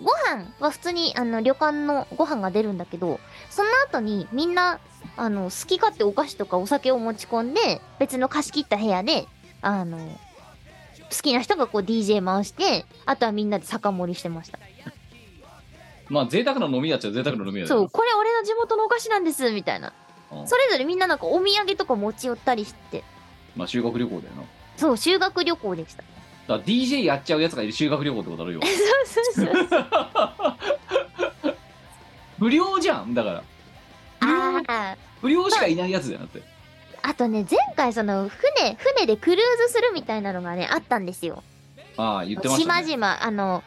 [SPEAKER 1] ご飯は普通にあの旅館のご飯が出るんだけど、その後にみんな、あの、好き勝手お菓子とかお酒を持ち込んで、別の貸し切った部屋で、あの、好きな人がこう DJ 回して、あとはみんなで酒盛りしてました。
[SPEAKER 3] どまあ贅沢な飲み屋っちゃ贅沢な飲み屋だ
[SPEAKER 1] そ
[SPEAKER 3] よ
[SPEAKER 1] う、これ俺の地元のお菓子なんです、みたいな。
[SPEAKER 3] うん
[SPEAKER 1] それぞれみんななんかお土産とか持ち寄ったりして、
[SPEAKER 3] まあ修学旅行だよなだか
[SPEAKER 1] そう、修学旅行でした。
[SPEAKER 3] ら DJ やっちゃうやつがいる修学旅行ってことだろよ
[SPEAKER 1] <laughs> そうそうそう。
[SPEAKER 3] 不良じゃんだから
[SPEAKER 1] <laughs> ああ。
[SPEAKER 3] 不良しかいないやつだよなって
[SPEAKER 1] あとね、前回その船、船でクルーズするみたいなのがね、あったんですよ。
[SPEAKER 3] ああ言ってましたね
[SPEAKER 1] 島々、あの、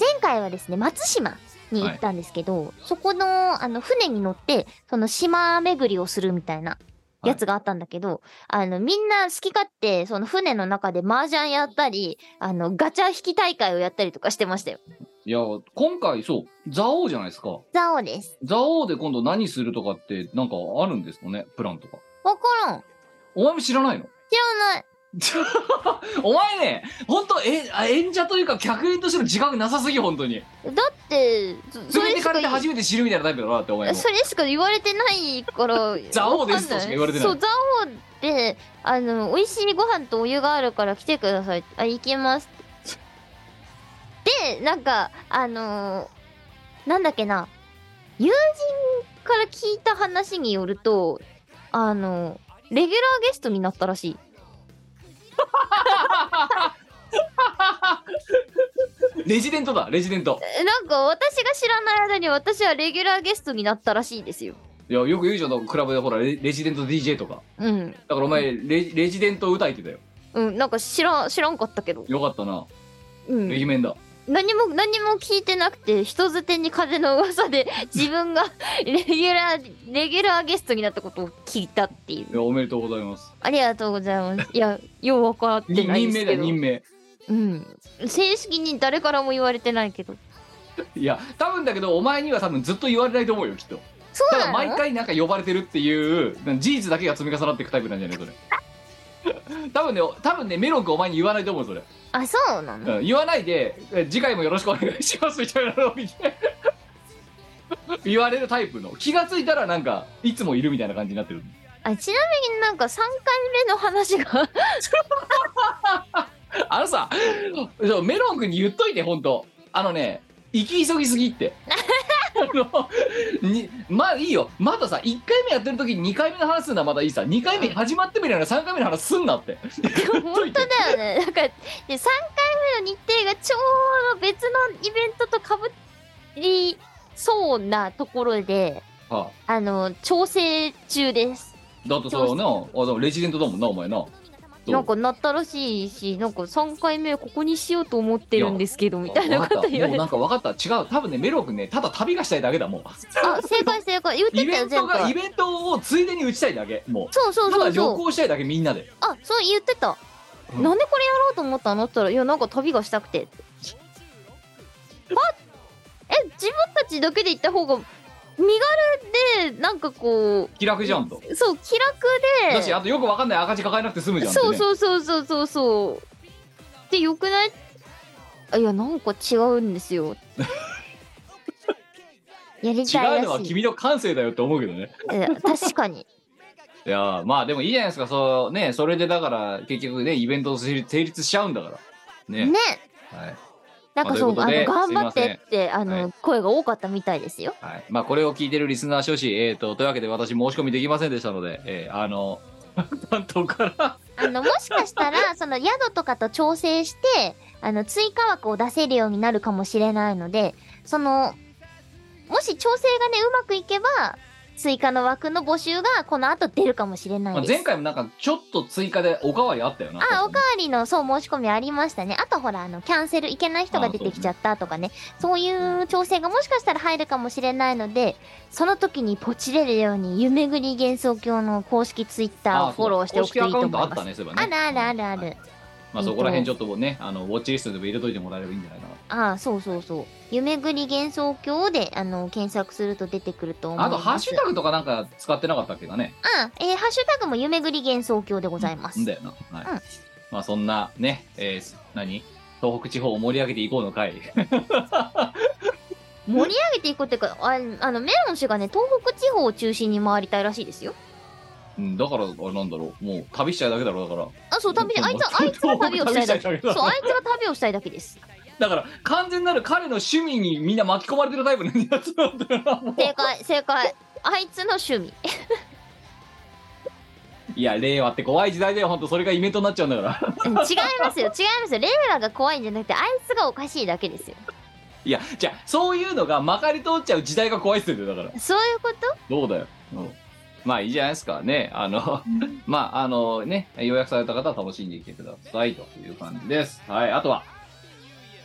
[SPEAKER 1] 前回はですね、松島に行ったんですけど、そこの、あの、船に乗って、その島巡りをするみたいなやつがあったんだけど、あの、みんな好き勝手、その船の中で麻雀やったり、あの、ガチャ引き大会をやったりとかしてましたよ。
[SPEAKER 3] いや今回そう蔵王じゃないですか
[SPEAKER 1] ザオです。
[SPEAKER 3] 蔵王で今度何するとかってなんかあるんですかねプランとか
[SPEAKER 1] わからん。
[SPEAKER 3] お前も知らないの
[SPEAKER 1] 知らない。
[SPEAKER 3] お前ね、本当えあ演者というか客員としての自覚なさすぎ本当に。
[SPEAKER 1] だって、そそ
[SPEAKER 3] 連れ
[SPEAKER 1] れ
[SPEAKER 3] て
[SPEAKER 1] し
[SPEAKER 3] か
[SPEAKER 1] か
[SPEAKER 3] れ
[SPEAKER 1] 言
[SPEAKER 3] て
[SPEAKER 1] い
[SPEAKER 3] 初めて知るみたいなタイプだなってお前も。
[SPEAKER 1] それしか言われてないから。
[SPEAKER 3] 蔵王です
[SPEAKER 1] わかん
[SPEAKER 3] としか言われてない
[SPEAKER 1] そう、蔵王で、あの、美味しいご飯とお湯があるから来てください。あ、行きますって。で、なんか、あのーなんだっけな、友人から聞いた話によると、あのレギュラーゲストになったらしい。
[SPEAKER 3] レジデントだレジデント。
[SPEAKER 1] えなんか私が知らない間に私はレギュラーゲストになったらしいですよ。
[SPEAKER 3] いやよく言うじゃんクラブでほらレレジデント DJ とか。
[SPEAKER 1] うん。
[SPEAKER 3] だからお前レレジデント歌いてたよ。
[SPEAKER 1] うん、なんか知らん、知らんかったけど。
[SPEAKER 3] よかったな。
[SPEAKER 1] うん。
[SPEAKER 3] イケメンだ。
[SPEAKER 1] 何も何も聞いてなくて人づてに風の噂で <laughs> 自分がレギュラーレギュラーゲストになったことを聞いたっていう
[SPEAKER 3] いやおめでとうございます。
[SPEAKER 1] ありがとうございますいやよう分かって
[SPEAKER 3] に
[SPEAKER 1] ない
[SPEAKER 3] 任
[SPEAKER 1] です
[SPEAKER 3] 命だ
[SPEAKER 1] け
[SPEAKER 3] よ
[SPEAKER 1] ど
[SPEAKER 3] 任命。
[SPEAKER 1] うん正式に誰からも言われてないけど
[SPEAKER 3] いや多分だけどお前には多分ずっと言われないと思うよきっと。
[SPEAKER 1] そう
[SPEAKER 3] た
[SPEAKER 1] な
[SPEAKER 3] だ
[SPEAKER 1] の
[SPEAKER 3] 毎回なんか呼ばれてるっていう事実だけが積み重なっていくタイプなんじゃな
[SPEAKER 1] <laughs>
[SPEAKER 3] いそれ多分ね多分ねメロン君お前に言わないと思うそれ、
[SPEAKER 1] あそうなの <laughs>
[SPEAKER 3] うん、言わないでえ次回もよろしくお願いしますみたいなのを見て言われるタイプの気がついたらなんかいつもいるみたいな感じになってる
[SPEAKER 1] あちなみになんか3回目の話が <laughs>
[SPEAKER 3] あのさそうメロン君に言っといて本当あのね行き急ぎすぎって <laughs> あのにまあいいよまださ1回目やってる時に2回目の話すんなまだいいさ2回目始まってみるなら3回目の話すんなって言っと
[SPEAKER 1] 本
[SPEAKER 3] いて
[SPEAKER 1] 当だよねなんかで3回目の日程がちょうど別のイベントとかぶりそうなところで
[SPEAKER 3] は
[SPEAKER 1] あの調整中です
[SPEAKER 3] あ、だってさなあでもレジデントだもんなお前なそう
[SPEAKER 1] なんかなったらしいしなんか3回目ここにしようと思ってるんですけどみたいなこと言われて
[SPEAKER 3] わかったもうなんか分かった違う多分ねメロン君ねただ旅がしたいだけだも
[SPEAKER 1] <laughs>
[SPEAKER 3] う
[SPEAKER 1] あ正解正解言って
[SPEAKER 3] イ
[SPEAKER 1] た
[SPEAKER 3] ベ
[SPEAKER 1] よ
[SPEAKER 3] ント
[SPEAKER 1] 前
[SPEAKER 3] が
[SPEAKER 1] 回
[SPEAKER 3] イベントをついでに打ちたいだけもう
[SPEAKER 1] そうそう
[SPEAKER 3] た
[SPEAKER 1] そ
[SPEAKER 3] だ
[SPEAKER 1] う
[SPEAKER 3] 旅
[SPEAKER 1] そう
[SPEAKER 3] 行したいだけみんなで
[SPEAKER 1] あそう言ってた、
[SPEAKER 3] うん
[SPEAKER 1] なんでこれやろうと思ったのって言ったら「いやなんか旅がしたくて」ってあえ自分たちだけで行った方が身軽でなんかこ
[SPEAKER 3] 気楽じゃんと、
[SPEAKER 1] うそう気
[SPEAKER 3] だ
[SPEAKER 1] 楽
[SPEAKER 3] しあ
[SPEAKER 1] で
[SPEAKER 3] とよくわかんない赤字抱えなくて済むじゃんって、ね、
[SPEAKER 1] そうそうそうそうそうそうでよくないあいやなんか違うんです
[SPEAKER 3] <laughs>
[SPEAKER 1] よやりた
[SPEAKER 3] 違う
[SPEAKER 1] い
[SPEAKER 3] の
[SPEAKER 1] ら
[SPEAKER 3] は
[SPEAKER 1] しい
[SPEAKER 3] 君の感性だよって思うけどね
[SPEAKER 1] え確かに
[SPEAKER 3] いやーまあでもいいじゃないですかそうねそれでだから結局ねイベントを成立しちゃうんだから <laughs> ね
[SPEAKER 1] ね
[SPEAKER 3] はい、
[SPEAKER 1] なんかそう,、
[SPEAKER 3] まあ
[SPEAKER 1] あ、
[SPEAKER 3] と
[SPEAKER 1] の
[SPEAKER 3] いうこと
[SPEAKER 1] 頑
[SPEAKER 3] で
[SPEAKER 1] 張っ
[SPEAKER 3] すいま
[SPEAKER 1] てってあの、
[SPEAKER 3] は
[SPEAKER 1] 声が多かったみたいですよ
[SPEAKER 3] はい、まあこれを聞いてるリスナー諸氏えー、とというわけで私申し込みできませんでしたので、えーあの <laughs> 担当から
[SPEAKER 1] あの、もしかした
[SPEAKER 3] <laughs>
[SPEAKER 1] ら、その宿とかと調整して、あの、追加枠を出せるようになるかもしれないので、その、もし調整がね、うまくいけば、追加の枠の募集がこの後出るかもしれな
[SPEAKER 3] ま
[SPEAKER 1] いで
[SPEAKER 3] あ
[SPEAKER 1] す。
[SPEAKER 3] 前回もなんかちょっと追加でおかわりあったよな
[SPEAKER 1] あ、おかわりの、そう、申し込みありましたね。あとほら、あの、キャンセルいけない人が出てきちゃったとかね。そういう調整がもしかしたら入るかもしれないので、その時にポチれるように、夢ぐり幻想郷の公式ツイッターをフォローしておくといいと思いま
[SPEAKER 3] あった
[SPEAKER 1] す。
[SPEAKER 3] ねそういえば
[SPEAKER 1] あ
[SPEAKER 3] ね
[SPEAKER 1] るあるあるある。
[SPEAKER 3] はいまあそこら辺ちょっともうねあのウォッチリストでも入れといてもらえればいいんじゃないかな
[SPEAKER 1] ああ、そうそうそう。夢ぐり幻想郷で、あの、検索すると出てくると思いま
[SPEAKER 3] あ
[SPEAKER 1] す。
[SPEAKER 3] とハッシュタグとかなんか使ってなかったっけだね
[SPEAKER 1] うん。えーハッシュタグも夢ぐり幻想郷でございます。
[SPEAKER 3] んだよな、はい
[SPEAKER 1] うん
[SPEAKER 3] まあそんなね、えー、す何東北地方を盛り上げていこうの会
[SPEAKER 1] <laughs> 盛り上げていくっていうか、ああの、メロン氏がね、東北地方を中心に回りたいらしいですよ。
[SPEAKER 3] うんだからあれなんだろうもう旅しちゃうだけだろうだから
[SPEAKER 1] あ、そう、旅で、
[SPEAKER 3] うん
[SPEAKER 1] あいつは、あ
[SPEAKER 3] もう
[SPEAKER 1] いつが旅をしたいだけ。
[SPEAKER 3] 旅しちゃうだけ
[SPEAKER 1] そ
[SPEAKER 3] だ
[SPEAKER 1] う、あいつが旅をしたいだけ <laughs> です。
[SPEAKER 3] だから完全なる彼の趣味にみんな巻き込まれてるタイプのやつなんだよ
[SPEAKER 1] <laughs>
[SPEAKER 3] なもう
[SPEAKER 1] 正解、正解。あいつの趣味。
[SPEAKER 3] いや令和って怖い時代だよ本当それがイベントになっちゃうんだから
[SPEAKER 1] うん違い <laughs> ますよ、違いますよ。令和が怖いんじゃなくて、あいつがおかしいだけですよ。
[SPEAKER 3] いやじゃあそういうのがまかり通っちゃう時代が怖いっすよだから
[SPEAKER 1] そういうこと
[SPEAKER 3] どうだよ、うんまあいいじゃないですかねあの <laughs> まああのね予約された方は楽しんでいってくださいという感じですはいあとは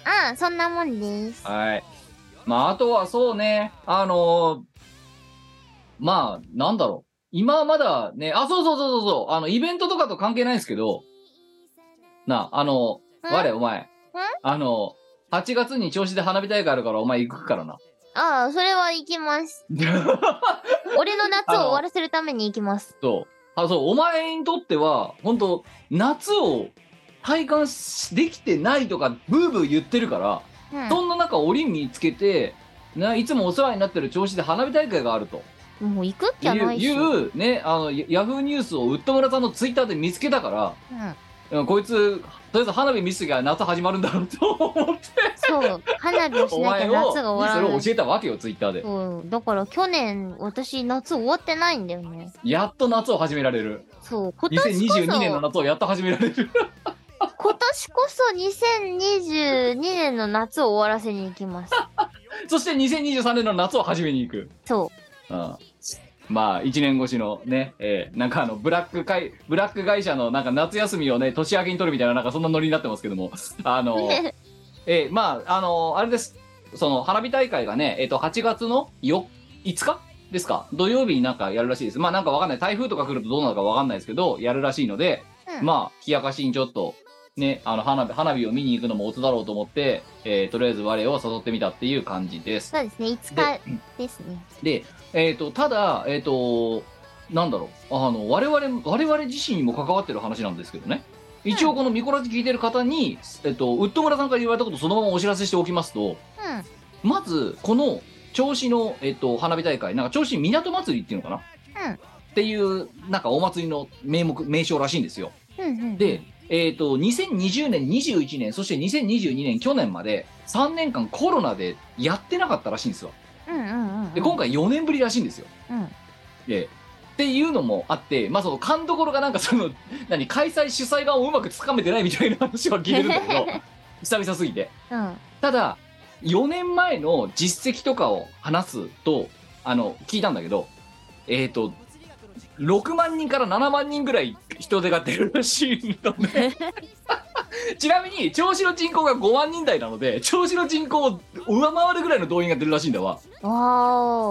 [SPEAKER 1] ああ、そんなもんです。
[SPEAKER 3] はい。まあ、あとはそうね、あのーまあ、なんだろう。今まだね、あ、そうそうそうそうそう、あの、イベントとかと関係ないんですけど、なあ、あの、
[SPEAKER 1] ん
[SPEAKER 3] 我、お前、あの、8月に調子で花火大会あるから、お前行くからな。 <laughs>
[SPEAKER 1] ああ、それは行きます。俺の夏を終わらせるために行きます。
[SPEAKER 3] そう。あ、そう、お前にとっては、本当夏を体感しできてないとか、ブーブー言ってるから、
[SPEAKER 1] うん
[SPEAKER 3] そんな中、折見つけて、ないつもお世話になってる調子で花火大会があると。
[SPEAKER 1] もう行くっきゃ
[SPEAKER 3] いう
[SPEAKER 1] ないし。うん。
[SPEAKER 3] いうねあのヤヤフーニュースをウッド村さんのツイッターで見つけたか
[SPEAKER 1] うん
[SPEAKER 3] ら、うんこいつとりあえず花火見すぎゃ夏始まるんだろうと思って
[SPEAKER 1] そう、花火をし
[SPEAKER 3] お
[SPEAKER 1] なきゃ
[SPEAKER 3] 前
[SPEAKER 1] 夏
[SPEAKER 3] を
[SPEAKER 1] が終わ
[SPEAKER 3] それ
[SPEAKER 1] らな
[SPEAKER 3] を
[SPEAKER 1] い。
[SPEAKER 3] 教えたわけよツイッターで
[SPEAKER 1] そう、だから去年、私夏終わってないんだよね。
[SPEAKER 3] やっと夏を始められる
[SPEAKER 1] そう、今年こそ、
[SPEAKER 3] 2022年の夏をやっと始められる <laughs>
[SPEAKER 1] 今年こそ2022年の夏を終わらせに行きます。
[SPEAKER 3] そして2023年の夏を始めに行く、 <laughs>
[SPEAKER 1] そ
[SPEAKER 3] うんまあ1年越しのね、えーなんかあのブラック会ブラック会社のなんか夏休みをね年明けに取るみたいななんかそんなノリになってますけどもあ
[SPEAKER 1] う。 <laughs>
[SPEAKER 3] のえーまあ、あのーあれです。その、花火大会がね、えっ、と、8月のよ5日ですか土曜日になんかやるらしいです。まあなんかわかんない。台風とか来るとどうなるかわかんないですけど、やるらしいので、
[SPEAKER 1] うん
[SPEAKER 3] まあ、冷やかしにちょっと、ね、あの、花火、花火を見に行くのも音だろうと思って、えーとりあえず我を誘ってみたっていう感じです。
[SPEAKER 1] そうですね、5日ですね。
[SPEAKER 3] で、えっ、と、ただ、えっ、と、なんだろう、あの、我々、我々自身にも関わってる話なんですけどね。一応このミコラジ聞いてる方に、えっ、と、ウッド村さんから言われたことをそのままお知らせしておきますと、
[SPEAKER 1] うん。
[SPEAKER 3] まずこの銚子の、えっと、花火大会、なんか銚子港祭りっていうのかな、
[SPEAKER 1] うん
[SPEAKER 3] っていう、なんかお祭りの名目、名称らしいんですよ。
[SPEAKER 1] うんうん。
[SPEAKER 3] で、えっと、2020年、21年、そして2022年、去年まで、3年間コロナでやってなかったらしいんですよ。
[SPEAKER 1] うんうんうん。
[SPEAKER 3] で、今回4年ぶりらしいんですよ。
[SPEAKER 1] うん。
[SPEAKER 3] ええっていうのもあって、まあ、その勘どころがなんかその、何、開催主催側をうまくつかめてないみたいな話は聞いてるんだけ
[SPEAKER 1] <laughs>
[SPEAKER 3] ど、久々すぎて。
[SPEAKER 1] うん。
[SPEAKER 3] ただ、4年前の実績とかを話すと、あの、聞いたんだけど、えっ、と、6万人から7万人ぐらい人手が出るらしいんだね。ちなみに、調子の人口が5万人台なので、調子の人口を上回るぐらいの動員が出るらしいんだわ。
[SPEAKER 1] わ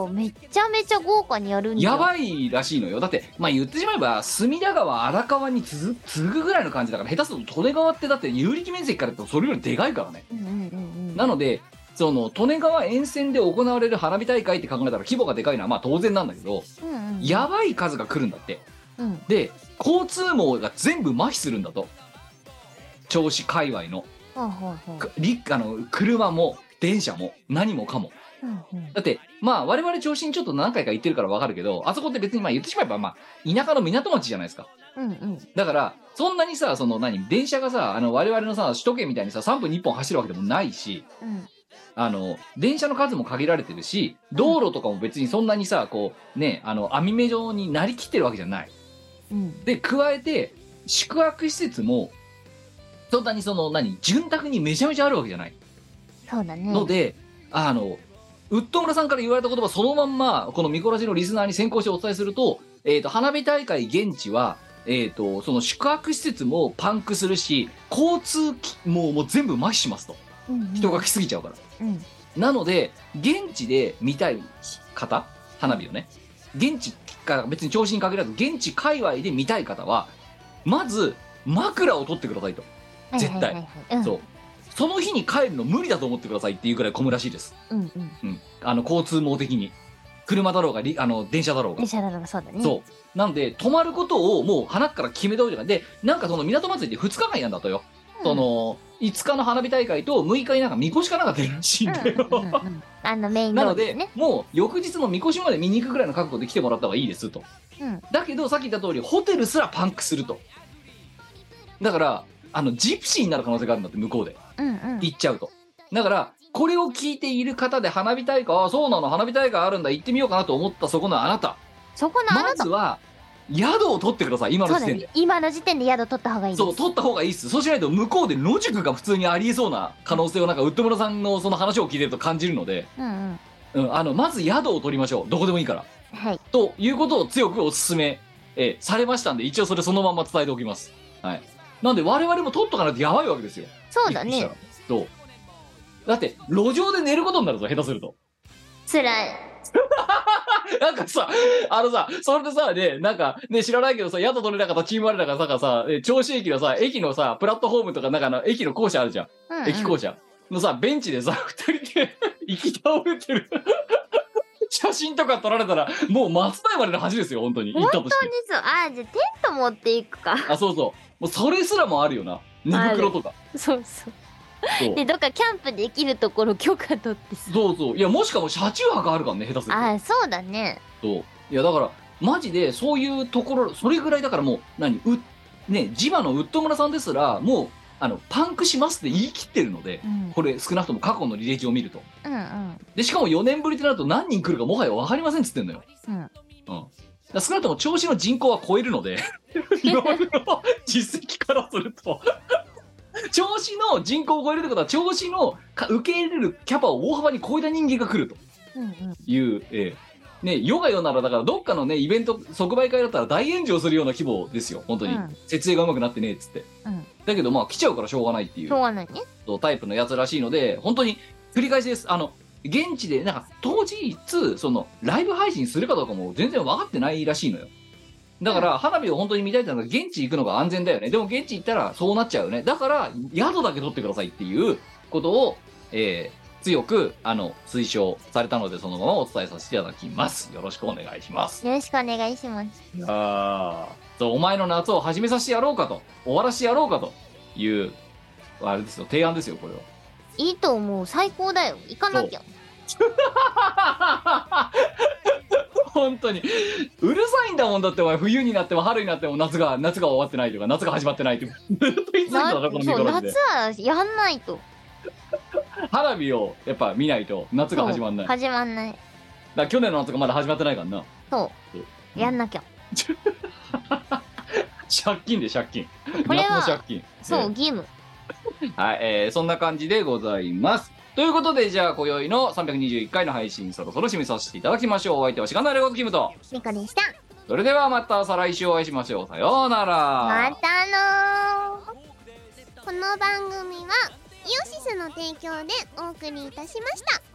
[SPEAKER 1] ー、めちゃめちゃ豪華にやるんだ。
[SPEAKER 3] や
[SPEAKER 1] い。
[SPEAKER 3] ばいらしいのよだってまあ言ってしまえば隅田川荒川に続続くぐらいの感じだから下手すると利根川ってだって有力面積から言うとそれよりでかいからね
[SPEAKER 1] うんうんうんうん。
[SPEAKER 3] なのでその利根川沿線で行われる花火大会って考えたら規模がでかいのはまあ当然なんだけど
[SPEAKER 1] うんうん。
[SPEAKER 3] やばい数が来るんだって
[SPEAKER 1] うん。
[SPEAKER 3] で交通網が全部麻痺するんだと銚子界隈の
[SPEAKER 1] ほうほうほう。
[SPEAKER 3] くりあの車も電車も何もかも
[SPEAKER 1] うんうん。
[SPEAKER 3] だって、まあ、我々調子にちょっと何回か行ってるからわかるけど、あそこって別に、まあ言ってしまえば、まあ、田舎の港町じゃないですか。
[SPEAKER 1] うんうん。
[SPEAKER 3] だから、そんなにさ、その何、電車がさ、あの、我々のさ、首都圏みたいにさ、3分に1本走るわけでもないし、
[SPEAKER 1] うん。
[SPEAKER 3] あの、電車の数も限られてるし、道路とかも別にそんなにさ、こう、ね、あの、網目状になりきってるわけじゃない。
[SPEAKER 1] うん。
[SPEAKER 3] で、加えて、宿泊施設も、そんなにその、何、潤沢にめちゃめちゃあるわけじゃない。
[SPEAKER 1] そうだね。
[SPEAKER 3] ので、あの、ウッド村さんから言われた言葉そのまんま、このミコラジのリスナーに先行してお伝えすると、えっ、と、花火大会現地は、えっ、と、その宿泊施設もパンクするし、交通機もうもう全部麻痺しますと。
[SPEAKER 1] うんうん、
[SPEAKER 3] 人が来すぎちゃうから。
[SPEAKER 1] うん。
[SPEAKER 3] なので、現地で見たい方、花火をね、現地から別に調子に限らず、現地界隈で見たい方は、まず、枕を取ってくださいと。絶対
[SPEAKER 1] はいはいはいはい。
[SPEAKER 3] そう。その日に帰るの無理だと思ってくださいっていうくらい混むらしいです。
[SPEAKER 1] うん。うんうん。
[SPEAKER 3] うん、あの交通網的に車だろうがりあの電車だろうが
[SPEAKER 1] 電、車なのがそうだね。
[SPEAKER 3] そうなんで泊まることをもう花から決めたわけじゃないでなんかその港祭りって2日間やんだとよ、
[SPEAKER 1] うん
[SPEAKER 3] その5日の花火大会と6日になんかみこしかなんか出るらしいんだよ、
[SPEAKER 1] うんうんうんうんあのメイン
[SPEAKER 3] なの
[SPEAKER 1] 料
[SPEAKER 3] で、
[SPEAKER 1] 理ね。
[SPEAKER 3] もう翌日のみこしまで見に行くぐらいの覚悟で来てもらった方がいいですと、
[SPEAKER 1] うん
[SPEAKER 3] だけどさっき言った通りホテルすらパンクするとだからあのジプシーになる可能性があるんだって向こうで
[SPEAKER 1] うんうん。
[SPEAKER 3] 行っちゃうと。だから、これを聞いている方で花火大会、ああ、そうなの、花火大会あるんだ、行ってみようかなと思ったそこのあなた。
[SPEAKER 1] そこのあ
[SPEAKER 3] ま
[SPEAKER 1] なた。
[SPEAKER 3] ずは、宿を取ってください、今
[SPEAKER 1] そ
[SPEAKER 3] の
[SPEAKER 1] う
[SPEAKER 3] 時
[SPEAKER 1] だ
[SPEAKER 3] 点
[SPEAKER 1] ね
[SPEAKER 3] で。。
[SPEAKER 1] 今の時点で宿取った方がいいです。
[SPEAKER 3] そう、取った方がいいっす。そうしないと、向こうで野宿が普通にありえそうな可能性を、なんか、ウッド村さんのその話を聞いてると感じるので、
[SPEAKER 1] うんうん。
[SPEAKER 3] うん、あの、まず宿を取りましょう。どこでもいいから。
[SPEAKER 1] はい。
[SPEAKER 3] ということを強くお勧め、えーされましたんで、一応それそのまんま伝えておきます。はい。なんで、我々も取っとかないとやばいわけですよ。
[SPEAKER 1] そうだね。
[SPEAKER 3] そう。だって、路上で寝ることになるぞ、下手すると。 <laughs>
[SPEAKER 1] 辛い。
[SPEAKER 3] なんかさ、あのさ、それでさ、ね、なんか、ね、知らないけどさ、宿取れなかったチーム我らがさ、さ、え銚子駅のさ、駅のさ、プラットホームとか、なんかあの、駅の校舎あるじゃん。
[SPEAKER 1] うんうん
[SPEAKER 3] 駅校舎のさ、ベンチでさ、 <laughs> 二人で、行き倒れてる。 <laughs> 写真とか撮られたら、もう松代までの恥ですよ、本当に。行ったとして。
[SPEAKER 1] そうあじゃあテント持っていくか
[SPEAKER 3] あ、そうそう。もうそれすらもあるよな。寝袋とか。
[SPEAKER 1] <laughs> そうそう
[SPEAKER 3] そう
[SPEAKER 1] でどっかキャンプできるところ許可取ってさ
[SPEAKER 3] そうそう。いや、もしかも車中泊あるからね、下手すると。
[SPEAKER 1] あそうだね
[SPEAKER 3] そういやだからマジでそういうところそれぐらいだからもう何うね地場のウッド村さんですらもうあのパンクしますって言い切ってるので
[SPEAKER 1] うん
[SPEAKER 3] これ少なくとも過去の履歴を見ると
[SPEAKER 1] うんうん
[SPEAKER 3] でしかも4年ぶりってなると何人来るかもはや分かりませんっつってんのよ、
[SPEAKER 1] うん
[SPEAKER 3] だから少なくとも調子の人口は超えるの <laughs> で今までの実績からすると <laughs> 調子の人口を超えるってことは調子のか受け入れるキャパを大幅に超えた人間が来ると
[SPEAKER 1] うんうん
[SPEAKER 3] いう、えーね、ヨガヨならだからどっかのねイベント即売会だったら大炎上するような規模ですよ本当に、
[SPEAKER 1] うん
[SPEAKER 3] 設営がうまくなってねえっつって、
[SPEAKER 1] うん
[SPEAKER 3] だけどまあ来ちゃうからしょうがないってい
[SPEAKER 1] し
[SPEAKER 3] う
[SPEAKER 1] ょうがないね
[SPEAKER 3] タイプのやつらしいので本当に繰り返しですあの現地でなんか当日そのライブ配信するかどうかも全然分かってないらしいのよだから花火を本当に見たいってなったら現地行くのが安全だよねでも現地行ったらそうなっちゃうよねだから宿だけ取ってくださいっていうことを、えー強くあの推奨されたのでそのままお伝えさせていただきますよろしくお願いします
[SPEAKER 1] よろしくお願いします
[SPEAKER 3] ああそうお前の夏を始めさせてやろうかと終わらせてやろうかというあれですよ提案ですよこれはい
[SPEAKER 1] いと思う最高だよ行かなきゃ
[SPEAKER 3] <laughs> 本当にうるさいんだもんだってお前冬になっても春になっても夏が夏が終わってないとか夏が始まってないとかずっと言い続けた
[SPEAKER 1] な
[SPEAKER 3] なこの見
[SPEAKER 1] そう
[SPEAKER 3] 頃で
[SPEAKER 1] 夏はやんないと
[SPEAKER 3] 花火をやっぱ見ないと夏が始まんないだか
[SPEAKER 1] 始まんない
[SPEAKER 3] ら去年の夏がまだ始まってないからな
[SPEAKER 1] そうやんなきゃ
[SPEAKER 3] 借金で借金
[SPEAKER 1] これは
[SPEAKER 3] 夏の借金
[SPEAKER 1] そう義務
[SPEAKER 3] はい、えーそんな感じでございます。ということで、じゃあ、今宵の321回の配信、そろそろ締めさせていただきましょう。お相手はしがないレゴとキムと。
[SPEAKER 1] みこでした
[SPEAKER 3] それではまた再来週お会いしましょう。さようなら。
[SPEAKER 1] またのーこの番組はイオシスの提供でお送りいたしました